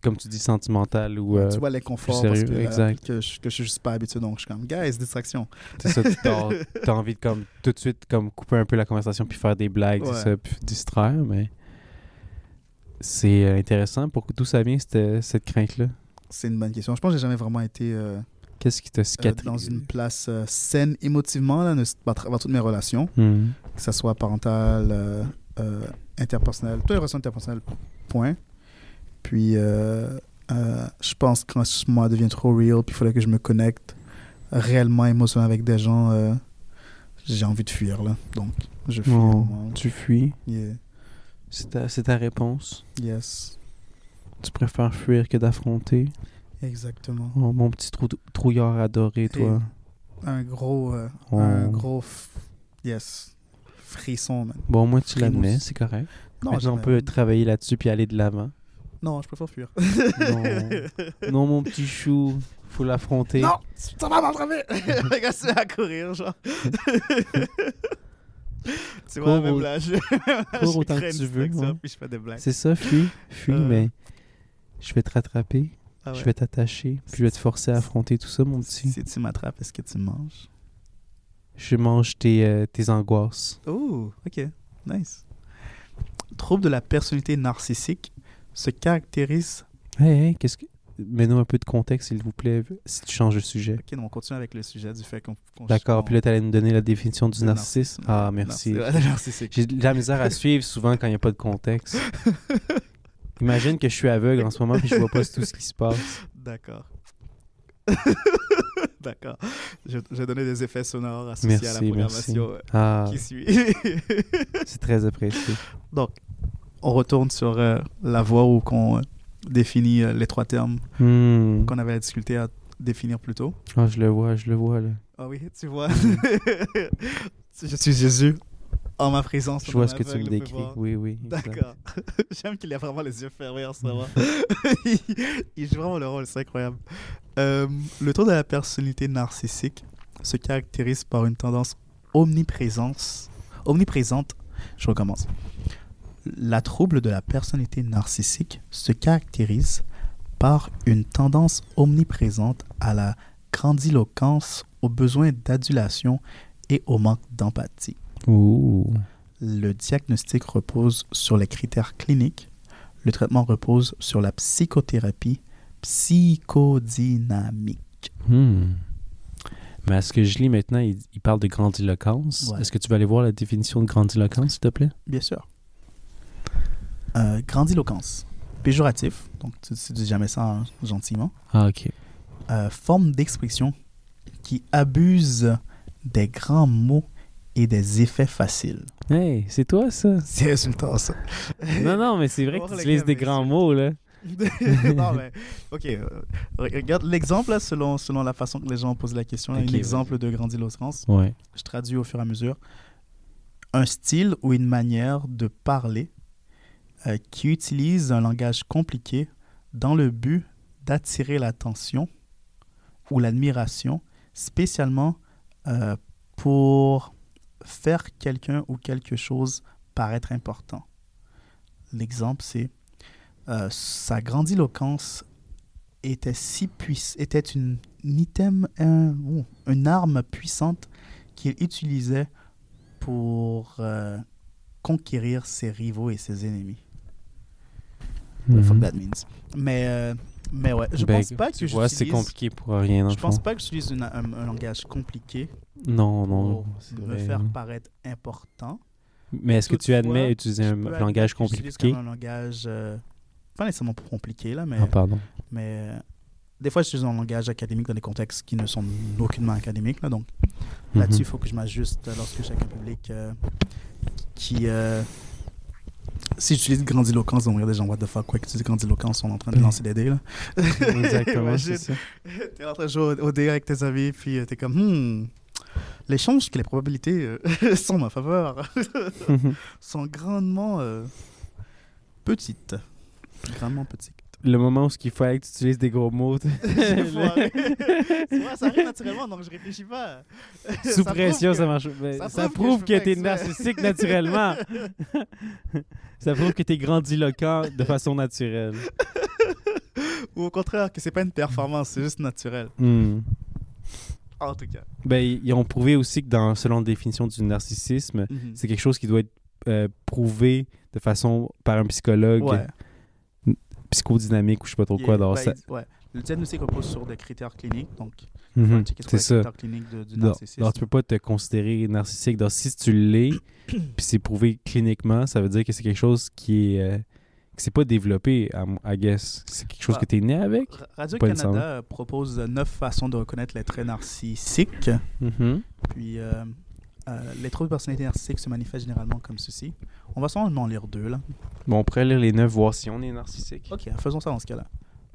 Speaker 2: comme tu dis, sentimental ou. euh,
Speaker 1: tu vois l'inconfort
Speaker 2: plus
Speaker 1: parce que,
Speaker 2: sérieux,
Speaker 1: euh,
Speaker 2: exact.
Speaker 1: que, je, que je suis juste pas habitué. Donc, je suis comme, guys, distraction.
Speaker 2: c'est ça, tu as, envie de comme, tout de suite comme, couper un peu la conversation puis faire des blagues,
Speaker 1: Ouais.
Speaker 2: c'est ça, puis distraire, mais. C'est euh, intéressant. Pour d'où ça vient cette, cette crainte-là
Speaker 1: C'est une bonne question. Je pense que j'ai jamais vraiment été euh, euh,
Speaker 2: Qu'est-ce qui t'a cicatrisé
Speaker 1: dans une place euh, saine émotivement là, ne- à travers toutes mes relations,
Speaker 2: Hmm.
Speaker 1: que ce soit parentale, euh, euh, interpersonnelle, toutes les relations interpersonnelles, point. Puis, euh, euh, je pense que quand je- moi devient trop real, puis il fallait que je me connecte réellement émotionnellement avec des gens, euh, j'ai envie de fuir là. Donc, je fuis.
Speaker 2: Oh,
Speaker 1: vraiment.
Speaker 2: Tu fuis.
Speaker 1: Yeah.
Speaker 2: C'est ta, c'est ta réponse.
Speaker 1: Yes.
Speaker 2: Tu préfères fuir que d'affronter.
Speaker 1: Exactement.
Speaker 2: Oh, mon petit trou trouillard adoré, toi.
Speaker 1: Un gros, euh,
Speaker 2: Oh.
Speaker 1: un gros, f- yes, frisson, man.
Speaker 2: Bon, au moins, tu
Speaker 1: Frimousse.
Speaker 2: l'admets, c'est correct.
Speaker 1: Non,
Speaker 2: Maintenant, on
Speaker 1: jamais.
Speaker 2: peut travailler là-dessus puis aller de
Speaker 1: [laughs]
Speaker 2: l'avant.
Speaker 1: Non, je préfère fuir.
Speaker 2: non. non, mon petit chou, faut l'affronter.
Speaker 1: Non, ça
Speaker 2: [laughs]
Speaker 1: va m'attraper. Le gars se met à courir, genre. tu vois,
Speaker 2: Cours
Speaker 1: même
Speaker 2: au-
Speaker 1: là, je,
Speaker 2: cours
Speaker 1: [laughs] je
Speaker 2: autant
Speaker 1: crée
Speaker 2: que
Speaker 1: une
Speaker 2: tu veux,
Speaker 1: petite action,
Speaker 2: ouais.
Speaker 1: puis je fais des blagues.
Speaker 2: C'est ça, fuis, fuis,
Speaker 1: Euh.
Speaker 2: mais je vais te rattraper,
Speaker 1: Ah ouais.
Speaker 2: je vais t'attacher, puis je vais te forcer à affronter tout ça, mon petit.
Speaker 1: Si tu m'attrapes, est-ce que tu manges?
Speaker 2: Je mange tes, euh, tes angoisses.
Speaker 1: Oh, ok, nice. Trouble de la personnalité narcissique se caractérise...
Speaker 2: Hey, hey, qu'est-ce que... Mets-nous un peu de contexte, s'il vous plaît, si tu changes de sujet.
Speaker 1: Ok, donc on continue avec le sujet du fait qu'on... qu'on-
Speaker 2: D'accord,
Speaker 1: qu'on-
Speaker 2: puis là, t'allais nous donner la définition du
Speaker 1: Le
Speaker 2: narcissisme.
Speaker 1: narcissisme.
Speaker 2: Ah, merci.
Speaker 1: Narciss- ouais, [laughs] narcissique.
Speaker 2: J'ai de la misère à suivre souvent quand il n'y a pas de
Speaker 1: [laughs]
Speaker 2: contexte. Imagine que je suis aveugle en ce moment puis je vois pas tout ce qui se
Speaker 1: [laughs]
Speaker 2: passe.
Speaker 1: D'accord. D'accord. Je, je vais donner des effets sonores associés à
Speaker 2: Merci,
Speaker 1: la
Speaker 2: merci.
Speaker 1: programmation euh,
Speaker 2: Ah,
Speaker 1: qui suit.
Speaker 2: c'est très apprécié.
Speaker 1: [laughs] On retourne sur euh, la voie où qu'on euh, définit euh, les trois termes
Speaker 2: Hmm.
Speaker 1: qu'on avait à discuter à définir plus tôt.
Speaker 2: Ah, je le vois, je le vois là.
Speaker 1: Ah oui, tu vois.
Speaker 2: Mhm.
Speaker 1: [laughs] je suis Jésus en ma présence.
Speaker 2: Je vois
Speaker 1: mon
Speaker 2: ce que tu me
Speaker 1: aveugle peut
Speaker 2: décris.
Speaker 1: voir.
Speaker 2: Oui, oui. exact.
Speaker 1: D'accord. [laughs] J'aime qu'il ait vraiment les yeux fermés en ce moment. [laughs] il, il joue vraiment le rôle, c'est incroyable. Euh, le taux de la personnalité narcissique se caractérise par une tendance omniprésence, omniprésente. Je recommence. La trouble de la personnalité narcissique se caractérise par une tendance omniprésente à la grandiloquence, au besoin d'adulation et au manque d'empathie.
Speaker 2: Ouh.
Speaker 1: Le diagnostic repose sur les critères cliniques. Le traitement repose sur la psychothérapie psychodynamique.
Speaker 2: Hmm. Mais à ce que je lis maintenant, il, il parle de grandiloquence.
Speaker 1: Ouais.
Speaker 2: Est-ce que tu vas aller voir la définition de grandiloquence, s'il te plaît?
Speaker 1: Bien sûr. Euh, grandiloquence. Péjoratif, donc tu, tu dis jamais ça hein, gentiment.
Speaker 2: Ah, ok.
Speaker 1: Euh, forme d'expression qui abuse des grands mots et des effets faciles.
Speaker 2: Hey, c'est toi
Speaker 1: [laughs]
Speaker 2: ça?
Speaker 1: C'est insultant ça.
Speaker 2: Non, non, mais c'est vrai
Speaker 1: Voir
Speaker 2: que
Speaker 1: le
Speaker 2: tu utilises des
Speaker 1: câble,
Speaker 2: grands
Speaker 1: c'est-
Speaker 2: mots là.
Speaker 1: non, [laughs] mais, ok. euh, re- Regarde l'exemple, là, selon, selon la façon que les gens ont posé la question, là,
Speaker 2: Ok,
Speaker 1: un exemple de grandiloquence.
Speaker 2: Ouais.
Speaker 1: Je traduis au fur et à mesure. Un style ou une manière de parler euh, qui utilise un langage compliqué dans le but d'attirer l'attention ou l'admiration, spécialement euh, pour faire quelqu'un ou quelque chose paraître important. L'exemple, c'est euh, sa grandiloquence était si puissante, était une, un item, un- ouh, une arme puissante qu'il utilisait pour euh, conquérir ses rivaux et ses ennemis. Fuck that means. Mais, euh, mais ouais, ben, je
Speaker 2: Mhm. Hmm. Ben,
Speaker 1: pense pas que
Speaker 2: tu vois, c'est
Speaker 1: j'utilise-
Speaker 2: compliqué hein, pour rien, dans
Speaker 1: Je
Speaker 2: le
Speaker 1: pense
Speaker 2: fond.
Speaker 1: pas que j'utilise une- un, un langage compliqué
Speaker 2: Non, Ah non.
Speaker 1: pour
Speaker 2: c'est
Speaker 1: me
Speaker 2: vrai,
Speaker 1: Oh, faire
Speaker 2: hein.
Speaker 1: paraître important.
Speaker 2: Mais est-ce que tu
Speaker 1: Toutefois,
Speaker 2: admets utiliser un
Speaker 1: Je peux
Speaker 2: langage
Speaker 1: admettre que j'utilise
Speaker 2: compliqué
Speaker 1: comme un langage, euh, pas nécessairement compliqué là, mais,
Speaker 2: Ah, pardon.
Speaker 1: mais euh, des fois j'utilise un langage académique dans des contextes qui ne sont aucunement académiques là, donc Là-dessus, il
Speaker 2: Mhm.
Speaker 1: faut que je m'ajuste euh, lorsque chacun public euh, qui. euh, si j'utilise grandiloquence, on va des gens, what the fuck, quoi, que tu dis grandiloquence, on est en train
Speaker 2: Mhm.
Speaker 1: de lancer des dés, là.
Speaker 2: [laughs] Exactement,
Speaker 1: Imagine.
Speaker 2: c'est ça.
Speaker 1: T'es en train de jouer au, au dé avec tes amis, puis euh, t'es comme, hmm, l'échange, que les probabilités euh, [laughs] sont en ma faveur,
Speaker 2: Mhm.
Speaker 1: [laughs] sont grandement euh, petites.
Speaker 2: [laughs]
Speaker 1: Grandement petites. [laughs]
Speaker 2: Le moment où ce qu'il fallait que tu utilises des gros mots. t- [laughs]
Speaker 1: [laughs] Foiré. Tu vois, hein. ça arrive naturellement, donc je réfléchis pas.
Speaker 2: Sous
Speaker 1: Ça prouve
Speaker 2: pression,
Speaker 1: que-
Speaker 2: ça marche. ben,
Speaker 1: ça
Speaker 2: ça
Speaker 1: prouve que
Speaker 2: prouve
Speaker 1: je
Speaker 2: que
Speaker 1: peux
Speaker 2: t'es
Speaker 1: faire ça.
Speaker 2: narcissique
Speaker 1: [laughs]
Speaker 2: naturellement. ça prouve que t'es grandiloquent de façon naturelle.
Speaker 1: Ou au contraire, que c'est pas une performance, c'est juste naturel.
Speaker 2: Hmm.
Speaker 1: En tout cas.
Speaker 2: Ben, ils ils ont prouvé aussi que dans, selon la définition du narcissisme,
Speaker 1: Mhm.
Speaker 2: c'est quelque chose qui doit être euh, prouvé de façon par un psychologue
Speaker 1: Mhm. Ouais.
Speaker 2: psychodynamique ou je sais pas trop quoi.
Speaker 1: Il-
Speaker 2: dans
Speaker 1: ben,
Speaker 2: ça-
Speaker 1: il- ouais. Le diagnostic repose sur des critères cliniques, donc
Speaker 2: Mhm.
Speaker 1: checker sur
Speaker 2: C'est
Speaker 1: les
Speaker 2: ça.
Speaker 1: critères cliniques de- du
Speaker 2: Non,
Speaker 1: narcissisme.
Speaker 2: non, tu peux pas te considérer narcissique. Donc, si tu
Speaker 1: [coughs]
Speaker 2: l'es, puis c'est prouvé cliniquement, ça veut dire que c'est quelque chose qui est. euh, que c'est pas développé, à m- I guess. C'est quelque chose
Speaker 1: Ouais.
Speaker 2: que t'es né avec.
Speaker 1: Ra-
Speaker 2: Pas une
Speaker 1: Radio-Canada
Speaker 2: sorte.
Speaker 1: euh, propose euh, neuf façons de reconnaître les traits narcissiques.
Speaker 2: Mm-hmm.
Speaker 1: Puis euh, euh, les troubles de personnalité narcissique se manifestent généralement comme ceci. On va seulement en lire deux là.
Speaker 2: Bon, on pourrait lire les neuf, voir si on est narcissique.
Speaker 1: Ok, faisons ça dans ce cas-là.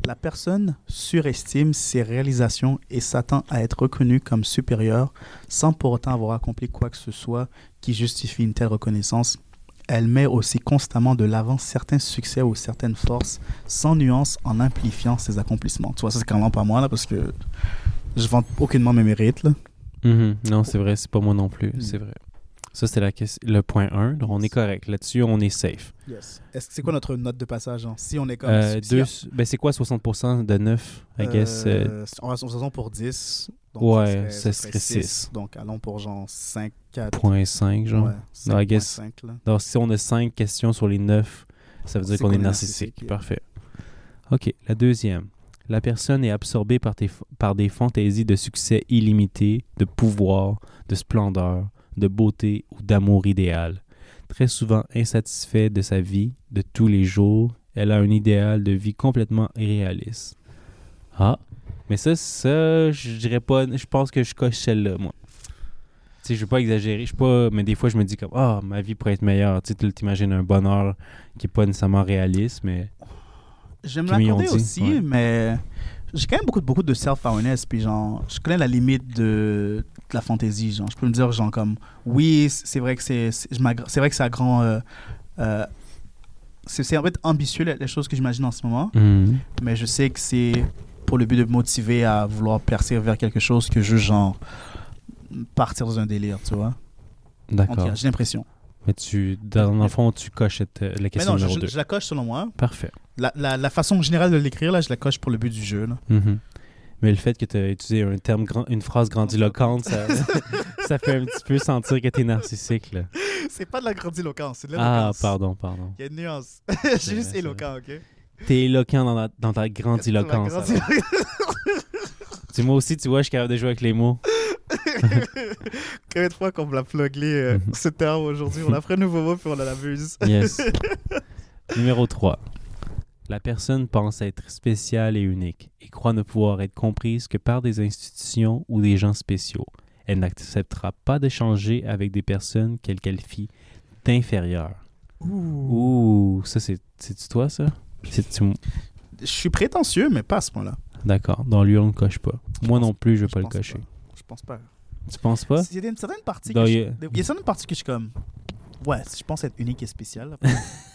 Speaker 1: La personne surestime ses réalisations et s'attend à être reconnue comme supérieure sans pour autant avoir accompli quoi que ce soit qui justifie une telle reconnaissance. Elle met aussi constamment de l'avant certains succès ou certaines forces sans nuance en amplifiant ses accomplissements. Tu vois, ça c'est clairement pas moi là parce que je vante aucunement mes mérites. là.
Speaker 2: Mm-hmm. Non, c'est vrai, c'est pas moi non plus.
Speaker 1: Mm.
Speaker 2: C'est vrai. Ça, c'est la ques- le point 1. Donc, on est correct. Là-dessus, on est safe.
Speaker 1: Est-ce que c'est quoi notre note de passage hein? Si on est comme.
Speaker 2: Euh,
Speaker 1: si-
Speaker 2: deux, ben, c'est quoi 60% de 9, I guess? euh,
Speaker 1: Euh, on va- on va pour 10. Donc
Speaker 2: Ouais, ça
Speaker 1: ça serait
Speaker 2: serait
Speaker 1: six.
Speaker 2: six.
Speaker 1: Donc allons pour genre 5, 4.
Speaker 2: point 5, genre.
Speaker 1: Ouais,
Speaker 2: Non, I guess.
Speaker 1: 5, là.
Speaker 2: Donc, si on a cinq questions sur les neuf, ça veut dire
Speaker 1: C'est
Speaker 2: qu'on
Speaker 1: qu'on
Speaker 2: est
Speaker 1: est
Speaker 2: narcissique.
Speaker 1: narcissique, yeah.
Speaker 2: Parfait. OK. La deuxième. La personne est absorbée par, tes- par des fantaisies de succès illimité, de pouvoir, de splendeur, de beauté ou d'amour idéal. Très souvent insatisfaite de sa vie, de tous les jours, elle a un idéal de vie complètement irréaliste. Ah, mais ça, ça, je dirais pas. Je pense que je coche celle-là, moi. Tu sais, je veux pas exagérer. Je suis pas. Mais des fois, je me dis comme Ah, ma vie pourrait être meilleure. Tu sais, tu t'imagines un bonheur qui est pas nécessairement réaliste, mais.
Speaker 1: Je me
Speaker 2: Kimi ont
Speaker 1: l'accordais
Speaker 2: dit,
Speaker 1: aussi,
Speaker 2: ouais.
Speaker 1: mais j'ai quand même beaucoup, beaucoup de self-awareness. Puis genre, je connais la limite de, de la fantaisie. Genre, je peux me dire, genre, comme, oui, c- c'est vrai que c'est, c'est, je m'aggra- c'est vrai que ça grand. euh, euh, c'est, c'est en fait ambitieux, les, les choses que j'imagine en ce moment. Mais je sais que c'est pour le but de me motiver à vouloir percer vers quelque chose que je, genre, partir dans un délire, tu vois. En tout
Speaker 2: D'accord.
Speaker 1: cas, j'ai l'impression.
Speaker 2: Mais tu. Dans le fond, tu coches cette- euh, la
Speaker 1: Mais
Speaker 2: question
Speaker 1: non, je,
Speaker 2: numéro
Speaker 1: je-
Speaker 2: 2.
Speaker 1: je la coche selon moi.
Speaker 2: Parfait.
Speaker 1: La, la, la façon générale de l'écrire, là, je la coche pour le but du jeu. Là.
Speaker 2: Mhm. Mais le fait que tu as utilisé un terme grand- une phrase grandiloquente,
Speaker 1: [laughs]
Speaker 2: ça, [laughs] ça fait un petit peu sentir que tu es narcissique. Là.
Speaker 1: C'est pas de la grandiloquence, c'est de
Speaker 2: Ah,
Speaker 1: l'éloquence.
Speaker 2: pardon, pardon.
Speaker 1: Il y a une nuance. [laughs]
Speaker 2: C'est
Speaker 1: J'ai
Speaker 2: vrai,
Speaker 1: juste
Speaker 2: c'est
Speaker 1: éloquent, ok?
Speaker 2: T'es éloquent dans, la- dans ta grandiloquence.
Speaker 1: La
Speaker 2: alors.
Speaker 1: grandiloquence. [laughs]
Speaker 2: Tu moi aussi, tu vois, je suis capable de jouer avec les mots.
Speaker 1: Combien de fois qu'on me l'a plugué euh,
Speaker 2: Mhm.
Speaker 1: ce terme aujourd'hui? On a fait un nouveau mot puis on en abuse.
Speaker 2: Yes. Numéro 3. La personne pense être spéciale et unique et croit ne pouvoir être comprise que par des institutions ou des gens spéciaux. Elle n'acceptera pas d'échanger avec des personnes qu'elle qualifie d'inférieures. Ouh, ça c'est c'est toi ça C'est
Speaker 1: Je suis prétentieux, mais pas à ce point-là.
Speaker 2: D'accord, dans lui on le coche pas. Moi
Speaker 1: pense-
Speaker 2: non plus, je vais
Speaker 1: Je
Speaker 2: pas le
Speaker 1: pense
Speaker 2: cocher.
Speaker 1: Je pense pas.
Speaker 2: Tu penses pas
Speaker 1: Il y a une certaine partie
Speaker 2: Dans-
Speaker 1: que je...
Speaker 2: y a- [laughs]
Speaker 1: Il y a certaines parties que je suis comme... Ouais, je pense être unique et spécial.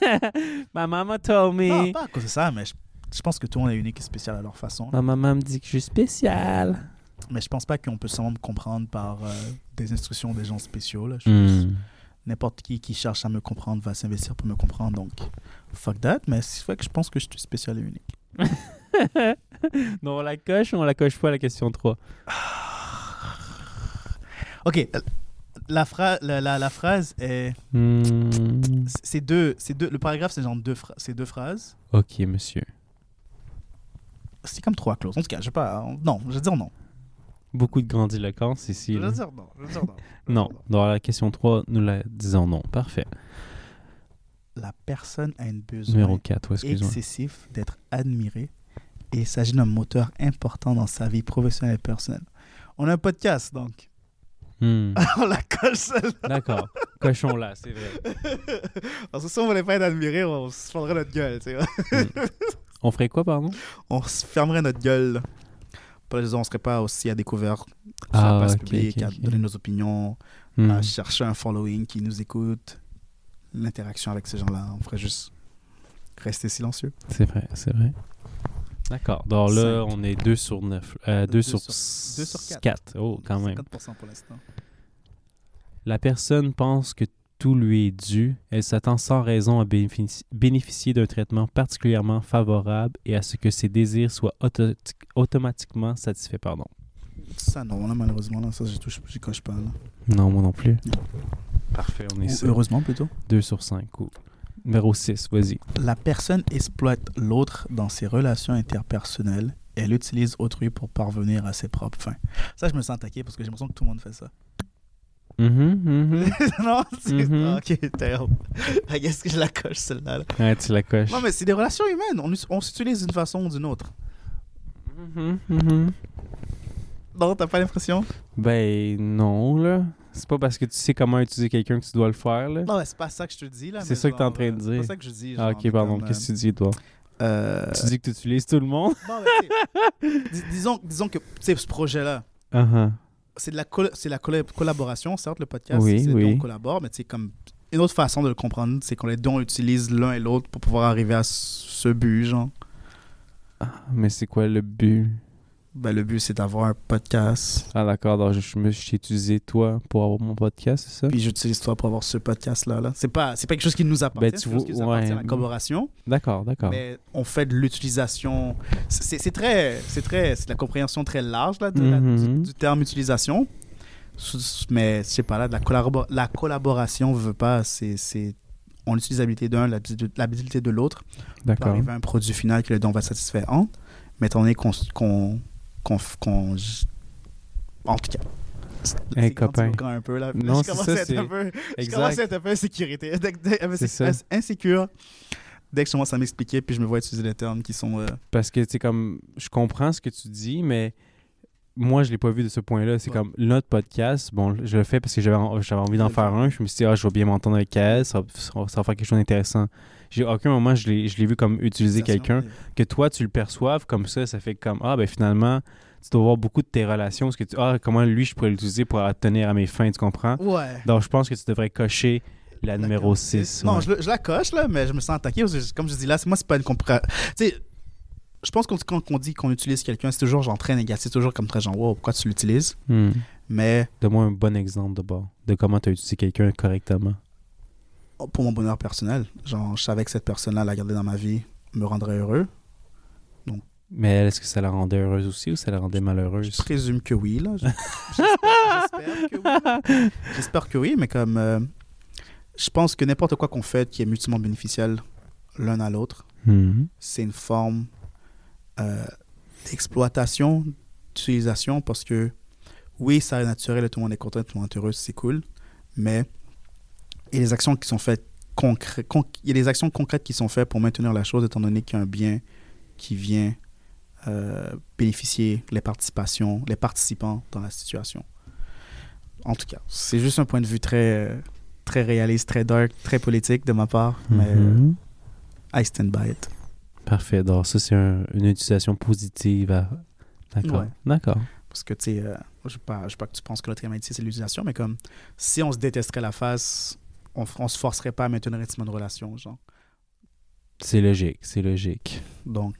Speaker 2: [laughs] Ma maman told
Speaker 1: Non,
Speaker 2: me.
Speaker 1: pas à cause de ça, mais je, je pense que tout le monde est unique et spécial à leur façon.
Speaker 2: Ma maman me dit que je suis spéciale.
Speaker 1: Mais je pense pas qu'on peut seulement me comprendre par euh, des instructions des gens spéciaux. Là. Je-
Speaker 2: Hmm.
Speaker 1: N'importe qui qui cherche à me comprendre va s'investir pour me comprendre. Donc, fuck that. Mais c'est vrai que je pense que je suis spécial et unique.
Speaker 2: non, on la coche ou on la coche pas la question 3
Speaker 1: Ok. euh, La, phra- la, la- la phrase est.
Speaker 2: Hmm.
Speaker 1: c'est- C'est deux, c'est deux. Le paragraphe, c'est genre deux, phra- c'est deux phrases.
Speaker 2: Ok, monsieur.
Speaker 1: C'est comme trois clauses. En tout cas, je sais pas. on- Non, je vais dire non.
Speaker 2: Beaucoup de grandiloquence ici.
Speaker 1: Je
Speaker 2: là.
Speaker 1: vais dire non. Je
Speaker 2: [laughs]
Speaker 1: vais dire non.
Speaker 2: Non, dans la question 3, nous la disons non. Parfait.
Speaker 1: La personne a une besoin.
Speaker 2: Numéro 4, excuse-moi.
Speaker 1: excessif d'être admiré et il s'agit d'un moteur important dans sa vie professionnelle et personnelle. On a un podcast, donc [laughs]
Speaker 2: Hmm,
Speaker 1: on la coche celle-là.
Speaker 2: D'accord, cochons-la, c'est vrai.
Speaker 1: [laughs] Parce que si on voulait pas être admiré, on se fermerait notre gueule. tu sais.
Speaker 2: On ferait quoi, pardon
Speaker 1: On se fermerait notre gueule. Pour les raisons, on serait pas aussi à découvert sur
Speaker 2: Ah,
Speaker 1: la place
Speaker 2: ok,
Speaker 1: publique,
Speaker 2: ok,
Speaker 1: à
Speaker 2: ok.
Speaker 1: donner nos opinions,
Speaker 2: Hmm,
Speaker 1: à chercher un following qui nous écoute. L'interaction avec ces gens-là, on ferait juste rester silencieux.
Speaker 2: C'est vrai, c'est vrai. D'accord, donc là,
Speaker 1: Cinq.
Speaker 2: on est 2 sur 9.
Speaker 1: Deux
Speaker 2: 2 sur
Speaker 1: sur- deux sur quatre.
Speaker 2: 4. Oh, quand Oh, même.
Speaker 1: 50% pour l'instant.
Speaker 2: La personne pense que tout lui est dû, elle s'attend sans raison à bénéfici- bénéficier d'un traitement particulièrement favorable et à ce que ses désirs soient auto- automatiquement satisfaits. Pardon.
Speaker 1: Ça, non, là, malheureusement, là, ça, je touche, j'y coche pas. là.
Speaker 2: Non, moi non plus. Parfait, on est
Speaker 1: Ou
Speaker 2: sur
Speaker 1: heureusement, plutôt.
Speaker 2: 2 sur 5. Cool. Numéro 6, vas-y.
Speaker 1: La personne exploite l'autre dans ses relations interpersonnelles. Elle utilise autrui pour parvenir à ses propres fins. Ça, je me sens attaqué parce que j'ai l'impression que tout le monde fait ça. [laughs]
Speaker 2: Mhm, mhm.
Speaker 1: non, c'est...
Speaker 2: Mhm.
Speaker 1: Ok, terrible. [laughs] I guess que je la coche, celle-là. là.
Speaker 2: [laughs] Ouais, tu la coches.
Speaker 1: Non, mais c'est des relations humaines. On, us- on s'utilise d'une façon ou d'une autre.
Speaker 2: Mhm, mhm.
Speaker 1: Non, t'as pas l'impression?
Speaker 2: Ben non, là. C'est pas parce que tu sais comment utiliser quelqu'un que tu dois le faire, là.
Speaker 1: Non, mais c'est pas ça que je te dis, là.
Speaker 2: C'est
Speaker 1: mais
Speaker 2: ça que t'es en train de
Speaker 1: euh,
Speaker 2: dire.
Speaker 1: C'est pas ça que je dis.
Speaker 2: Ah, ok, pardon. Qu'est-ce que tu dis, toi?
Speaker 1: tu... Euh...
Speaker 2: Tu dis que tu utilises tout le monde?
Speaker 1: Non, mais tu sais, [laughs] dis- disons, disons que, tu sais, ce projet-là,
Speaker 2: Ah ah.
Speaker 1: c'est de la, col- c'est la colla- collaboration, certes, le podcast,
Speaker 2: Oui,
Speaker 1: c'est
Speaker 2: oui.
Speaker 1: on collabore, mais c'est comme une autre façon de le comprendre, c'est qu'on les deux, on utilise l'un et l'autre pour pouvoir arriver à ce but, genre.
Speaker 2: Ah, Mais c'est quoi le but?
Speaker 1: Ben, le but, c'est d'avoir un podcast,
Speaker 2: Ah d'accord, donc je- je me suis utilisé toi pour avoir mon podcast, c'est ça?
Speaker 1: puis j'utilise toi pour avoir ce podcast-là. Là. C'est pas, c'est pas quelque chose qui nous appartient,
Speaker 2: Ben, tu
Speaker 1: c'est quelque chose
Speaker 2: vois,
Speaker 1: qui nous appartient à la
Speaker 2: ouais. Ah.
Speaker 1: collaboration,
Speaker 2: D'accord, d'accord.
Speaker 1: mais on fait de l'utilisation. C'est, c'est- c'est très, c'est très, c'est de la compréhension très large là, de la-
Speaker 2: Mhm.
Speaker 1: du, du terme utilisation. S- Mais je sais pas là, de la, collabo- la collaboration veut pas, c'est, c'est on l'utilise l'habilité d'un, l'habi- l'habilité de l'autre pour
Speaker 2: D'accord.
Speaker 1: arriver à un produit final que le don va satisfaire en. Mais étant donné qu'on, s- qu'on, qu'on, f- qu'on j- en tout cas. c'est-
Speaker 2: Hey,
Speaker 1: c'est
Speaker 2: copain.
Speaker 1: grandiloquent un peu, là.
Speaker 2: Non,
Speaker 1: [laughs] je
Speaker 2: c'est
Speaker 1: commence
Speaker 2: ça,
Speaker 1: à être un
Speaker 2: c'est-
Speaker 1: peu, je
Speaker 2: Exact.
Speaker 1: commence à être un peu insécurité, [laughs]
Speaker 2: C'est ça.
Speaker 1: insécure. Dès que je commence à m'expliquer, puis je me vois utiliser des termes qui sont euh,
Speaker 2: Parce que c'est comme je comprends ce que tu dis, mais moi je l'ai pas vu de ce point-là. C'est
Speaker 1: Ouais.
Speaker 2: comme notre podcast. Bon, je le fais parce que j'avais en- j'avais envie d'en
Speaker 1: C'est
Speaker 2: faire un. Je me suis dit ah je vais bien m'entendre avec elle, ça, va- ça va ça va faire quelque chose d'intéressant. J'ai à aucun moment je l'ai je l'ai vu comme utiliser quelqu'un que toi tu le perçoives comme ça. Ça fait comme ah ben finalement tu dois voir beaucoup de tes relations. Parce que tu ah comment lui je pourrais l'utiliser pour atteindre à mes fins, tu comprends
Speaker 1: Ouais.
Speaker 2: Donc je pense que tu devrais cocher la
Speaker 1: D'accord.
Speaker 2: numéro 6.
Speaker 1: Non, je, le- je la coche, là, mais je me sens attaqué. Parce que, comme je dis là, c'est- moi, c'est pas une compréhension. Tu sais, je pense qu'on quand on dit qu'on utilise quelqu'un, c'est toujours genre très négatif, c'est toujours comme très genre, wow, pourquoi tu l'utilises Mais
Speaker 2: Donne-moi un bon exemple de bord de comment tu as utilisé quelqu'un correctement.
Speaker 1: oh, pour mon bonheur personnel, genre, je savais que cette personne-là, la garder dans ma vie, me rendrait heureux.
Speaker 2: Mais elle, est-ce que ça la rendait heureuse aussi ou ça la rendait
Speaker 1: Je
Speaker 2: malheureuse?
Speaker 1: présume que oui, là. Je- J'espère j'espère que oui. J'espère que oui, mais comme. euh, je pense que n'importe quoi qu'on fait qui est mutuellement bénéficiel l'un à l'autre,
Speaker 2: Mhm.
Speaker 1: c'est une forme euh, d'exploitation, d'utilisation, parce que oui, ça est naturel, tout le monde est content, tout le monde est heureux, c'est cool, mais il y a des actions qui sont faites concrè- con- il y a des actions concrètes qui sont faites pour maintenir la chose, étant donné qu'il y a un bien qui vient euh, bénéficier les participations, les participants dans la situation. En tout cas, c'est juste un point de vue très, euh, très réaliste, très dark, très politique de ma part, mais euh,
Speaker 2: Mhm.
Speaker 1: I stand by it.
Speaker 2: Parfait. Donc, ça, c'est un- une utilisation positive. à- D'accord.
Speaker 1: Ouais.
Speaker 2: D'accord.
Speaker 1: Parce que, tu sais, euh, je ne pas, je veux pas que tu penses que le trimaïti, c'est l'utilisation, mais comme si on se détesterait la face, on ne se forcerait pas à maintenir un rythme de relation, genre.
Speaker 2: C'est logique. C'est logique.
Speaker 1: Donc,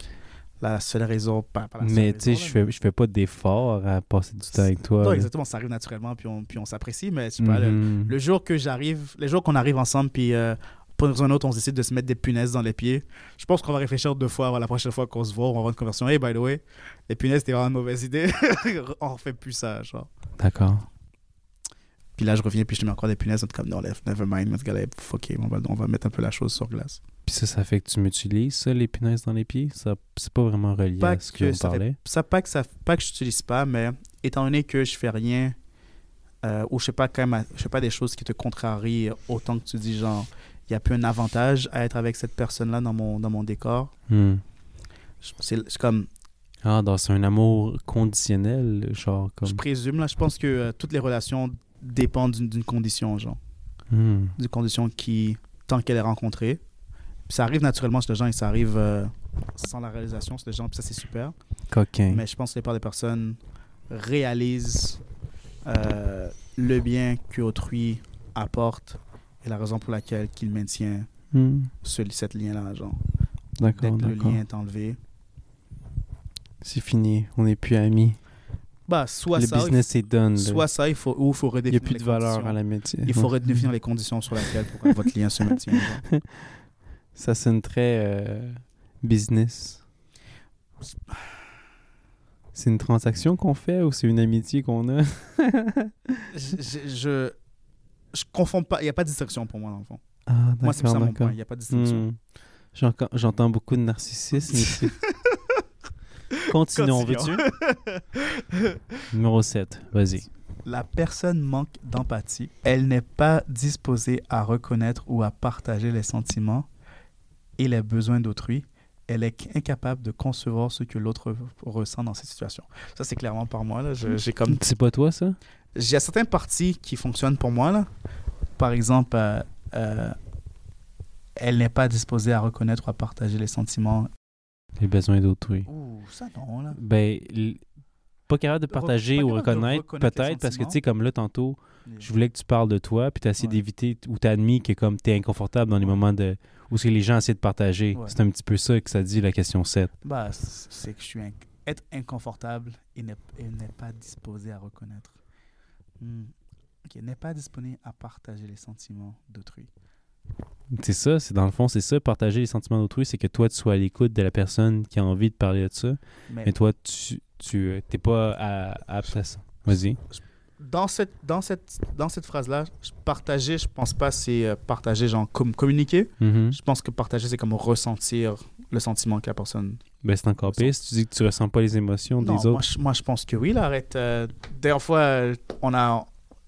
Speaker 1: la seule raison, pas, pas la seule
Speaker 2: mais, tu
Speaker 1: raison,
Speaker 2: sais,
Speaker 1: là,
Speaker 2: je fais, je fais pas d'effort à passer du temps avec toi.
Speaker 1: hein. Non,
Speaker 2: là.
Speaker 1: exactement, ça arrive naturellement, puis on, puis on s'apprécie, mais je sais pas, le-
Speaker 2: Mhm.
Speaker 1: le, jour que j'arrive, les jours qu'on arrive ensemble, puis euh, pour une raison ou une autre, on décide de se mettre des punaises dans les pieds, je pense qu'on va réfléchir deux fois avant la prochaine fois qu'on se voit, on va avoir une conversion. Hey, by the way, les punaises, c'était vraiment une mauvaise idée. [laughs] on refait plus ça, genre.
Speaker 2: D'accord.
Speaker 1: Puis là, je reviens, puis je te mets encore des punaises. On est comme, non, lef- never mind, mais ce gars-là est fucké. On va, on va mettre un peu la chose sur glace.
Speaker 2: Puis ça, ça fait que tu m'utilises, ça, les punaises dans les pieds? Ça, c'est pas vraiment relié
Speaker 1: Pas
Speaker 2: à ce
Speaker 1: que
Speaker 2: qu'on
Speaker 1: ça fait-
Speaker 2: parlait.
Speaker 1: Ça, pas que, ça, pas que je n'utilise pas, mais étant donné que je fais rien, euh, ou je sais pas quand même, je sais pas des choses qui te contrarient autant que tu dis, genre, il n'y a plus un avantage à être avec cette personne-là dans mon, dans mon décor.
Speaker 2: Mhm.
Speaker 1: Je- C'est c'est comme,
Speaker 2: Ah, donc c'est un amour conditionnel, genre comme.
Speaker 1: je présume, là, je pense que euh, toutes les relations dépendent d'une d'une condition, genre.
Speaker 2: Hmm.
Speaker 1: d'une condition qui, tant qu'elle est rencontrée, puis ça arrive naturellement chez les gens et ça arrive euh, sans la réalisation chez les gens, puis ça c'est super.
Speaker 2: Coquin.
Speaker 1: Mais je pense que la plupart des personnes réalisent euh, le bien qu'autrui apporte et la raison pour laquelle qu'il maintient
Speaker 2: Hmm.
Speaker 1: ce, cette lien-là. Genre. Dès
Speaker 2: D'accord,
Speaker 1: que le
Speaker 2: d'accord.
Speaker 1: lien est enlevé,
Speaker 2: C'est fini. On n'est plus amis.
Speaker 1: Bah, soit
Speaker 2: le
Speaker 1: ça, il
Speaker 2: business est done. là.
Speaker 1: faut- soit ça, il faut, ou il faut
Speaker 2: il n'y a
Speaker 1: redéfinir.
Speaker 2: plus
Speaker 1: les
Speaker 2: de valeur
Speaker 1: conditions.
Speaker 2: à la métier.
Speaker 1: Il faut redéfinir les conditions sur lesquelles pour que votre client se maintienne.
Speaker 2: Ça sonne très euh, business. C'est une transaction qu'on fait ou c'est une amitié qu'on
Speaker 1: [laughs]
Speaker 2: a
Speaker 1: [laughs] je, je, je, je confonds pas. Il n'y a pas de distraction pour moi, dans le fond.
Speaker 2: Ah,
Speaker 1: Moi, c'est ça
Speaker 2: d'accord,
Speaker 1: mon
Speaker 2: d'accord.
Speaker 1: point. Il n'y a pas de distraction.
Speaker 2: Hmm. J'enca- J'entends beaucoup de narcissisme
Speaker 1: [laughs]
Speaker 2: ici. Continuons, veux-tu
Speaker 1: Continuons.
Speaker 2: Numéro 7, vas-y.
Speaker 1: La personne manque d'empathie. Elle n'est pas disposée à reconnaître ou à partager les sentiments et les besoins d'autrui. Elle est incapable de concevoir ce que l'autre ressent dans cette situation. Ça, c'est clairement par moi. là. Je- J'ai comme
Speaker 2: C'est pas toi, ça
Speaker 1: j'ai certaines parties qui fonctionnent pour moi. Là. Par exemple, euh, euh, elle n'est pas disposée à reconnaître ou à partager les sentiments.
Speaker 2: Les besoins d'autrui.
Speaker 1: Ouh, ça non, là.
Speaker 2: Ben, l- pas capable de
Speaker 1: Pas
Speaker 2: partager
Speaker 1: capable
Speaker 2: ou
Speaker 1: de
Speaker 2: reconnaître,
Speaker 1: reconnaître les
Speaker 2: peut-être, parce que,
Speaker 1: sentiments.
Speaker 2: tu sais, comme là, tantôt, je voulais que tu parles de toi, puis t'as essayé
Speaker 1: Ouais.
Speaker 2: d'éviter ou t'as admis que comme t'es inconfortable dans les moments de où ce que les gens essaient de partager.
Speaker 1: Ouais.
Speaker 2: C'est un petit peu ça que ça dit la question 7.
Speaker 1: Bah, c- c'est que je suis inc- être inconfortable et n'est et n'est pas disposé à reconnaître. Hmm. Ok, n'est pas disposé à partager les sentiments d'autrui.
Speaker 2: C'est ça, c'est dans le fond, c'est ça, partager les sentiments d'autrui, c'est que toi tu sois à l'écoute de la personne qui a envie de parler de ça,
Speaker 1: Mais
Speaker 2: mais toi tu tu euh, t'es pas à, apte à ça. Vas-y.
Speaker 1: dans cette, dans cette, dans cette phrase-là, je- partager, je pense pas c'est euh, partager, genre comme communiquer.
Speaker 2: Mhm.
Speaker 1: Je pense que partager, c'est comme ressentir le sentiment que la personne.
Speaker 2: Ben c'est encore pire si tu dis que tu ressens pas les émotions
Speaker 1: Non,
Speaker 2: des
Speaker 1: moi
Speaker 2: autres.
Speaker 1: je, moi, je pense que oui, là, arrête. euh, dernière fois, euh, on a,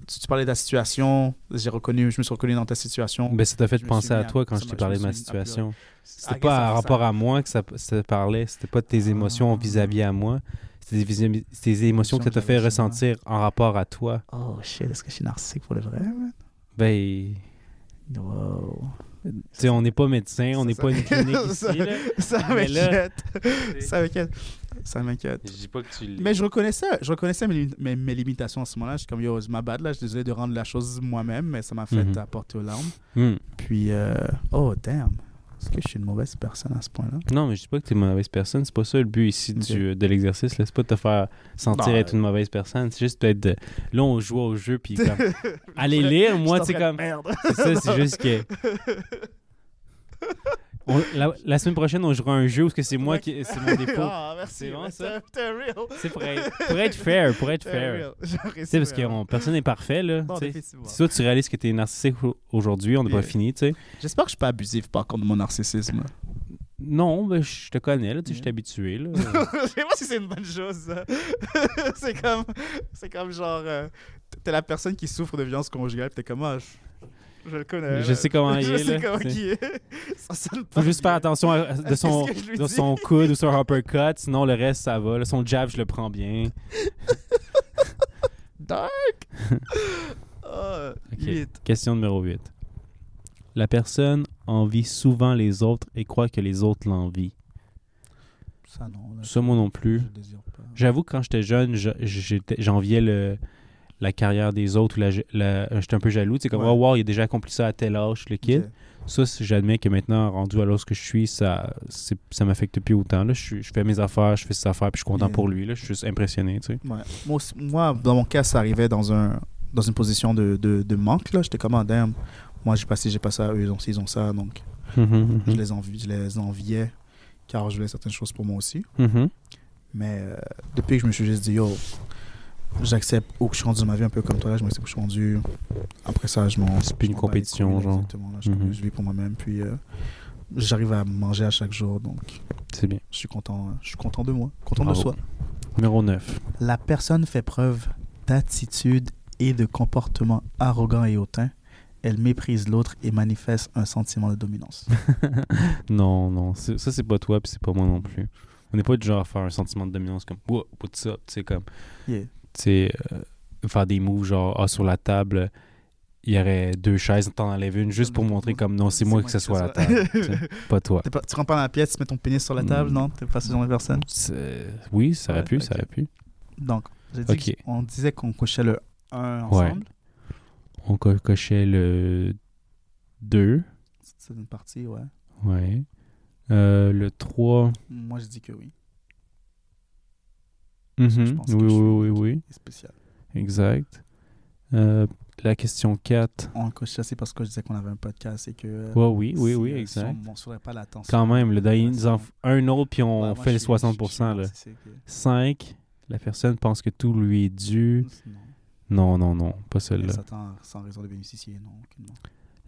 Speaker 1: tu, tu parlais de la situation, j'ai reconnu, je me suis reconnu dans ta situation.
Speaker 2: Ben ça t'a fait
Speaker 1: je me suis
Speaker 2: penser à
Speaker 1: mis à-
Speaker 2: toi quand
Speaker 1: ça
Speaker 2: je
Speaker 1: m'a-
Speaker 2: t'ai
Speaker 1: je
Speaker 2: parlé
Speaker 1: me
Speaker 2: de ma
Speaker 1: suis mis à pleurer.
Speaker 2: situation.
Speaker 1: I
Speaker 2: C'était
Speaker 1: guess
Speaker 2: pas
Speaker 1: ça-
Speaker 2: en
Speaker 1: ça-
Speaker 2: rapport à moi que ça, ça parlait, c'était pas tes émotions
Speaker 1: Ah.
Speaker 2: vis-à-vis à moi, c'était des, visi- des émotions que ça t'a
Speaker 1: Émotions que
Speaker 2: fait
Speaker 1: j'avais chez moi.
Speaker 2: ressentir en rapport à toi.
Speaker 1: Oh shit, est-ce que je suis narcissique pour le vrai? man?
Speaker 2: Ben,
Speaker 1: Wow.
Speaker 2: tu sais, on n'est pas médecin, on
Speaker 1: Ça,
Speaker 2: n'est
Speaker 1: ça-
Speaker 2: pas une
Speaker 1: [laughs]
Speaker 2: clinique
Speaker 1: ça-
Speaker 2: ici. là.
Speaker 1: Ça
Speaker 2: Mais là,
Speaker 1: m'inquiète. Ça m'inquiète. Ça m'inquiète.
Speaker 2: Je dis pas que tu l'es.
Speaker 1: Mais je reconnaissais, je reconnaissais mes, limi- mes- mes limitations à ce moment-là. Je suis comme, yo, je m'abatte là, je suis désolé de rendre la chose moi-même, mais ça m'a fait
Speaker 2: Mhm.
Speaker 1: apporter aux larmes.
Speaker 2: Hmm.
Speaker 1: Puis, euh, oh damn, est-ce que je suis une mauvaise personne à ce point-là?
Speaker 2: Non, mais je dis pas que t'es une mauvaise personne, c'est pas ça le but ici
Speaker 1: Ok.
Speaker 2: du- de l'exercice, là. c'est pas de te faire sentir
Speaker 1: Non,
Speaker 2: être
Speaker 1: euh,
Speaker 2: une mauvaise personne, c'est juste peut-être de... Là, on joue au jeu, puis
Speaker 1: [laughs]
Speaker 2: comme... Allez lire, moi, tu sais, comme...
Speaker 1: Merde.
Speaker 2: C'est ça, c'est juste que... On- la, la semaine prochaine, on jouera à un jeu où est-ce que c'est moi
Speaker 1: Ouais.
Speaker 2: qui... [laughs] C'est mon défaut.
Speaker 1: [laughs] Ah, merci.
Speaker 2: C'est bon,
Speaker 1: mais
Speaker 2: ça?
Speaker 1: t'es- T'es real.
Speaker 2: C'est pour être, pour être fair, pour être
Speaker 1: T'es
Speaker 2: fair.
Speaker 1: real. [laughs] J'apprécie
Speaker 2: Tu sais, parce que
Speaker 1: vraiment.
Speaker 2: on- personne n'est parfait, là.
Speaker 1: Non,
Speaker 2: tu sais.
Speaker 1: définitivement.
Speaker 2: Si toi, tu réalises que t'es narcissique au- aujourd'hui, on n'est
Speaker 1: Yeah.
Speaker 2: pas fini, tu sais.
Speaker 1: J'espère que je suis pas abusif par contre de mon narcissisme. là.
Speaker 2: Non, ben, je te connais, là, tu sais, je
Speaker 1: Yeah.
Speaker 2: suis habitué, là.
Speaker 1: [laughs] je sais pas si c'est une bonne chose. ça. [laughs] c'est comme, c'est comme genre, euh, t'es la personne qui souffre de violence conjugale, pis t'es comme, ah, je, je le connais.
Speaker 2: Je
Speaker 1: là.
Speaker 2: sais comment il
Speaker 1: [laughs] je
Speaker 2: est,
Speaker 1: sais
Speaker 2: là,
Speaker 1: comment
Speaker 2: c'est-
Speaker 1: qui est. [laughs] Ça sonne
Speaker 2: Faut
Speaker 1: pas.
Speaker 2: juste
Speaker 1: bien.
Speaker 2: faire attention à- à- de,
Speaker 1: Qu'est-ce
Speaker 2: son,
Speaker 1: que je lui
Speaker 2: de
Speaker 1: dis?
Speaker 2: son coude ou son uppercut, sinon le reste ça va. Là, son jab, je le prends bien. [laughs]
Speaker 1: Dark. Ah,
Speaker 2: Ok.
Speaker 1: huit.
Speaker 2: Question numéro 8. La personne envie souvent les autres et croit que les autres l'envient.
Speaker 1: Ça non. là,
Speaker 2: Ça, moi non plus.
Speaker 1: je désire pas.
Speaker 2: J'avoue que quand j'étais jeune, je- j'étais- j'enviais le la carrière des autres ou la, la- j'étais un peu jaloux. Tu sais, comme,
Speaker 1: Ouais.
Speaker 2: oh, wow, il a déjà accompli ça à tel âge, le kid.
Speaker 1: Ok.
Speaker 2: Ça, c'est- j'admets que maintenant, rendu à l'heure que je suis, ça c'est- ça m'affecte plus autant. Là, je, suis- je fais mes affaires, je fais ses affaires, puis je suis content
Speaker 1: Yeah.
Speaker 2: pour lui. Là, je suis juste impressionné, tu sais.
Speaker 1: Ouais. Moi, aussi- moi, dans mon cas, ça arrivait dans, un, dans une position de, de, de manque. là. J'étais comme, ah, damn, moi, j'ai passé, j'ai pas ça, eux, ils ont, ci, ils ont ça. Donc,
Speaker 2: Mhm,
Speaker 1: je, les envie, je les enviais car je voulais certaines choses pour moi aussi.
Speaker 2: mhm, mhm.
Speaker 1: Mais euh, depuis que je me suis juste dit, yo, j'accepte où que je suis rendu dans ma vie, un peu comme toi, là, je m'accepte où je suis rendu. Après ça, je m'en.
Speaker 2: C'est plus
Speaker 1: je
Speaker 2: une
Speaker 1: m'en bats les
Speaker 2: compétition,
Speaker 1: couilles, là,
Speaker 2: genre.
Speaker 1: Exactement, là, je,
Speaker 2: Mhm.
Speaker 1: je vis pour moi-même. Puis euh, j'arrive à manger à chaque jour, donc
Speaker 2: C'est bien.
Speaker 1: je suis content, hein. je suis content de moi, content de
Speaker 2: Bravo.
Speaker 1: soi.
Speaker 2: Numéro 9.
Speaker 1: La personne fait preuve d'attitude et de comportement arrogant et hautain. Elle méprise l'autre et manifeste un sentiment de dominance.
Speaker 2: [laughs] non, non, c'est- ça c'est pas toi, puis c'est pas moi non plus. On n'est pas du genre à faire un sentiment de dominance comme Wow, what's up, tu sais, comme,
Speaker 1: Yeah.
Speaker 2: tu sais, euh, faire des moves genre, ah, sur la table, il y aurait deux chaises, t'en enlèves une juste pour montrer comme, non, c'est moi que ce soit à la table, tu
Speaker 1: [laughs]
Speaker 2: sais, pas toi.
Speaker 1: T'es pas- tu rentres pas dans la pièce, tu mets ton pénis sur la table,
Speaker 2: Mm.
Speaker 1: non T'es pas ce genre de personne
Speaker 2: C'est- Oui, ça aurait
Speaker 1: Ouais,
Speaker 2: pu,
Speaker 1: ok.
Speaker 2: ça aurait pu.
Speaker 1: Donc, j'ai dit
Speaker 2: Ok.
Speaker 1: qu'on disait qu'on cochait le 1 ensemble.
Speaker 2: On co- cochait le 2,
Speaker 1: C'est une partie, ouais.
Speaker 2: ouais. Euh, le 3,
Speaker 1: Moi, j'ai dit que oui. je
Speaker 2: Mhm.
Speaker 1: pense que
Speaker 2: Oui,
Speaker 1: je suis-
Speaker 2: oui, oui, oui.
Speaker 1: C'est spécial.
Speaker 2: Exact. Euh, la question 4.
Speaker 1: On coche ça, c'est parce que je disais qu'on avait un podcast et que. euh,
Speaker 2: Ouais, oui, oui,
Speaker 1: si,
Speaker 2: oui,
Speaker 1: euh, si
Speaker 2: exact.
Speaker 1: on- on ne saurait pas l'attention.
Speaker 2: Quand même, le
Speaker 1: Ouais,
Speaker 2: ils
Speaker 1: c'est
Speaker 2: nous en
Speaker 1: bon.
Speaker 2: f- un autre, puis on
Speaker 1: Ouais, moi,
Speaker 2: fait
Speaker 1: je
Speaker 2: le
Speaker 1: suis-
Speaker 2: 60%.
Speaker 1: je
Speaker 2: Là. Mmh.
Speaker 1: suis- je suis narcissique,
Speaker 2: 5. La personne pense que tout lui est dû.
Speaker 1: euh,
Speaker 2: Non,
Speaker 1: non.
Speaker 2: non, non, pas
Speaker 1: Elle
Speaker 2: celle-là.
Speaker 1: s'attend sans raison de bénéficier, non. aucunement.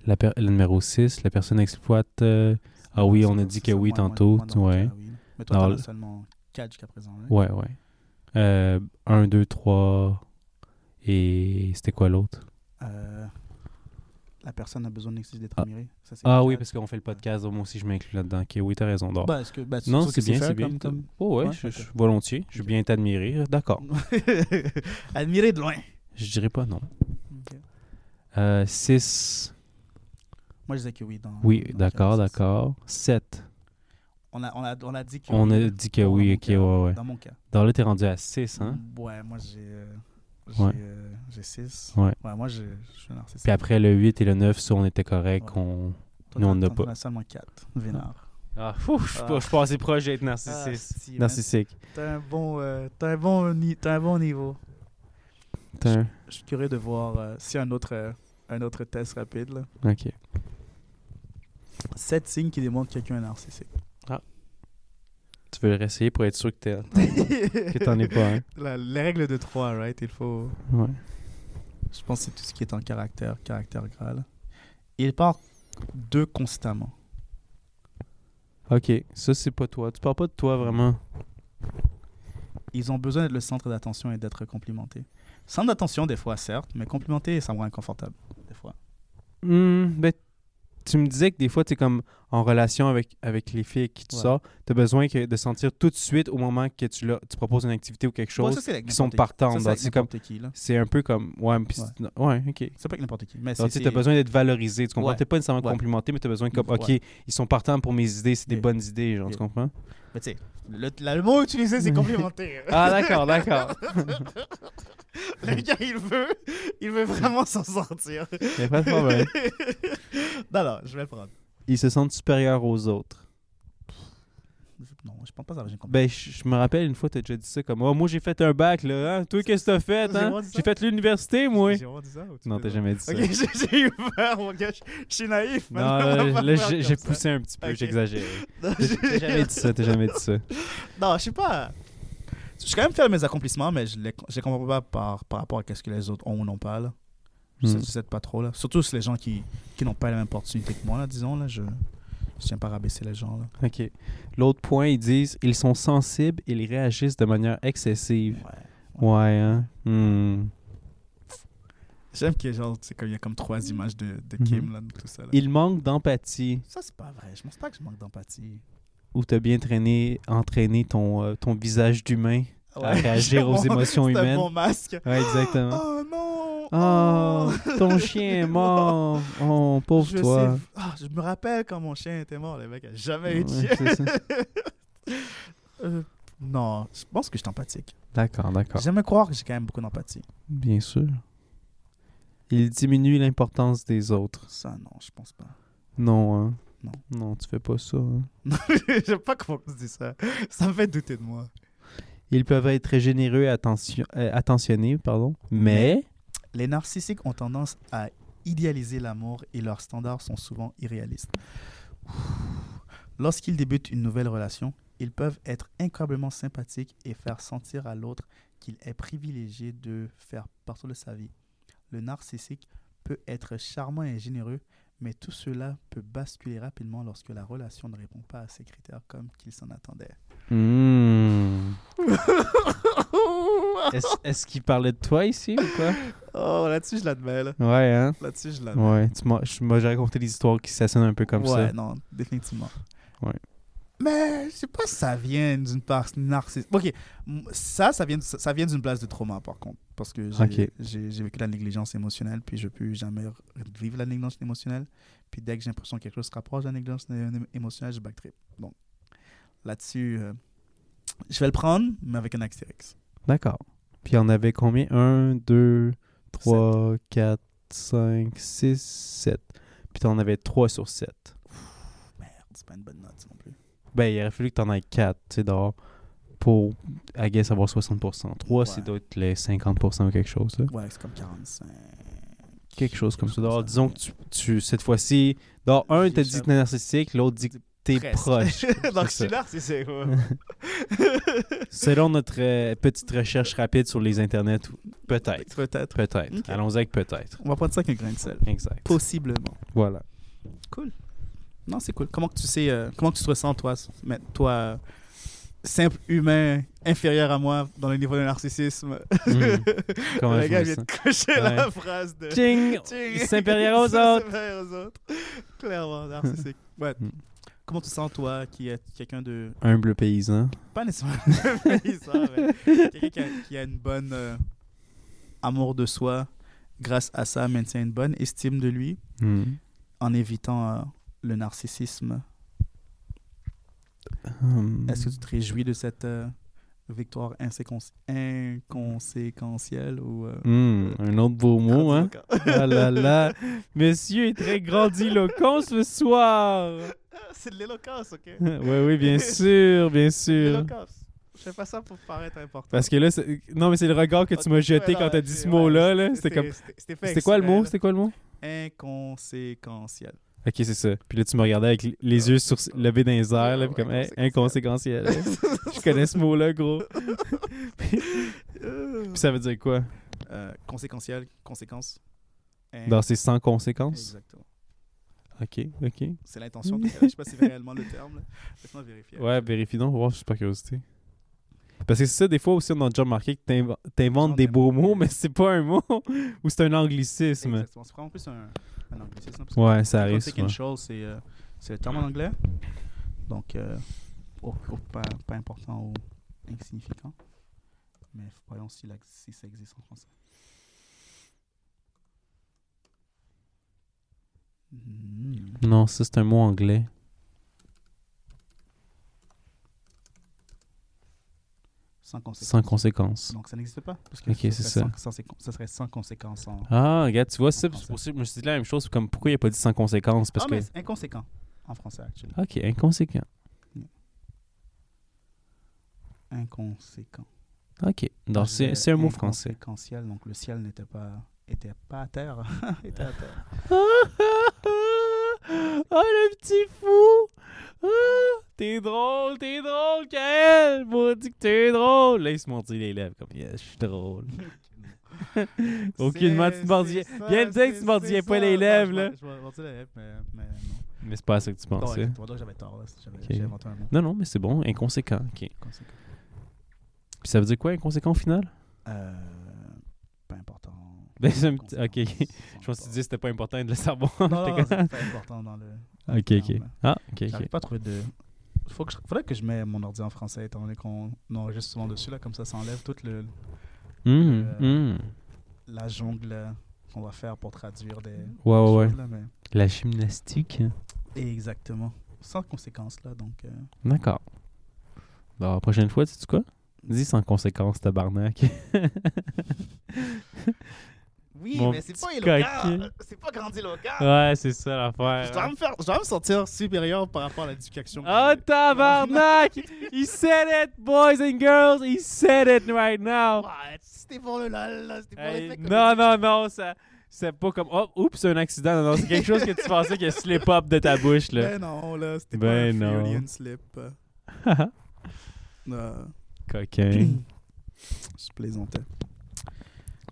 Speaker 2: La, per- la numéro 6, la personne exploite. euh, Ah oui, on a
Speaker 1: C'est-
Speaker 2: dit
Speaker 1: c'est
Speaker 2: que
Speaker 1: ça,
Speaker 2: oui
Speaker 1: moi- moi-
Speaker 2: tantôt,
Speaker 1: moi, non,
Speaker 2: ouais.
Speaker 1: que oui. Mais toi,
Speaker 2: Alors,
Speaker 1: t'en
Speaker 2: le-
Speaker 1: as seulement 4 jusqu'à présent. hein?
Speaker 2: ouais, ouais. Euh, 1, 2, 3. Et c'était quoi l'autre
Speaker 1: Euh, la personne a besoin d'exister d'être admirée. Ça, c'est
Speaker 2: Ah oui,
Speaker 1: quatre.
Speaker 2: parce qu'on fait le podcast, donc moi aussi je m'inclus là-dedans. Ok, oui, t'as raison. d'or.
Speaker 1: Bah, est-ce que, bah, tu
Speaker 2: non,
Speaker 1: trouves
Speaker 2: c'est
Speaker 1: que
Speaker 2: bien,
Speaker 1: fair
Speaker 2: c'est bien.
Speaker 1: comme- comme-
Speaker 2: Oh, ouais,
Speaker 1: Ouais,
Speaker 2: je,
Speaker 1: ok.
Speaker 2: je- volontiers. Je veux bien t'admirer. D'accord.
Speaker 1: [laughs] Admirer de loin.
Speaker 2: Je dirais pas non. Euh,
Speaker 1: Ok.
Speaker 2: 6.
Speaker 1: Moi, je disais que oui. Dans,
Speaker 2: Oui,
Speaker 1: dans le
Speaker 2: d'accord,
Speaker 1: cas,
Speaker 2: d'accord. 7.
Speaker 1: On a, on, a, on a dit que
Speaker 2: On
Speaker 1: oui,
Speaker 2: a
Speaker 1: là.
Speaker 2: dit que
Speaker 1: Dans
Speaker 2: oui,
Speaker 1: Oh, mon
Speaker 2: ok,
Speaker 1: cas,
Speaker 2: ouais, ouais.
Speaker 1: Dans mon cas.
Speaker 2: Dans là, t'es rendu à 6, hein?
Speaker 1: Ouais, moi, j'ai... euh,
Speaker 2: Ouais.
Speaker 1: J'ai 6.
Speaker 2: Ouais.
Speaker 1: moi, j'ai- je suis un narcissique.
Speaker 2: Puis après le 8 et le 9, ça, on était correct.
Speaker 1: Ouais.
Speaker 2: On...
Speaker 1: Toi,
Speaker 2: nous, on
Speaker 1: t'en-
Speaker 2: n'a
Speaker 1: t'en
Speaker 2: pas.
Speaker 1: as seulement 4. Vénard.
Speaker 2: Ah, fou, je suis pas- je suis pas assez proche d'être narcissique.
Speaker 1: Ah, si, man.
Speaker 2: narcissique.
Speaker 1: T'as un, bon, euh, t'as un, bon, ni- t'as un bon niveau.
Speaker 2: T'as un-
Speaker 1: Je suis curieux de voir euh, si un autre, euh, un autre test rapide. Là.
Speaker 2: Ok.
Speaker 1: 7 signes qui démontrent que quelqu'un est narcissique.
Speaker 2: Tu veux le réessayer pour être sûr que t'es- que t'en es pas un.
Speaker 1: La- les règles de 3, right? Il faut.
Speaker 2: Ouais.
Speaker 1: Je pense que c'est tout ce qui est en caractère, caractère graal. Il part deux constamment.
Speaker 2: Ok, ça, c'est pas toi. Tu parles pas de toi vraiment.
Speaker 1: Ils ont besoin d'être le centre d'attention et d'être complimentés. Centre d'attention, des fois, certes, mais complimenté, ça me rend inconfortable, des fois.
Speaker 2: Hmm, ben, tu me disais que des fois, tu es comme en relation avec, avec les filles avec qui tu
Speaker 1: Ouais.
Speaker 2: sors, tu as besoin que- de sentir tout de suite au moment que tu, leur- tu proposes une activité ou quelque
Speaker 1: Ouais,
Speaker 2: chose.
Speaker 1: ça, c'est avec
Speaker 2: qui sont
Speaker 1: n'importe qui.
Speaker 2: partantes,
Speaker 1: Ça,
Speaker 2: dans-
Speaker 1: C'est
Speaker 2: c'est
Speaker 1: avec n'importe qui, là.
Speaker 2: c'est un peu comme. Ouais, pis c'est- ouais ok.
Speaker 1: C'est pas avec n'importe qui. Mais
Speaker 2: Donc,
Speaker 1: c'est-
Speaker 2: Ah, tu as
Speaker 1: c'est-
Speaker 2: besoin d'être valorisé. Tu comprends?
Speaker 1: Ouais.
Speaker 2: Tu pas nécessairement
Speaker 1: Ouais.
Speaker 2: complimenté, mais tu as besoin comme, OK,
Speaker 1: Ouais.
Speaker 2: ils sont partants pour mes idées, c'est des
Speaker 1: Yeah.
Speaker 2: bonnes idées, genre, tu
Speaker 1: Yeah.
Speaker 2: comprends?
Speaker 1: Mais tu sais, le, la- le mot utilisé, c'est complimenté.
Speaker 2: Ah, d'accord, d'accord.
Speaker 1: [laughs] le gars, il veut, il veut vraiment s'en sortir.
Speaker 2: Y a pas de problème.
Speaker 1: [laughs] non, non, je vais le prendre.
Speaker 2: Ils se sentent supérieurs aux autres.
Speaker 1: Non, je pense pas que ça va, j'ai compris.
Speaker 2: Ben, je je me rappelle une fois, tu as déjà dit ça comme, oh, moi, j'ai fait un bac, là. Hein? Toi, qu'est-ce que tu as fait?
Speaker 1: J'ai
Speaker 2: Hein?
Speaker 1: vraiment dit ça?
Speaker 2: J'ai fait l'université, moi.
Speaker 1: J'ai vraiment dit ça ou tu
Speaker 2: Non,
Speaker 1: fais
Speaker 2: t'as
Speaker 1: ça?
Speaker 2: jamais dit ça.
Speaker 1: Ok, [laughs] j'ai- j'ai eu peur, mon gars. Je je suis
Speaker 2: [laughs]
Speaker 1: naïf. [laughs]
Speaker 2: Non,
Speaker 1: maintenant, on va
Speaker 2: là,
Speaker 1: pas
Speaker 2: là,
Speaker 1: faire
Speaker 2: j'ai
Speaker 1: comme
Speaker 2: j'ai
Speaker 1: ça.
Speaker 2: poussé un petit peu,
Speaker 1: Ok.
Speaker 2: j'exagère.
Speaker 1: [laughs] Non,
Speaker 2: T'as
Speaker 1: j'ai-
Speaker 2: jamais dit ça, t'as jamais dit ça.
Speaker 1: Non, je sais pas. Je suis quand même fier de mes accomplissements, mais je les, je les comprends pas par, par rapport à ce que les autres ont ou n'ont pas. Là. Je
Speaker 2: Hmm.
Speaker 1: sais- je sais pas trop. Là. Surtout si les gens qui, qui n'ont pas la même opportunité que moi, là, disons. Là, je ne tiens pas à rabaisser les gens. Là.
Speaker 2: OK. L'autre point, ils disent ils sont sensibles et ils réagissent de manière excessive.
Speaker 1: Ouais.
Speaker 2: Ouais, hein? Hmm.
Speaker 1: J'aime que genre, tu sais, comme il y a comme trois
Speaker 2: Hmm.
Speaker 1: images de, de Kim,
Speaker 2: Mhm.
Speaker 1: là, de tout ça. Là.
Speaker 2: Ils manquent d'empathie
Speaker 1: Ça, c'est pas vrai. Je pense pas que je manque d'empathie.
Speaker 2: ou t'as bien traîné, entraîné ton, euh, ton visage d'humain à réagir aux
Speaker 1: [laughs] C'est un bon-
Speaker 2: émotions
Speaker 1: C'est un
Speaker 2: humaines. Hein?
Speaker 1: bon masque.
Speaker 2: Ouais, exactement.
Speaker 1: Oh non!
Speaker 2: Oh, ton chien est [laughs] mort. Oh, pauvre
Speaker 1: je
Speaker 2: toi.
Speaker 1: sais- Ah, je me rappelle quand mon chien était mort, le mec a jamais eu de
Speaker 2: Ouais,
Speaker 1: chien.
Speaker 2: c'est ça.
Speaker 1: Euh, non, je pense que je suis empathique.
Speaker 2: D'accord, d'accord.
Speaker 1: J'aime croire que j'ai quand même beaucoup d'empathie.
Speaker 2: Bien sûr. Il diminue l'importance des autres.
Speaker 1: Ça, non, je pense pas. [laughs]
Speaker 2: Non, hein?
Speaker 1: Non.
Speaker 2: Non, tu fais pas ça. hein.
Speaker 1: J'aime pas comment on se dit ça. Ça me fait douter de moi.
Speaker 2: Ils peuvent être très généreux et attention- euh, attentionnés, pardon, mais
Speaker 1: Les narcissiques ont tendance à idéaliser l'amour et leurs standards sont souvent irréalistes. Ouh. Lorsqu'ils débutent une nouvelle relation, ils peuvent être incroyablement sympathiques et faire sentir à l'autre qu'il est privilégié de faire partie de sa vie. Le narcissique peut être charmant et généreux, mais tout cela peut basculer rapidement lorsque la relation ne répond pas à ses critères comme qu'il s'en attendait.
Speaker 2: Hmm. [laughs] Est-ce est-ce qu'il parlait de toi ici ou quoi?
Speaker 1: [laughs] Oh, là-dessus, je l'admets. là.
Speaker 2: Ouais, hein?
Speaker 1: Là-dessus, je l'admets.
Speaker 2: Ouais, tu m'as je m'as déjà raconté des histoires qui s'assonnent un peu comme
Speaker 1: ouais,
Speaker 2: ça.
Speaker 1: non, définitivement.
Speaker 2: Ouais.
Speaker 1: Mais je sais pas si ça vient d'une part narcissique. Ok, m- ça, ça vient, ça vient d'une place de trauma, par contre. Parce que j'ai
Speaker 2: Ok.
Speaker 1: j'ai- j'ai vécu la négligence émotionnelle, puis je peux jamais re- vivre la négligence émotionnelle. Puis dès que j'ai l'impression que quelque chose se rapproche de la négligence é- émotionnelle, je backtrip. Donc, là-dessus, euh, je vais le prendre, mais avec un astérix.
Speaker 2: D'accord. Puis il y en avait combien? 1, 2, 3, 4, 5, 6, 7. Puis t'en avais 3 sur 7.
Speaker 1: Merde, c'est pas une bonne note non plus.
Speaker 2: Ben, il aurait fallu que t'en aies 4, tu sais, dehors. pour, I guess, avoir 60%. 3,
Speaker 1: Ouais.
Speaker 2: c'est d'autres les 50% ou quelque chose. là.
Speaker 1: Ouais, c'est comme 45.
Speaker 2: Quelque chose comme ça.
Speaker 1: Comme
Speaker 2: Dehors,
Speaker 1: ça.
Speaker 2: disons que tu, tu- cette fois-ci, dans un,
Speaker 1: J'ai
Speaker 2: t'as dit que
Speaker 1: échappé.
Speaker 2: t'es narcissique, l'autre dit que t'es
Speaker 1: Presque. [laughs]
Speaker 2: proche. C'est
Speaker 1: Donc, je suis
Speaker 2: ça.
Speaker 1: narcissique. ouais.
Speaker 2: Selon notre euh, petite recherche rapide sur les internets, peut-être.
Speaker 1: Peut-être.
Speaker 2: Peut-être.
Speaker 1: Ok.
Speaker 2: Allons-y avec peut-être.
Speaker 1: On va prendre ça avec un grain de sel.
Speaker 2: Exact.
Speaker 1: Possiblement.
Speaker 2: Voilà.
Speaker 1: Non, c'est cool. Comment que tu sais, euh, comment que tu te ressens, toi, s- mais toi euh, simple humain inférieur à moi dans le niveau de narcissisme? [laughs]
Speaker 2: Mhm. Comment
Speaker 1: le
Speaker 2: je
Speaker 1: gars
Speaker 2: me
Speaker 1: vient
Speaker 2: sens?
Speaker 1: de cocher la phrase de.
Speaker 2: Ching!
Speaker 1: Ting.
Speaker 2: Il s'intéresse aux autres.
Speaker 1: [laughs] Il s'intéresse aux autres.
Speaker 2: [laughs]
Speaker 1: Clairement, narcissique. Ouais.
Speaker 2: Mm.
Speaker 1: Comment tu sens, toi, qui est quelqu'un de.
Speaker 2: Humble paysan.
Speaker 1: Pas nécessairement [laughs] un paysan, mais quelqu'un qui a- qui, a une bonne euh, amour de soi, grâce à ça, maintient une bonne estime de lui
Speaker 2: Mhm.
Speaker 1: en évitant euh, le narcissisme.
Speaker 2: Hum.
Speaker 1: Est-ce que tu te réjouis de cette euh, victoire inséquence- inconséquentielle ou. euh,
Speaker 2: Hum, un autre beau mot, hein? Ah là là, monsieur est très grandiloquent ce [laughs] soir.
Speaker 1: [laughs] C'est de l'éloquence, ok?
Speaker 2: Oui, oui, bien sûr, bien sûr.
Speaker 1: L'éloquence. Je fais pas ça pour paraître important.
Speaker 2: Parce que là, c'est- non, mais Ah, c'est le regard que tu m'as jeté quand t'as dit ce mot-là. Là. C'était comme, c'était quoi le mot? C'était quoi le mot?
Speaker 1: [laughs] Inconséquentiel.
Speaker 2: Ok, c'est ça. Puis là, tu me regardais avec les yeux sur... levés dans les airs, là, puis comme, Hey, inconséquentiel. [laughs] Je connais ce mot-là, gros. Puis ça veut dire quoi?
Speaker 1: Euh, conséquentiel, conséquence. In-
Speaker 2: Dans c'est sans conséquences?
Speaker 1: Exactement.
Speaker 2: Ok, ok.
Speaker 1: C'est l'intention. de- Je sais pas si c'est réellement le terme. là. Laisse-moi vérifier.
Speaker 2: Ouais, vérifie donc, pour voir, je suis par curiosité. Parce que c'est ça, des fois aussi, on a déjà remarqué que t'inv- t'inventes des beaux mots, mais c'est pas un mot [laughs] ou c'est un anglicisme.
Speaker 1: Exactement. C'est vraiment plus un, un anglicisme. parce que
Speaker 2: Ouais, ça arrive. souvent.
Speaker 1: Second show, c'est euh, c'est le terme en anglais. Donc, euh, oh, oh, pas, pas important ou insignifiant. Mais voyons si, la- si ça existe en français. Hmm.
Speaker 2: Non, ça c'est un mot anglais.
Speaker 1: Sans conséquence.
Speaker 2: Sans conséquence.
Speaker 1: Donc, ça n'existe pas. Parce
Speaker 2: Ok, c'est
Speaker 1: serait
Speaker 2: ça.
Speaker 1: sans- sans séquen- ça serait sans conséquence. En...
Speaker 2: Ah, regarde, tu vois, ça,
Speaker 1: Sans
Speaker 2: c'est pour ça que je me suis dit la même chose. Comme pourquoi il a pas dit sans conséquence Parce
Speaker 1: Ah,
Speaker 2: que.
Speaker 1: mais c'est inconséquent en français, actuellement.
Speaker 2: Ok, inconséquent. Ah.
Speaker 1: Inconséquent.
Speaker 2: Ok.
Speaker 1: Ah,
Speaker 2: Non, c'est c'est un mot français.
Speaker 1: Inconséquentiel, donc le ciel n'était pas, était pas à terre. [laughs] était à terre.
Speaker 2: [laughs] Ah, le petit fou! Ah, t'es drôle, t'es drôle, Kael! Maudit que t'es drôle! Là, il se mordit les lèvres comme, yes, je suis drôle. Aucunement, tu te mordillais. Bien me dire que tu te mordillais pas les lèvres, là.
Speaker 1: Je me mordis les lèvres, mais, mais non.
Speaker 2: Mais c'est pas à ça que tu
Speaker 1: Non,
Speaker 2: pensais.
Speaker 1: exactement, donc j'avais tort, là. J'avais
Speaker 2: Ok.
Speaker 1: j'ai inventé un mot.
Speaker 2: Non, non, mais c'est bon, inconséquent. Ok. Puis
Speaker 1: Conséquent.
Speaker 2: ça veut dire quoi, inconséquent au final? [laughs]
Speaker 1: Euh, pas important.
Speaker 2: Ben, c'est un petit-
Speaker 1: Conséquence,
Speaker 2: ok, ok.
Speaker 1: sans
Speaker 2: Je me suis
Speaker 1: rapport.
Speaker 2: dit, c'était pas important de le savoir.
Speaker 1: Non, non,
Speaker 2: J'étais
Speaker 1: non,
Speaker 2: comme-
Speaker 1: c'est pas
Speaker 2: [laughs]
Speaker 1: important dans le. dans le
Speaker 2: ok, ok.
Speaker 1: terme.
Speaker 2: Ah, ok, ok.
Speaker 1: J'arrive pas à trouver de. Faut que je... Faudrait que je mette mon ordi en français, étant donné qu'on enregistre souvent dessus, là, comme ça, ça enlève toute le...
Speaker 2: Hum,
Speaker 1: Euh,
Speaker 2: hum.
Speaker 1: la jungle euh, qu'on va faire pour traduire des.
Speaker 2: Ouais, ouais, Oh, ouais.
Speaker 1: choses, là, mais-
Speaker 2: La gymnastique.
Speaker 1: Exactement. Sans conséquence, là, donc. euh,
Speaker 2: D'accord. Alors, la prochaine fois, tu sais quoi? Dis sans conséquence, tabarnak. [laughs]
Speaker 1: Oui,
Speaker 2: Mon
Speaker 1: mais c'est
Speaker 2: petit
Speaker 1: pas éloquent. Euh,
Speaker 2: coquin.
Speaker 1: C'est pas grandiloquent.
Speaker 2: ouais, c'est ça
Speaker 1: Je, dois
Speaker 2: l'affaire. hein.
Speaker 1: me faire- je dois me sentir supérieur par rapport à l'éducation. que
Speaker 2: Oh,
Speaker 1: j'ai.
Speaker 2: tabarnak! He said it, boys and girls! He said it right now!
Speaker 1: Ouais, C'était pour le lol, là, c'était pour
Speaker 2: Hey,
Speaker 1: l'effet comique.
Speaker 2: non, non, non, ça... C'est pas comme... Oh, oups, c'est un accident. Non, non, c'est quelque chose que tu pensais que slip-up de ta bouche,
Speaker 1: [laughs]
Speaker 2: là.
Speaker 1: Ben non, là, c'était
Speaker 2: Ben
Speaker 1: pas un
Speaker 2: non. [laughs]
Speaker 1: Freudian slip. Euh,
Speaker 2: Coquin.
Speaker 1: je plaisantais.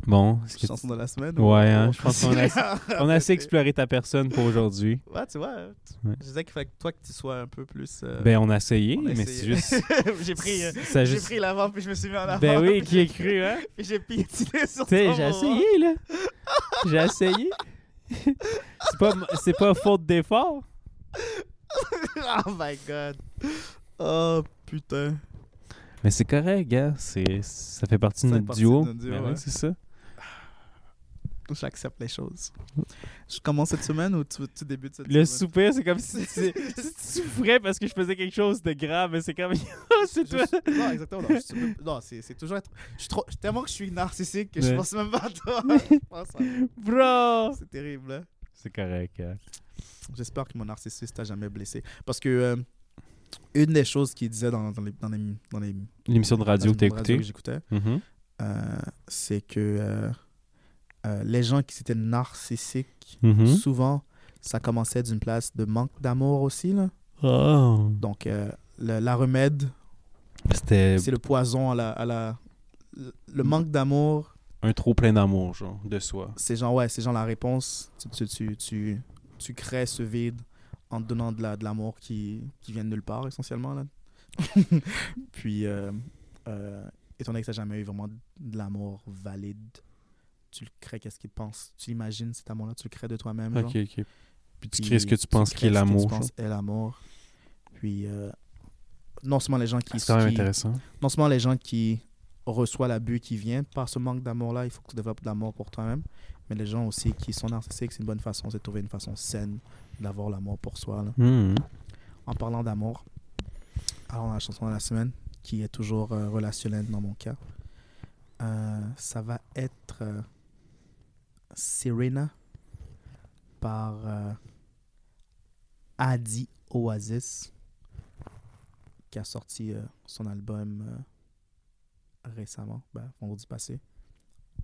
Speaker 2: Bon, est-ce que
Speaker 1: Chanson de la semaine.
Speaker 2: Ouais, hein, je pense
Speaker 1: [laughs]
Speaker 2: qu'on a-
Speaker 1: a,
Speaker 2: on a assez exploré ta personne pour aujourd'hui.
Speaker 1: Ouais, tu vois, hein, tu-
Speaker 2: Ouais.
Speaker 1: je disais qu'il fallait que toi que tu sois un peu plus. euh,
Speaker 2: Ben, on a essayé,
Speaker 1: on a
Speaker 2: mais c'est
Speaker 1: essayé.
Speaker 2: juste...
Speaker 1: [laughs] j'ai pris, euh,
Speaker 2: ça
Speaker 1: j'ai
Speaker 2: juste-
Speaker 1: pris l'avant puis je me suis mis en avant.
Speaker 2: Ben oui,
Speaker 1: puis
Speaker 2: qui est cru,
Speaker 1: [laughs]
Speaker 2: hein?
Speaker 1: j'ai- puis j'ai piétiné [laughs] sur
Speaker 2: Tu sais,
Speaker 1: ton
Speaker 2: j'ai
Speaker 1: moment.
Speaker 2: essayé, là. J'ai essayé. [laughs] c'est pas, c'est pas faute d'effort.
Speaker 1: [laughs] oh my god. Oh putain.
Speaker 2: Mais c'est correct, gars. C'est, ça fait partie de
Speaker 1: Ça fait
Speaker 2: notre
Speaker 1: partie
Speaker 2: duo.
Speaker 1: de notre duo,
Speaker 2: Ben oui,
Speaker 1: ouais.
Speaker 2: c'est ça.
Speaker 1: J'accepte les choses. Je commence cette semaine ou tu, tu débutes cette
Speaker 2: Le
Speaker 1: semaine?
Speaker 2: soupir, c'est comme si tu, si tu souffrais parce que je faisais quelque chose de grave. Mais c'est comme. [laughs] c'est toi.
Speaker 1: Je- Non, exactement. Non, je suis même- non, c'est c'est toujours être. Je suis trop... Tellement que je suis narcissique que je
Speaker 2: Ouais.
Speaker 1: pense même pas
Speaker 2: [laughs]
Speaker 1: à toi. Je pense à-
Speaker 2: Bro!
Speaker 1: C'est terrible. hein.
Speaker 2: C'est correct, gars.
Speaker 1: J'espère que mon narcissiste t'a jamais blessé. Parce que euh, une des choses qu'il disait dans, dans les, dans les, dans les-
Speaker 2: L'émission de radio
Speaker 1: dans
Speaker 2: que t'as
Speaker 1: les radios
Speaker 2: écoutée.
Speaker 1: que j'écoutais,
Speaker 2: Mhm.
Speaker 1: euh, c'est que euh, euh, les gens qui étaient narcissiques,
Speaker 2: Mhm.
Speaker 1: souvent, ça commençait d'une place de manque d'amour aussi. Là.
Speaker 2: Oh.
Speaker 1: Donc, euh, le- la remède,
Speaker 2: C'était
Speaker 1: c'est le poison à la. à la- le manque d'amour,
Speaker 2: un trop plein d'amour, genre, de soi.
Speaker 1: c'est genre, ouais, c'est genre la réponse. Tu, tu, tu, tu, tu crées ce vide en te donnant de la- de l'amour qui, qui vient de nulle part, essentiellement. Là. [laughs] Puis, euh, euh, étant donné que tu jamais eu vraiment de l'amour valide, tu le crées, qu'est-ce qu'il pense Tu imagines cet amour-là, tu le crées de toi-même. genre.
Speaker 2: Ok, ok. Puis tu
Speaker 1: Puis
Speaker 2: crées ce que tu penses
Speaker 1: crées
Speaker 2: qui est
Speaker 1: ce que tu
Speaker 2: l'amour. genre.
Speaker 1: penses est l'amour. Puis, euh, non seulement les gens qui,
Speaker 2: Ah, C'est quand même
Speaker 1: qui-
Speaker 2: intéressant.
Speaker 1: non seulement les gens qui reçoivent l'abus qui vient par ce manque d'amour-là, il faut que tu développes de l'amour pour toi-même, mais les gens aussi qui sont narcissiques, c'est une bonne façon, c'est de trouver une façon saine d'avoir l'amour pour soi. là.
Speaker 2: Mhm.
Speaker 1: En parlant d'amour, alors la chanson de la semaine, qui est toujours euh, relationnelle dans mon cas, euh, ça va être euh, Serena par euh, Adi Oasis, qui a sorti euh, son album euh, récemment, ben, vendredi passé.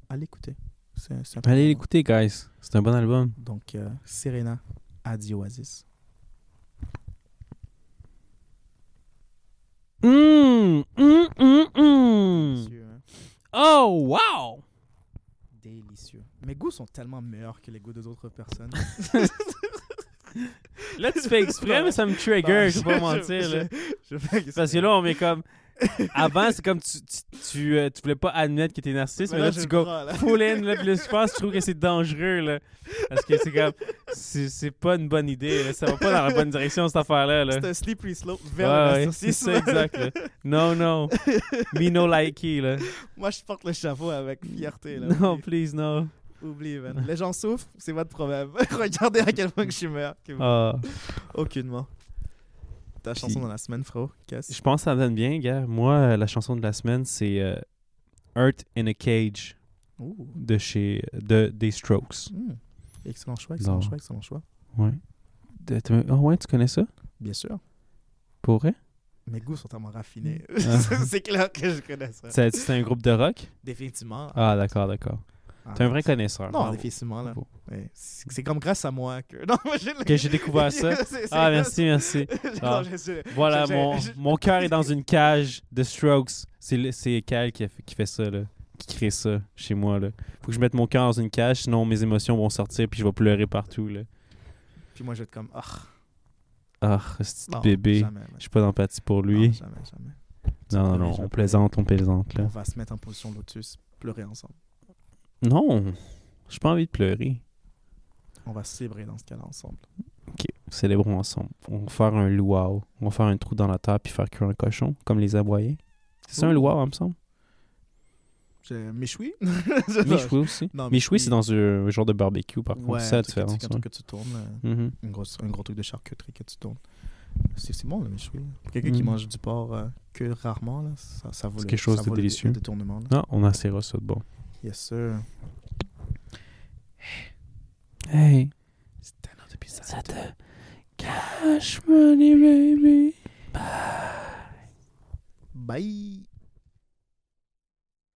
Speaker 1: Allez écouter. C'est- c'est important.
Speaker 2: Allez l'écouter, guys. C'est un bon album.
Speaker 1: Donc, euh, Serena, Adi Oasis.
Speaker 2: Mm,
Speaker 4: Hum, hum, hum,
Speaker 2: Hmm.
Speaker 4: hum.
Speaker 1: Sur, euh,
Speaker 4: Oh, wow!
Speaker 1: délicieux. Mes goûts sont tellement meilleurs que les goûts des
Speaker 3: [laughs]
Speaker 1: autres personnes.
Speaker 3: Là, tu fais exprès, mais ça me trigger, je vais pas
Speaker 1: [laughs]
Speaker 3: mentir. là. Parce que là, on est comme. Avant, c'est comme tu, tu, tu, euh, tu voulais pas admettre que t'es narcissiste, mais, là, tu go full in, là, puis là, je pense, je trouve que c'est dangereux, là. Parce que c'est comme. C'est c'est pas une bonne idée, là. Ça va pas dans la bonne direction, cette affaire-là, là.
Speaker 1: [laughs] C'est un slippery slope
Speaker 3: Ouais,
Speaker 1: vers le
Speaker 3: ouais, c'est
Speaker 1: narcissisme.
Speaker 3: ça,
Speaker 1: [laughs]
Speaker 3: exact, là. Non, non. Me no likey, là.
Speaker 1: Moi, je porte le chapeau avec fierté. Là.
Speaker 3: Non,
Speaker 1: Oublie-
Speaker 3: please, non.
Speaker 1: Oublie, man. Les gens souffrent, c'est votre problème. [laughs] Regardez à quel point que je suis meilleur que vous.
Speaker 3: Ah.
Speaker 1: Aucunement. Ta chanson
Speaker 2: Puis-
Speaker 1: dans la semaine, frérot. Qu'est-ce
Speaker 3: Je pense que ça me donne bien, gars. Moi, euh, la chanson de la semaine, c'est euh, Earth in a Cage
Speaker 1: Ouh.
Speaker 3: de chez de, des Strokes.
Speaker 1: Hmm. Excellent choix, excellent
Speaker 2: Non.
Speaker 1: choix, excellent choix.
Speaker 2: Ouais. De- t'as- Ah ouais, tu connais ça?
Speaker 1: Bien sûr.
Speaker 2: Pour vrai?
Speaker 1: Mes goûts sont tellement raffinés.
Speaker 2: Ah.
Speaker 1: [laughs] c'est clair que je connais ça.
Speaker 2: C'est c'est un groupe de rock?
Speaker 1: Définitivement.
Speaker 2: Ah, d'accord, d'accord.
Speaker 1: Ah,
Speaker 2: T'es un vrai connaisseur.
Speaker 1: Non,
Speaker 2: bravo.
Speaker 1: définitivement, là.
Speaker 2: Bravo.
Speaker 1: Ouais. C'est c'est comme grâce à moi que. [laughs] Non, moi, j'ai-
Speaker 3: Que j'ai
Speaker 1: [laughs]
Speaker 3: découvert ça.
Speaker 1: C'est- c'est
Speaker 2: Ah,
Speaker 1: grâce-
Speaker 2: merci, merci.
Speaker 1: [laughs]
Speaker 2: Ah.
Speaker 1: Non, je sais.
Speaker 2: Voilà,
Speaker 1: Je- je-
Speaker 2: mon,
Speaker 1: je-
Speaker 2: mon cœur est dans une cage de Strokes. C'est le- C'est Cal qui, a fait- qui fait ça, là. Qui crée ça chez moi, là. Faut que je mette mon cœur dans une cage, sinon mes émotions vont sortir puis je vais pleurer partout, là.
Speaker 1: Puis moi, je vais être comme. Ah,
Speaker 2: Ah, ce
Speaker 1: non,
Speaker 2: petit bébé.
Speaker 1: Jamais, man.
Speaker 2: Je suis pas d'empathie pour
Speaker 1: Non,
Speaker 2: lui.
Speaker 1: jamais, jamais.
Speaker 2: Non, non,
Speaker 1: jamais,
Speaker 2: non,
Speaker 1: je
Speaker 2: on
Speaker 1: vais
Speaker 2: plaisante, on plaisante,
Speaker 1: On
Speaker 2: là.
Speaker 1: va se mettre en position lotus, pleurer ensemble.
Speaker 2: Non, j'ai pas envie de pleurer.
Speaker 1: On va célébrer dans ce cas-là ensemble.
Speaker 2: Ok, célébrons ensemble. On va faire un luau. On va faire un trou dans la terre puis faire cuire un cochon, comme les aboyés. C'est ça un
Speaker 1: Ouh.
Speaker 2: luau, il me
Speaker 1: [laughs]
Speaker 2: semble?
Speaker 1: Je... [laughs] Méchoui
Speaker 2: Michoui aussi.
Speaker 1: Non,
Speaker 2: Michoui,
Speaker 1: Michoui-
Speaker 2: c'est dans un genre de barbecue, par contre.
Speaker 1: Ouais,
Speaker 2: C'est
Speaker 1: un
Speaker 2: la
Speaker 1: truc que tu-
Speaker 2: différence.
Speaker 1: Un
Speaker 2: ouais.
Speaker 1: truc que tu tournes, là.
Speaker 2: Mhm.
Speaker 1: Une grosse, un gros truc de charcuterie que tu tournes. C'est c'est bon, le méchoui. Pour quelqu'un qui
Speaker 2: Mm.
Speaker 1: mange du porc euh, que rarement, là, ça, ça vaut
Speaker 2: C'est
Speaker 1: le-
Speaker 2: quelque chose
Speaker 1: ça
Speaker 2: de
Speaker 1: vaut le dé-
Speaker 2: délicieux.
Speaker 1: Le détournement, là.
Speaker 2: Non, Ah, on essaiera ça de bon.
Speaker 1: Yes, sir.
Speaker 2: Hey.
Speaker 1: C'est un autre épisode.
Speaker 2: Ça te Bah. cash money, baby.
Speaker 1: Bye.